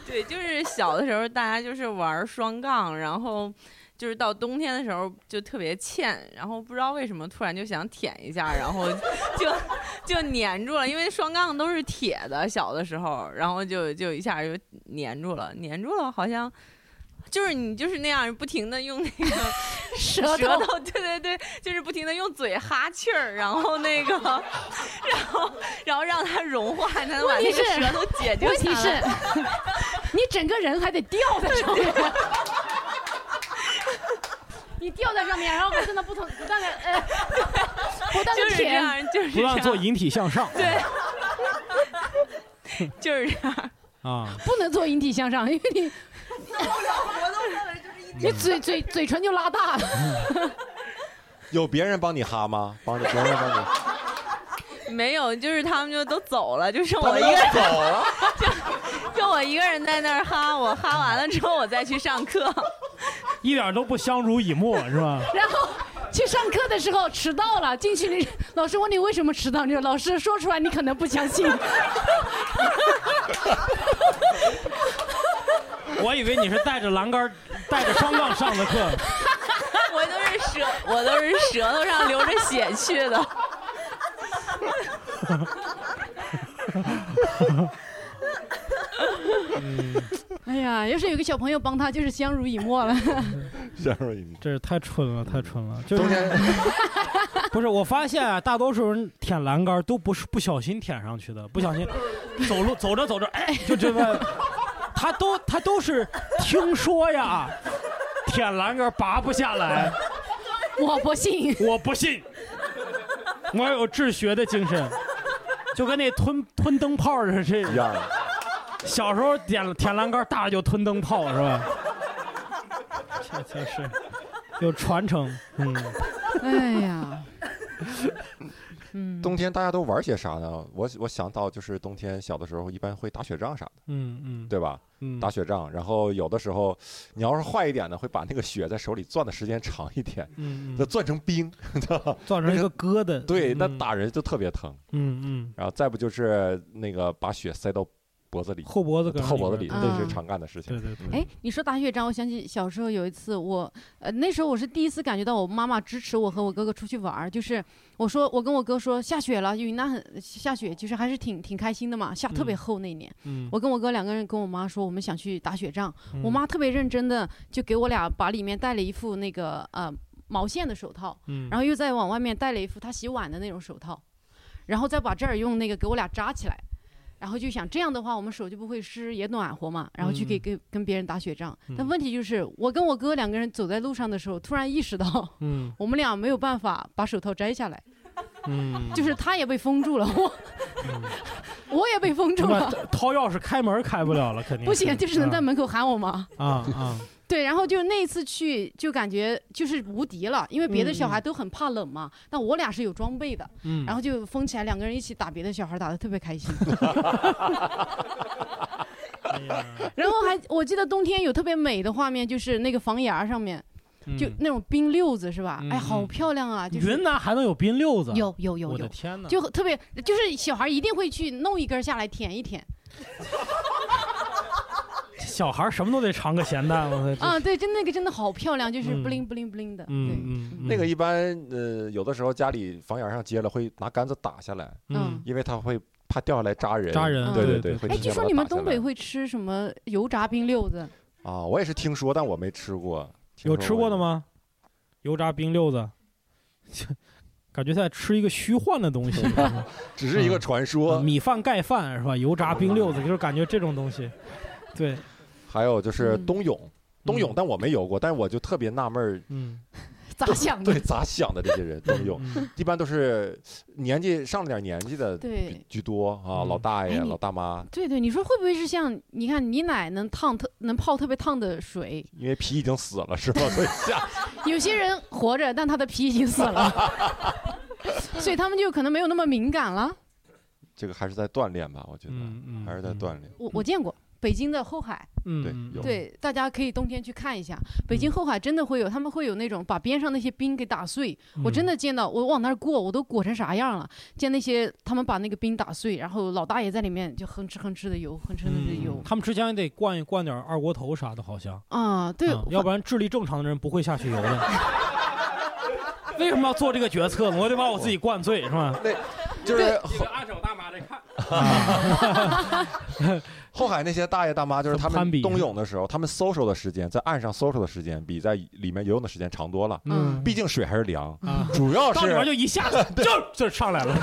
[SPEAKER 7] 对，就是小的时候大家就是玩双杠，然后就是到冬天的时候就特别欠，然后不知道为什么突然就想舔一下，然后就 [LAUGHS] 就粘住了，因为双杠都是铁的，小的时候，然后就就一下就粘住了，粘住了好像。就是你就是那样不停的用
[SPEAKER 4] [LAUGHS]
[SPEAKER 7] 那个
[SPEAKER 10] 舌
[SPEAKER 7] 头，
[SPEAKER 10] 头
[SPEAKER 7] 对对对，就是不停的用嘴哈气儿，然后那个，然后然后让它融化，才能把
[SPEAKER 4] 问
[SPEAKER 7] 那
[SPEAKER 4] 题
[SPEAKER 7] 个
[SPEAKER 4] 是
[SPEAKER 7] 舌头解决
[SPEAKER 4] 问题
[SPEAKER 7] 下
[SPEAKER 4] 是
[SPEAKER 7] 来。，
[SPEAKER 4] 你整个人还得吊在上面。你吊在上面，然后不断的不同不断的呃，不断
[SPEAKER 7] 就
[SPEAKER 4] 的
[SPEAKER 7] 是这
[SPEAKER 4] 舔，
[SPEAKER 7] 样，就是
[SPEAKER 3] 不
[SPEAKER 7] 这
[SPEAKER 3] 让
[SPEAKER 7] 样
[SPEAKER 3] 做引体向上。
[SPEAKER 7] 对，就是这样。
[SPEAKER 3] 啊，
[SPEAKER 4] 不能做引体向上，因为你你嘴嘴嘴唇就拉大了。
[SPEAKER 2] 有别人帮你哈吗？帮你别人帮你。
[SPEAKER 7] [LAUGHS] 没有，就是他们就都走了，就剩
[SPEAKER 2] 他
[SPEAKER 7] [LAUGHS] 我
[SPEAKER 2] 们
[SPEAKER 7] 一
[SPEAKER 2] 都
[SPEAKER 7] 个人啊
[SPEAKER 2] 走了，
[SPEAKER 7] 就就我一个人在那儿哈，我哈完了之后我再去上课。
[SPEAKER 3] 一点都不相濡以沫是吧？
[SPEAKER 4] [LAUGHS] 然后去上课的时候迟到了，进去你老师问你为什么迟到，你说老师说出来你可能不相信。
[SPEAKER 3] 我
[SPEAKER 9] [LAUGHS]
[SPEAKER 3] 以为你是带着栏杆儿、带着双杠上的课， [LAUGHS]
[SPEAKER 7] 我都是舌，我都是舌头上流着血去的。
[SPEAKER 4] [LAUGHS] 哎呀，要是有个小朋友帮他，就是相濡以
[SPEAKER 10] [LAUGHS]
[SPEAKER 4] 沫了。
[SPEAKER 2] 相濡以沫，
[SPEAKER 3] 这是太蠢了，太蠢了。就是、 [LAUGHS] 不是，我发现啊，大多数人舔栏杆儿都不是不小心舔上去的，不 [LAUGHS] 小心走路走着走着，哎，就这么，他都他都是听说呀，舔栏杆儿拔不下来，
[SPEAKER 4] 我不信，
[SPEAKER 3] 我不信，我有治学的精神，就跟那吞吞灯泡似的这一
[SPEAKER 2] 样。
[SPEAKER 3] 小时候舔舔栏杆儿，大了就吞灯泡是吧？这就是有传承，嗯。
[SPEAKER 4] 哎呀，
[SPEAKER 3] 嗯
[SPEAKER 2] 冬天大家都玩些啥呢？我我想到就是冬天小的时候一般会打雪仗啥的，
[SPEAKER 3] 嗯嗯，
[SPEAKER 2] 对吧？
[SPEAKER 3] 嗯
[SPEAKER 2] 打雪仗，然后有的时候你要是坏一点呢，会把那个雪在手里攥的时间长一点，
[SPEAKER 3] 嗯
[SPEAKER 2] 那攥成冰， [LAUGHS]
[SPEAKER 3] 攥成一个疙瘩。
[SPEAKER 2] 对，那打人就特别疼。
[SPEAKER 3] 嗯嗯，
[SPEAKER 2] 然后再不就是那个把雪塞到脖子里，
[SPEAKER 3] 后脖子搁
[SPEAKER 2] 后脖子里，
[SPEAKER 4] 嗯
[SPEAKER 2] 这是常干的事情。嗯
[SPEAKER 3] 对对
[SPEAKER 4] 哎，你说打雪仗，我想起小时候有一次我，呃，那时候我是第一次感觉到我妈妈支持我和我哥哥出去玩儿。就是我说，我跟我哥说下雪了，云南很下雪，就是还是挺挺开心的嘛，下特别
[SPEAKER 10] 嗯
[SPEAKER 4] 厚那年。
[SPEAKER 10] 嗯
[SPEAKER 4] 我跟我哥两个人跟我妈说，我们想去打雪仗。我
[SPEAKER 10] 嗯
[SPEAKER 4] 妈特别认真的就给我俩把里面带了一副那个呃毛线的手套，
[SPEAKER 10] 嗯
[SPEAKER 4] 然后又再往外面带了一副她洗碗的那种手套，然后再把这儿用那个给我俩扎起来。然后就想这样的话，我们手就不会湿，也暖和嘛。然后去给
[SPEAKER 3] 嗯
[SPEAKER 4] 跟跟别人打雪仗。但
[SPEAKER 3] 嗯
[SPEAKER 4] 问题就是，我跟我哥两个人走在路上的时候，突然意识到，
[SPEAKER 3] 嗯
[SPEAKER 4] 我们俩没有办法把手套摘下来，
[SPEAKER 3] 嗯，
[SPEAKER 4] 就是他也被封住了，我 [LAUGHS] 我也被封住
[SPEAKER 3] [LAUGHS] 那
[SPEAKER 4] 了，
[SPEAKER 3] 掏钥匙开门开不了了，肯定
[SPEAKER 4] 不行，就是能在
[SPEAKER 3] 啊
[SPEAKER 4] 门口喊我妈。
[SPEAKER 3] 啊啊，
[SPEAKER 4] 对，然后就那一次去，就感觉就是无敌了，因为别的小孩都很怕冷嘛，但我俩是有装备的，
[SPEAKER 3] 嗯
[SPEAKER 4] 然后就疯起来，两个人一起打别的小孩，打的特别开
[SPEAKER 3] [LAUGHS]
[SPEAKER 4] 心。
[SPEAKER 3] 哎
[SPEAKER 4] [LAUGHS] 然后还我记得冬天有特别美的画面，就是那个房檐儿上面，就
[SPEAKER 3] 嗯
[SPEAKER 4] 那种冰溜子是吧？哎，好
[SPEAKER 3] 嗯
[SPEAKER 4] 漂亮啊！就是
[SPEAKER 3] 云南还能有冰溜子？
[SPEAKER 4] 有有有有，
[SPEAKER 3] 我的天哪！
[SPEAKER 4] 就特别就是小孩一定会去弄一根下来舔
[SPEAKER 3] [LAUGHS]
[SPEAKER 4] 一舔。
[SPEAKER 3] 小孩儿什么都得尝个咸淡，我操！
[SPEAKER 4] 啊，对，真那个真的好漂亮，就是
[SPEAKER 2] 嗯
[SPEAKER 4] bling bling bling 的。
[SPEAKER 3] 嗯嗯
[SPEAKER 2] 那个一般呃，有的时候家里房檐上接了，会拿杆子打下来，
[SPEAKER 4] 嗯，
[SPEAKER 2] 因为它会怕掉下来扎人，
[SPEAKER 3] 扎人嗯
[SPEAKER 2] 对
[SPEAKER 3] 对
[SPEAKER 2] 对，会
[SPEAKER 4] 哎，
[SPEAKER 2] 提
[SPEAKER 4] 据
[SPEAKER 2] 前
[SPEAKER 4] 说
[SPEAKER 2] 把它
[SPEAKER 4] 你们
[SPEAKER 2] 打下
[SPEAKER 4] 东北
[SPEAKER 2] 来
[SPEAKER 4] 会吃什么油炸冰溜
[SPEAKER 2] [LAUGHS]
[SPEAKER 4] 子？
[SPEAKER 2] 啊，我也是听说，但我没吃过，听
[SPEAKER 3] 有
[SPEAKER 2] 说
[SPEAKER 3] 吃过的吗？油炸冰溜子， [LAUGHS] 感觉在吃一个虚幻的东西，
[SPEAKER 2] 只是一
[SPEAKER 3] 嗯
[SPEAKER 2] 个传说。
[SPEAKER 3] 米饭盖饭是吧？油炸冰溜
[SPEAKER 2] 啊
[SPEAKER 3] 子就是感觉这种东西，对，
[SPEAKER 2] 还有就是
[SPEAKER 3] 嗯
[SPEAKER 2] 冬泳，冬泳，但我没游过，但我就特别纳闷儿，
[SPEAKER 3] 嗯，
[SPEAKER 4] 咋想的
[SPEAKER 2] 对，咋想的这些人冬泳，一般都是年纪上了点年纪的
[SPEAKER 4] 对
[SPEAKER 2] 比居多
[SPEAKER 3] 嗯
[SPEAKER 2] 啊，老大爷、
[SPEAKER 4] 哎你
[SPEAKER 2] 老大妈，
[SPEAKER 4] 对对，你说会不会是像你看你奶能烫特能泡特别烫的水？
[SPEAKER 2] 因为皮已经死了是吧？所以下
[SPEAKER 4] 有些人活着，但他的皮已经死
[SPEAKER 2] [LAUGHS]
[SPEAKER 4] 了，所以他们就可能没有那么敏感了。
[SPEAKER 2] 这个还是在锻炼吧，我觉得
[SPEAKER 3] 嗯
[SPEAKER 2] 还是在锻炼。
[SPEAKER 4] 我我见过北京的后海，
[SPEAKER 3] 嗯
[SPEAKER 2] 对，有
[SPEAKER 4] 对，大家可以冬天去看一下，北京后海真的会有，他们会有那种把边上那些冰给打碎。
[SPEAKER 3] 嗯
[SPEAKER 4] 我真的见到，我往那儿过，我都裹成啥样了？见那些他们把那个冰打碎，然后老大爷在里面就哼哧哼哧的游，哼哧哼哧的游。
[SPEAKER 3] 他们之前得灌灌点二锅头啥的，好像
[SPEAKER 4] 啊，对，
[SPEAKER 3] 嗯要不然智力正常的人不会下去游的。为什么要做这个决策呢？我得把我自己灌醉是吧？
[SPEAKER 2] 就是
[SPEAKER 12] 这个按照我大妈这看，
[SPEAKER 2] 后海那些大爷大妈，就是他
[SPEAKER 3] 攀
[SPEAKER 2] 们
[SPEAKER 3] 比
[SPEAKER 2] 冬泳的时候，他们 social 的时间，在岸上 social 的时间，比在里面游泳的时间长多了。
[SPEAKER 3] 嗯，啊
[SPEAKER 2] 毕竟水还是凉，主要
[SPEAKER 3] 到里边就是一下子就就上来了。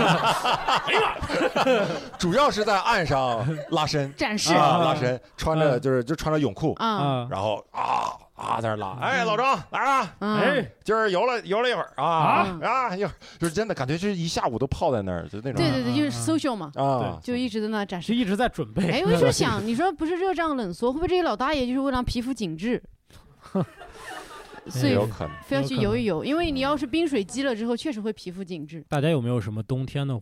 [SPEAKER 3] [LAUGHS]
[SPEAKER 2] 主要是在岸上拉伸
[SPEAKER 4] 展示
[SPEAKER 2] 啊，拉伸，穿
[SPEAKER 3] 嗯
[SPEAKER 2] 着就是就穿着泳裤
[SPEAKER 4] 啊
[SPEAKER 2] 然后啊啊在那
[SPEAKER 3] 嗯
[SPEAKER 2] 拉，哎，老张来啊，
[SPEAKER 4] 嗯
[SPEAKER 2] 哎，今儿游了游了一会儿啊啊，一会儿就是真的感觉就是一下午都泡在那儿，就那种
[SPEAKER 4] 对对对，就是 social 嘛，
[SPEAKER 2] 啊
[SPEAKER 4] 就一直在那展示。
[SPEAKER 3] 就一直在准嗯备。
[SPEAKER 4] 哎，我就想，你说不是热胀冷缩，会不会这些老大爷就是为了让皮肤紧致，所以
[SPEAKER 2] 有
[SPEAKER 3] 嗯
[SPEAKER 2] 可能
[SPEAKER 4] 非要去游一游？因为你要是冰水积了之后，确实会皮肤紧致。
[SPEAKER 3] 大家有没有什么冬天的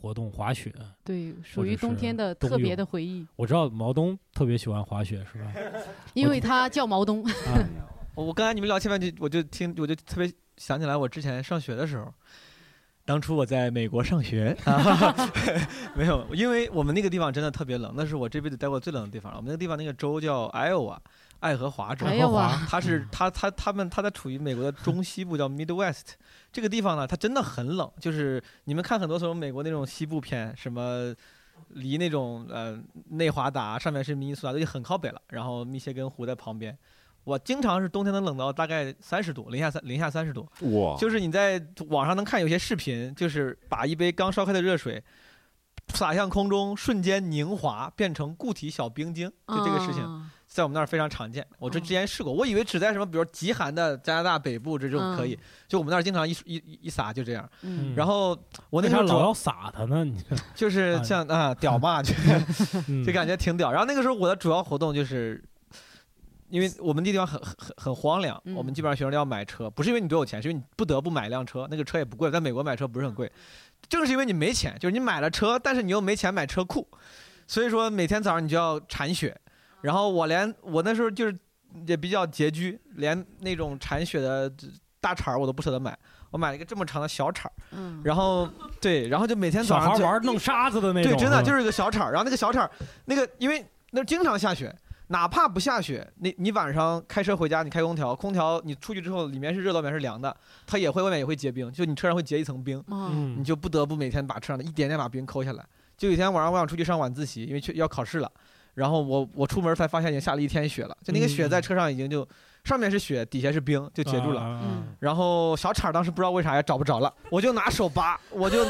[SPEAKER 3] 活动？滑雪？
[SPEAKER 4] 对，属
[SPEAKER 3] 或
[SPEAKER 4] 于
[SPEAKER 3] 者是
[SPEAKER 4] 冬天的特
[SPEAKER 3] 冬泳
[SPEAKER 4] 别的回忆，
[SPEAKER 3] 我知道毛东特别喜欢滑雪，是吧？
[SPEAKER 4] 因为他叫毛
[SPEAKER 3] [LAUGHS]
[SPEAKER 4] 东。
[SPEAKER 6] 我我刚才你们聊前半句，我就听我就特别想起来我之前上学的时候，当初我在美国上
[SPEAKER 3] [LAUGHS]
[SPEAKER 6] 学啊， [LAUGHS] 没有，因为我们那个地方真的特别冷，那是我这辈子待过最冷的地方了。我们那个地方那个州叫 Iowa，爱荷华州，
[SPEAKER 4] 爱荷华爱荷嗯华
[SPEAKER 6] 它是它它他们它在处于美国的中西部，叫 Midwest。这个地方呢，它真的很冷，就是你们看很多时候美国那种西部片什么。离那种呃内华达上面是明尼苏达，就很靠北了。然后密歇根湖在旁边，我经常是冬天能冷到大概三十度，零下三零下三十度。
[SPEAKER 2] 哇
[SPEAKER 6] 就是你在网上能看有些视频，就是把一杯刚烧开的热水洒向空中，瞬间凝化变成固体小冰晶，就这个事情。
[SPEAKER 4] 啊
[SPEAKER 6] 在我们那儿非常常见，我这之前试过，我以为只在什么，比如极寒的加拿大北部这种可以，就我们那儿经常一一一一撒就这样。
[SPEAKER 3] 嗯
[SPEAKER 6] 然后我那
[SPEAKER 3] 为
[SPEAKER 6] 时
[SPEAKER 3] 啥
[SPEAKER 6] 候主
[SPEAKER 3] 老
[SPEAKER 6] 要
[SPEAKER 3] 要撒他呢？你这
[SPEAKER 6] 就是像啊屌嘛，就 [LAUGHS] 就感觉挺屌。然后那个时候我的主要活动就是，因为我们那地方很很很很荒凉，我们基本上学生都要买车，不是因为你多有钱，是因为你不得不买一辆车，那个车也不贵，在美国买车不是很贵，正是因为你没钱，就是你买了车，但是你又没钱买车库，所以说每天早上你就要铲雪。然后我连我那时候就是也比较拮据，连那种铲雪的大铲儿我都不舍得买，我买了一个这么长的小铲儿。
[SPEAKER 4] 嗯
[SPEAKER 6] 然后对，然后就每天
[SPEAKER 3] 小
[SPEAKER 6] 早
[SPEAKER 3] 孩
[SPEAKER 6] 上就
[SPEAKER 3] 玩弄沙子的那种，啊
[SPEAKER 6] 对，真的
[SPEAKER 3] 吧
[SPEAKER 6] 就是个小铲儿，然后那个小铲儿，那个因为那儿经常下雪，哪怕不下雪，你你晚上开车回家，你开空调，空调你出去之后，里面是热的，外面是凉的，它也会外面也会结冰，就你车上会结一层冰，
[SPEAKER 4] 嗯
[SPEAKER 6] 你就不得不每天把车上的一点点把冰抠下来。就有一天晚上我想出去上晚自习，因为去要考试了，然后我我出门才发现已经下了一天雪了，就那个
[SPEAKER 3] 嗯
[SPEAKER 6] 雪在车上已经就。上面是雪，底下是冰，就结住了。
[SPEAKER 3] 啊
[SPEAKER 4] 嗯
[SPEAKER 6] 嗯然后小铲儿当时不知道为啥也找不着了，我就拿手扒，我就，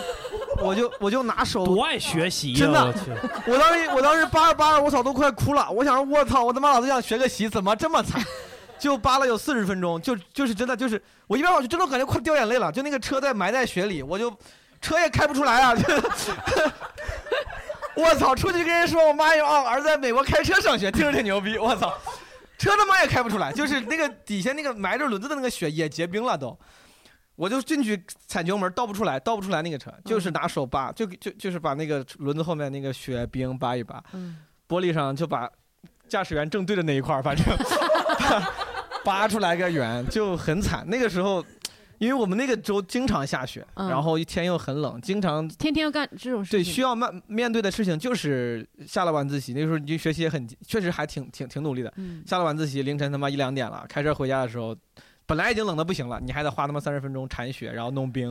[SPEAKER 6] 我就我就拿手，
[SPEAKER 3] 多爱学习呀，
[SPEAKER 6] 真的
[SPEAKER 3] 啊我去，
[SPEAKER 6] [LAUGHS] 我当时我当时扒着扒着，我操都快哭了。我想说，我操，我他妈老子想学个习，怎么这么惨？就扒拉有四十分钟，就就是真的就是，我一边往就真的感觉快掉眼泪了，就那个车在埋在雪里，我就车也开不出来啊。就 [LAUGHS] 我操，出去跟人说，我妈一说，哦，儿子在美国开车上学，听着挺牛逼，我操。车他妈也开不出来，就是那个底下那个埋着轮子的那个雪也结冰了都。我就进去踩油门，倒不出来，倒不出来那个车，就是拿手扒，就就就是把那个轮子后面那个雪冰扒一扒，
[SPEAKER 10] 嗯
[SPEAKER 6] 玻璃上就把驾驶员正对着那一块儿，反正 [LAUGHS] 扒出来个圆，就很惨。那个时候，因为我们那个州经常下雪，
[SPEAKER 4] 嗯
[SPEAKER 6] 然后一天又很冷，经常
[SPEAKER 4] 天天要干这种事情。
[SPEAKER 6] 对，需要面面对的事情就是下了晚自习，那时候你就学习也很，确实还挺挺挺努力的。
[SPEAKER 4] 嗯
[SPEAKER 6] 下了晚自习，凌晨他妈一两点了，开车回家的时候，本来已经冷的不行了，你还得花他妈三十分钟铲雪，然后弄冰，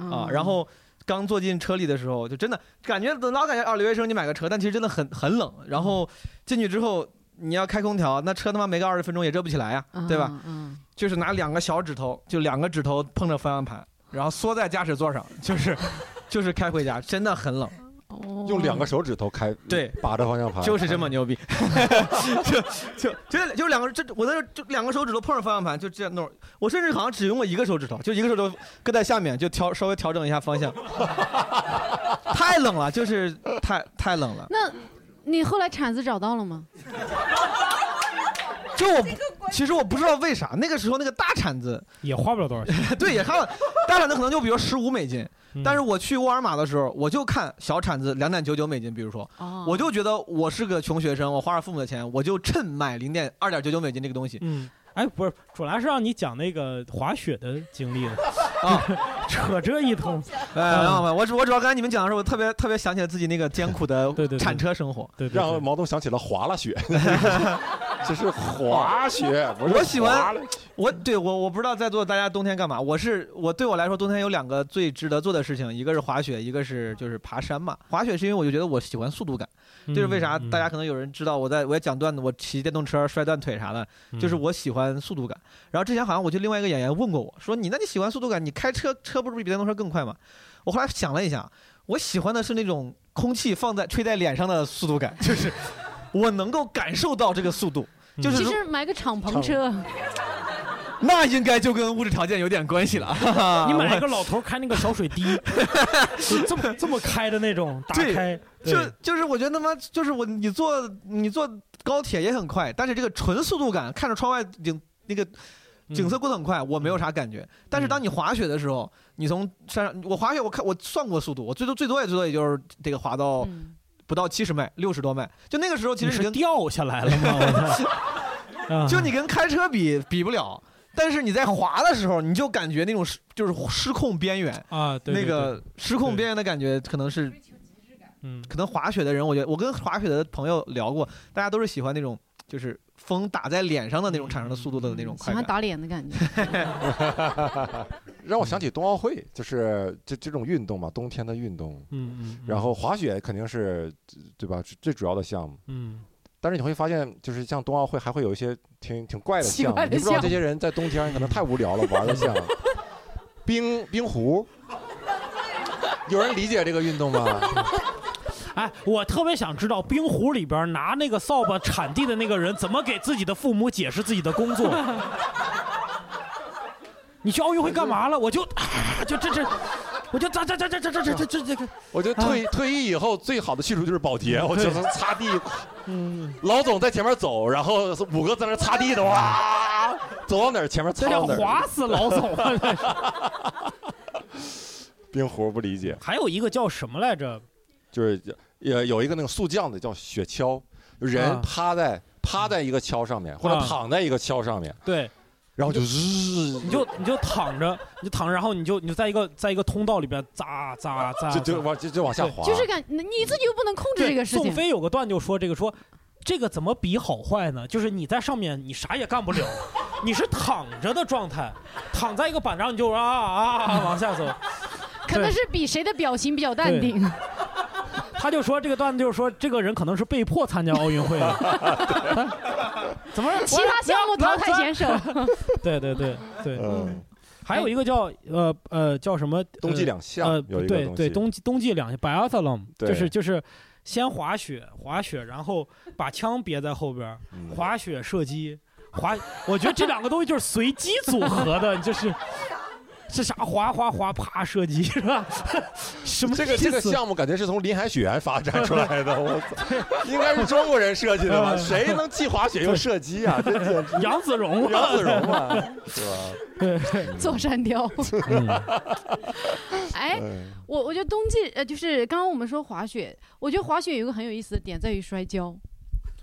[SPEAKER 4] 哦
[SPEAKER 6] 啊，
[SPEAKER 8] 嗯
[SPEAKER 6] 然后刚坐进车里的时候，就真的感觉老感觉啊，留学生你买个车，但其实真的很很冷。然后进去之后，你要开空调，那车他妈没个二十分钟也热不起来呀、对吧？
[SPEAKER 4] 嗯，
[SPEAKER 6] 就是拿两个小指头，就两个指头碰着方向盘，然后缩在驾驶座上，就是就是开回家，真的很冷。
[SPEAKER 2] 用两个手指头开，
[SPEAKER 6] 对，
[SPEAKER 2] 把着方向盘，
[SPEAKER 6] 就是这么牛逼， [LAUGHS] 就就就两个这我在这就两个手指头碰着方向盘，就这样弄。我甚至好像只用过一个手指头，就一个手指头搁在下面，就调稍微调整一下方向。 [LAUGHS] 太冷了，就是太太冷了。
[SPEAKER 4] 那你后来铲子找到了吗？
[SPEAKER 6] 就我其实我不知道为啥，那个时候那个大铲子
[SPEAKER 3] 也花不了多少钱，
[SPEAKER 6] [LAUGHS]
[SPEAKER 3] 嗯
[SPEAKER 6] 对，也看了大铲子可能就比如十五美金，但是我去沃尔玛的时候，我就看小铲子两点九九美金，比如说，
[SPEAKER 4] 哦
[SPEAKER 6] 我就觉得我是个穷学生，我花着父母的钱，我就趁买零点二点九九美金这个东西，
[SPEAKER 3] [LAUGHS] 嗯，哎，不是，主要是让你讲那个滑雪的经历的嗯
[SPEAKER 6] 啊，
[SPEAKER 3] [LAUGHS] 扯这一通，
[SPEAKER 6] 哎，朋友们，我主我主要刚才你们讲的时候，我特别特别想起来自己那个艰
[SPEAKER 3] [LAUGHS]
[SPEAKER 6] 苦的铲车生活，
[SPEAKER 3] 对
[SPEAKER 2] 对让毛东想起了
[SPEAKER 6] [LAUGHS]
[SPEAKER 2] 滑了雪，这是滑雪，不是
[SPEAKER 6] 我喜
[SPEAKER 2] 滑
[SPEAKER 6] 欢
[SPEAKER 2] 了，
[SPEAKER 6] 我对我我不知道在座大家冬天干嘛，我是我对我来说冬天有两个最值得做的事情，一个是滑雪，一个是就是爬山嘛。滑雪是因为我就觉得我喜欢速度感，这是为啥？大家可能有人知道我在我也讲段子，我骑电动车摔断腿啥的，就是我喜欢速度感。然后之前好像我就另外一个演员问过我说你那你喜欢速度感，你开车车不是比电动车更快吗？我后来想了一下，我喜欢的是那种空气放在吹在脸上的速度感，就是我能够感受到这个速度，就是
[SPEAKER 4] 其
[SPEAKER 6] 如
[SPEAKER 4] 实买个敞篷车， [LAUGHS]
[SPEAKER 6] [LAUGHS] 那应该就跟物质条件有点关系了。哈哈
[SPEAKER 3] 你
[SPEAKER 6] [LAUGHS]
[SPEAKER 3] 买一个
[SPEAKER 6] 我
[SPEAKER 3] 老头儿开那个小水滴，
[SPEAKER 6] [LAUGHS]
[SPEAKER 3] 就这么这么开的那种，打开，对
[SPEAKER 6] 就就是我觉得他妈就是我你坐你坐高铁也很快，但是这个纯速度感，看着窗外景那个
[SPEAKER 3] 嗯
[SPEAKER 6] 景色过得很快，我没有啥感觉。但是当你滑雪的时候，你从山上我滑雪，我看我算过速度，我最多最多也最多也就是这个滑到不到七十迈，六十多迈，就那个时候其实你跟
[SPEAKER 3] 掉下来了吗？啊
[SPEAKER 6] 就你跟开车比比不了，但是你在滑的时候，你就感觉那种失就是失控边缘
[SPEAKER 3] 啊对对
[SPEAKER 6] 那个失控边缘的感觉可能是，
[SPEAKER 3] 嗯，
[SPEAKER 6] 可能滑雪的人，我觉得我跟滑雪的朋友聊过，大家都是喜欢那种就是风打在脸上的那种产生的速度的那种
[SPEAKER 4] 嗯喜
[SPEAKER 6] 快
[SPEAKER 4] 欢
[SPEAKER 6] 感。
[SPEAKER 4] 打脸的感觉。
[SPEAKER 2] 让我想起冬奥会，就是这这种运动嘛，冬天的运动，
[SPEAKER 3] 嗯嗯
[SPEAKER 2] 然后滑雪肯定是对吧，最主要的项目，
[SPEAKER 3] 嗯，
[SPEAKER 2] 但是你会发现，就是像冬奥会还会有一些挺挺怪的
[SPEAKER 8] 奇
[SPEAKER 2] 项目，
[SPEAKER 8] 怪
[SPEAKER 2] 你
[SPEAKER 8] 的
[SPEAKER 2] 不知道
[SPEAKER 8] 项
[SPEAKER 2] 这些人在冬天可能太无聊了玩的项目，冰冰壶，有人理解这个运动吗？
[SPEAKER 3] [LAUGHS] 哎，我特别想知道冰壶里边拿那个扫把铲地的那个人怎么给自己的父母解释自己的工 [LAUGHS] 作。你去奥运会干嘛了？我就，啊、就这这，我就这这这这这这这这这这个，
[SPEAKER 2] 我觉得退、
[SPEAKER 3] 啊
[SPEAKER 2] 退役以后最好的去处就是保洁，我就能擦地。
[SPEAKER 3] 嗯
[SPEAKER 2] 老总在前面走，然后五个在那擦地的，哇，走到哪儿前面擦
[SPEAKER 3] 这叫
[SPEAKER 2] 到哪儿，
[SPEAKER 3] 划死老总啊！这是
[SPEAKER 2] [LAUGHS] 冰壶不理解，
[SPEAKER 3] 还有一个叫什么来着？
[SPEAKER 2] 就是有有一个那个速降的叫雪橇，人
[SPEAKER 3] 啊
[SPEAKER 2] 趴在、趴在一个橇上面，或者
[SPEAKER 3] 啊
[SPEAKER 2] 躺在一个橇上面，
[SPEAKER 3] 对，
[SPEAKER 2] 然后就
[SPEAKER 3] 你就你就躺着，你就躺着，然后你就你就在一个在一个通道里边扎扎扎，
[SPEAKER 2] 就就
[SPEAKER 3] 扎
[SPEAKER 2] 往就就往下滑，
[SPEAKER 4] 就是感你自己又不能控制
[SPEAKER 3] 对
[SPEAKER 4] 这个事情
[SPEAKER 3] 宋。飞有个段就说这个说，这个怎么比好坏呢？就是你在上面你啥也干不
[SPEAKER 4] [LAUGHS]
[SPEAKER 3] 了，你是躺着的状态，躺在一个板上你就啊啊啊往下走。
[SPEAKER 4] 可能是比谁的表情比较淡定。
[SPEAKER 3] 他就说这个段子就是说这个人可能是被迫参加奥运会的，怎么
[SPEAKER 4] [LAUGHS] 其他项目淘汰 [LAUGHS] 选手。
[SPEAKER 3] [LAUGHS] 对对对对，
[SPEAKER 2] 嗯，
[SPEAKER 3] 还有一个叫呃呃叫什么？
[SPEAKER 2] 冬季
[SPEAKER 3] 呃
[SPEAKER 2] 两项
[SPEAKER 3] 呃，
[SPEAKER 2] 有一个
[SPEAKER 3] 对
[SPEAKER 2] 东
[SPEAKER 3] 对，
[SPEAKER 2] 西
[SPEAKER 3] 冬季冬季两项 biathlon，
[SPEAKER 2] 对
[SPEAKER 3] 就是就是先滑雪滑雪，然后把枪别在后边儿，
[SPEAKER 2] 嗯
[SPEAKER 3] 滑 [LAUGHS] 雪射击滑，我觉得这两个东西就是随机组合的，就是是啥哗哗哗啪射击是吧？ [LAUGHS] 什么
[SPEAKER 2] 这个这个
[SPEAKER 3] 意思
[SPEAKER 2] 项目感觉是从林海雪原发展出来的，我操，应该是中国人设计
[SPEAKER 3] [LAUGHS]
[SPEAKER 2] 的吧？谁能既滑雪又射击啊？这简直
[SPEAKER 3] 嗯杨子荣啊
[SPEAKER 2] 杨子荣
[SPEAKER 3] [LAUGHS]
[SPEAKER 2] 啊，是吧？
[SPEAKER 4] [LAUGHS] 坐
[SPEAKER 2] [LAUGHS]
[SPEAKER 4] 山雕。
[SPEAKER 2] 嗯
[SPEAKER 4] [LAUGHS] 哎，我我觉得冬季呃，就是刚刚我们说滑雪，我觉得滑雪有一个很有意思的点在于摔跤。 [LAUGHS]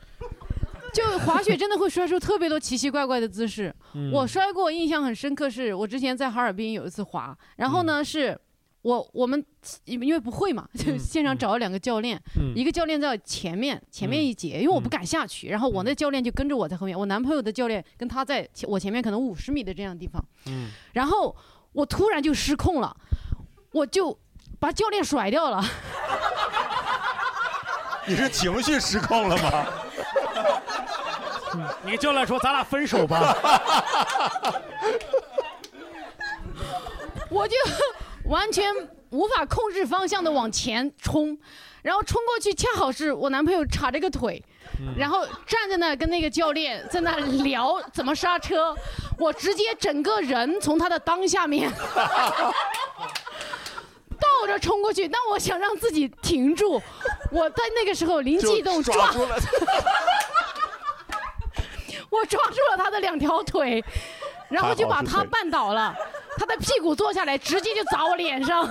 [SPEAKER 4] 就滑雪真的会摔出特别多奇奇怪怪的姿势。
[SPEAKER 15] 嗯
[SPEAKER 4] 我摔过，印象很深刻是，我之前在哈尔滨有一次滑，然后
[SPEAKER 15] 嗯
[SPEAKER 4] 呢是。我我们因为不会嘛，就现场找了两个教练，
[SPEAKER 15] 嗯
[SPEAKER 4] 一个教练在前面前面一节，因为我不敢下去，然后我
[SPEAKER 15] 嗯
[SPEAKER 4] 那教练就跟着我在后面，我男朋友的教练跟他在前我前面可能五十米的这样的地方，
[SPEAKER 15] 嗯
[SPEAKER 4] 然后我突然就失控了，我就把教练甩掉了。 [LAUGHS]
[SPEAKER 2] 你是情绪失控了吗？
[SPEAKER 3] [LAUGHS] 你跟教练说咱俩分手
[SPEAKER 2] [LAUGHS]
[SPEAKER 3] 吧，
[SPEAKER 4] 我就完全无法控制方向的往前冲，然后冲过去恰好是我男朋友叉着个腿，然后站在那儿跟那个教练在那儿聊怎么刹车，我直接整个人从他的裆下面倒着冲过去，但我想让自己停
[SPEAKER 15] [LAUGHS]
[SPEAKER 4] 住，我在那个时候灵机一动抓
[SPEAKER 15] 住了
[SPEAKER 4] [LAUGHS] 我抓住了他的两条腿，然后就把他绊倒了，他的屁股坐下来，直接就砸我脸上。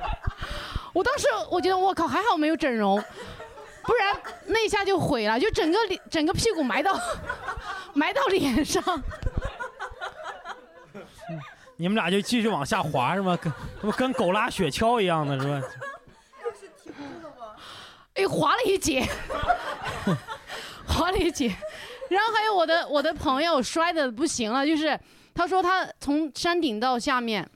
[SPEAKER 4] [LAUGHS] 我当时我觉得我靠，还好没有整容，不然那一下就毁了，就整个脸整个屁股埋到 [LAUGHS] 埋到脸上。
[SPEAKER 3] 你们俩就继续往下滑是吗？跟他妈跟狗拉雪橇一样的是吧？
[SPEAKER 4] 哎，滑了一 [LAUGHS] 截，滑了一截。然后还有我的我的朋友摔的不行了，就是他说他从山顶到下面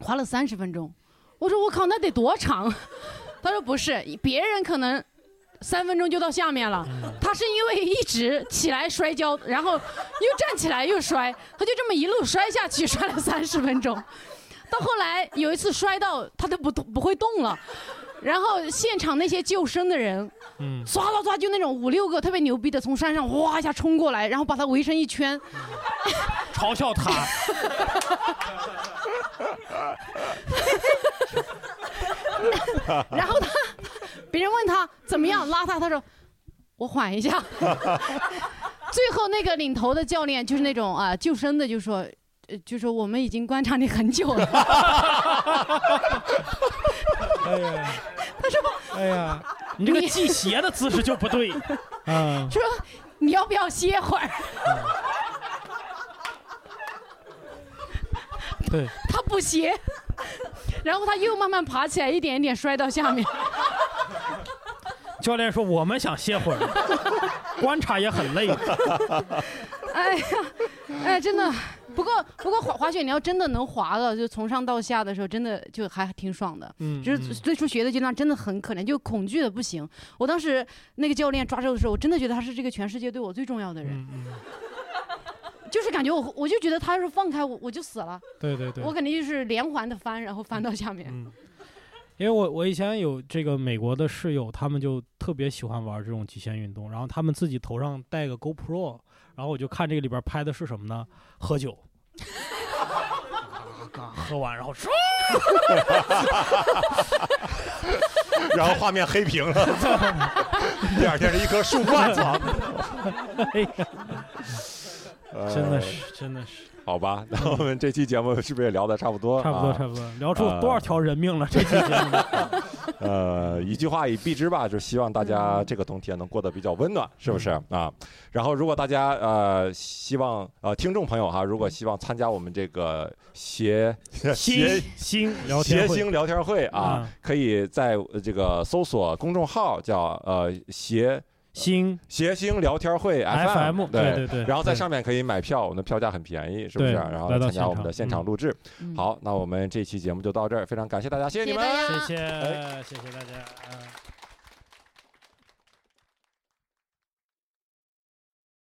[SPEAKER 4] 滑了三十分钟，我说我靠，那得多长？ [LAUGHS] 他说不是，别人可能三分钟就到下面了，他是因为一直起来摔跤，然后又站起来又摔，他就这么一路摔下去，摔了三十分钟。到后来有一次摔到他都不动不会动了，然后现场那些救生的人，
[SPEAKER 15] 嗯
[SPEAKER 4] 唰唰唰就那种五六个特别牛逼的从山上哇一下冲过来，然后把他围成一圈， [LAUGHS]
[SPEAKER 3] 嘲笑他，
[SPEAKER 4] [LAUGHS] 然后他别人问他怎么样拉他，他说我缓一下。最后那个领头的教练就是那种啊救生的就说。呃就说我们已经观察你很久了，
[SPEAKER 3] 哎呀，
[SPEAKER 4] 他说
[SPEAKER 3] [LAUGHS] 哎呀，你这个系鞋的姿势就不对，嗯，
[SPEAKER 4] 说你要不要歇会儿？
[SPEAKER 3] 对，
[SPEAKER 4] 他不歇，然后他又慢慢爬起来，一点一点摔到下面。
[SPEAKER 3] 教练说我们想歇会儿，观察也很
[SPEAKER 4] [LAUGHS]
[SPEAKER 3] 累。
[SPEAKER 4] 哎呀，哎，真的。不过不过滑滑雪，你要真的能滑了，就从上到下的时候，真的就还挺爽的。
[SPEAKER 15] 嗯
[SPEAKER 4] 就是
[SPEAKER 15] 嗯
[SPEAKER 4] 最初学的阶段真的很可怜，就恐惧的不行。我当时那个教练抓着我的时候，我真的觉得他是这个全世界对我最重要的人。
[SPEAKER 15] 嗯
[SPEAKER 4] 就是感觉我，我就觉得他要是放开我，我就死了。
[SPEAKER 3] 对对对，
[SPEAKER 4] [LAUGHS] 我肯定就是连环的翻，然后翻到下面。
[SPEAKER 15] 嗯
[SPEAKER 3] 因为我我以前有这个美国的室友，他们就特别喜欢玩这种极限运动，然后他们自己头上戴个 GoPro，然后我就看这个里边拍的是什么呢？喝酒，嘎喝完然后唰，
[SPEAKER 2] 然后画面黑
[SPEAKER 3] [LAUGHS]
[SPEAKER 2] 屏了，第二天是一棵树冠子。
[SPEAKER 3] 哎呀，真的是真的是，嗯
[SPEAKER 2] 好吧，那我们这期节目是不是也聊的差不多？
[SPEAKER 3] 差不多
[SPEAKER 2] 啊
[SPEAKER 3] 差不多，聊出多少条人命了？这期节目，
[SPEAKER 2] [LAUGHS] 呃，一句话以蔽之吧，就是希望大家
[SPEAKER 3] 嗯
[SPEAKER 2] 这个冬天能过得比较温暖，是不是啊？然后，如果大家呃希望呃听众朋友哈，如果希望参加我们这个谐
[SPEAKER 3] 星
[SPEAKER 2] 谐
[SPEAKER 3] 星聊天
[SPEAKER 2] 谐
[SPEAKER 3] 会
[SPEAKER 2] 星聊天会啊
[SPEAKER 3] 嗯，
[SPEAKER 2] 可以在呃这个搜索公众号叫呃谐。
[SPEAKER 3] 星
[SPEAKER 2] 谐星聊天会
[SPEAKER 3] FM 对对对
[SPEAKER 2] 然后在
[SPEAKER 3] 对
[SPEAKER 2] 上面可以买票，我们的票价很便宜，是不是？
[SPEAKER 3] 对
[SPEAKER 2] 然后
[SPEAKER 3] 来到
[SPEAKER 2] 参加
[SPEAKER 3] 现
[SPEAKER 2] 我们
[SPEAKER 3] 场
[SPEAKER 2] 的现
[SPEAKER 3] 嗯
[SPEAKER 2] 场录制。好，那我们这期节目就到这儿，非常感谢大家，谢谢你们，
[SPEAKER 3] 谢谢谢谢大家。嗯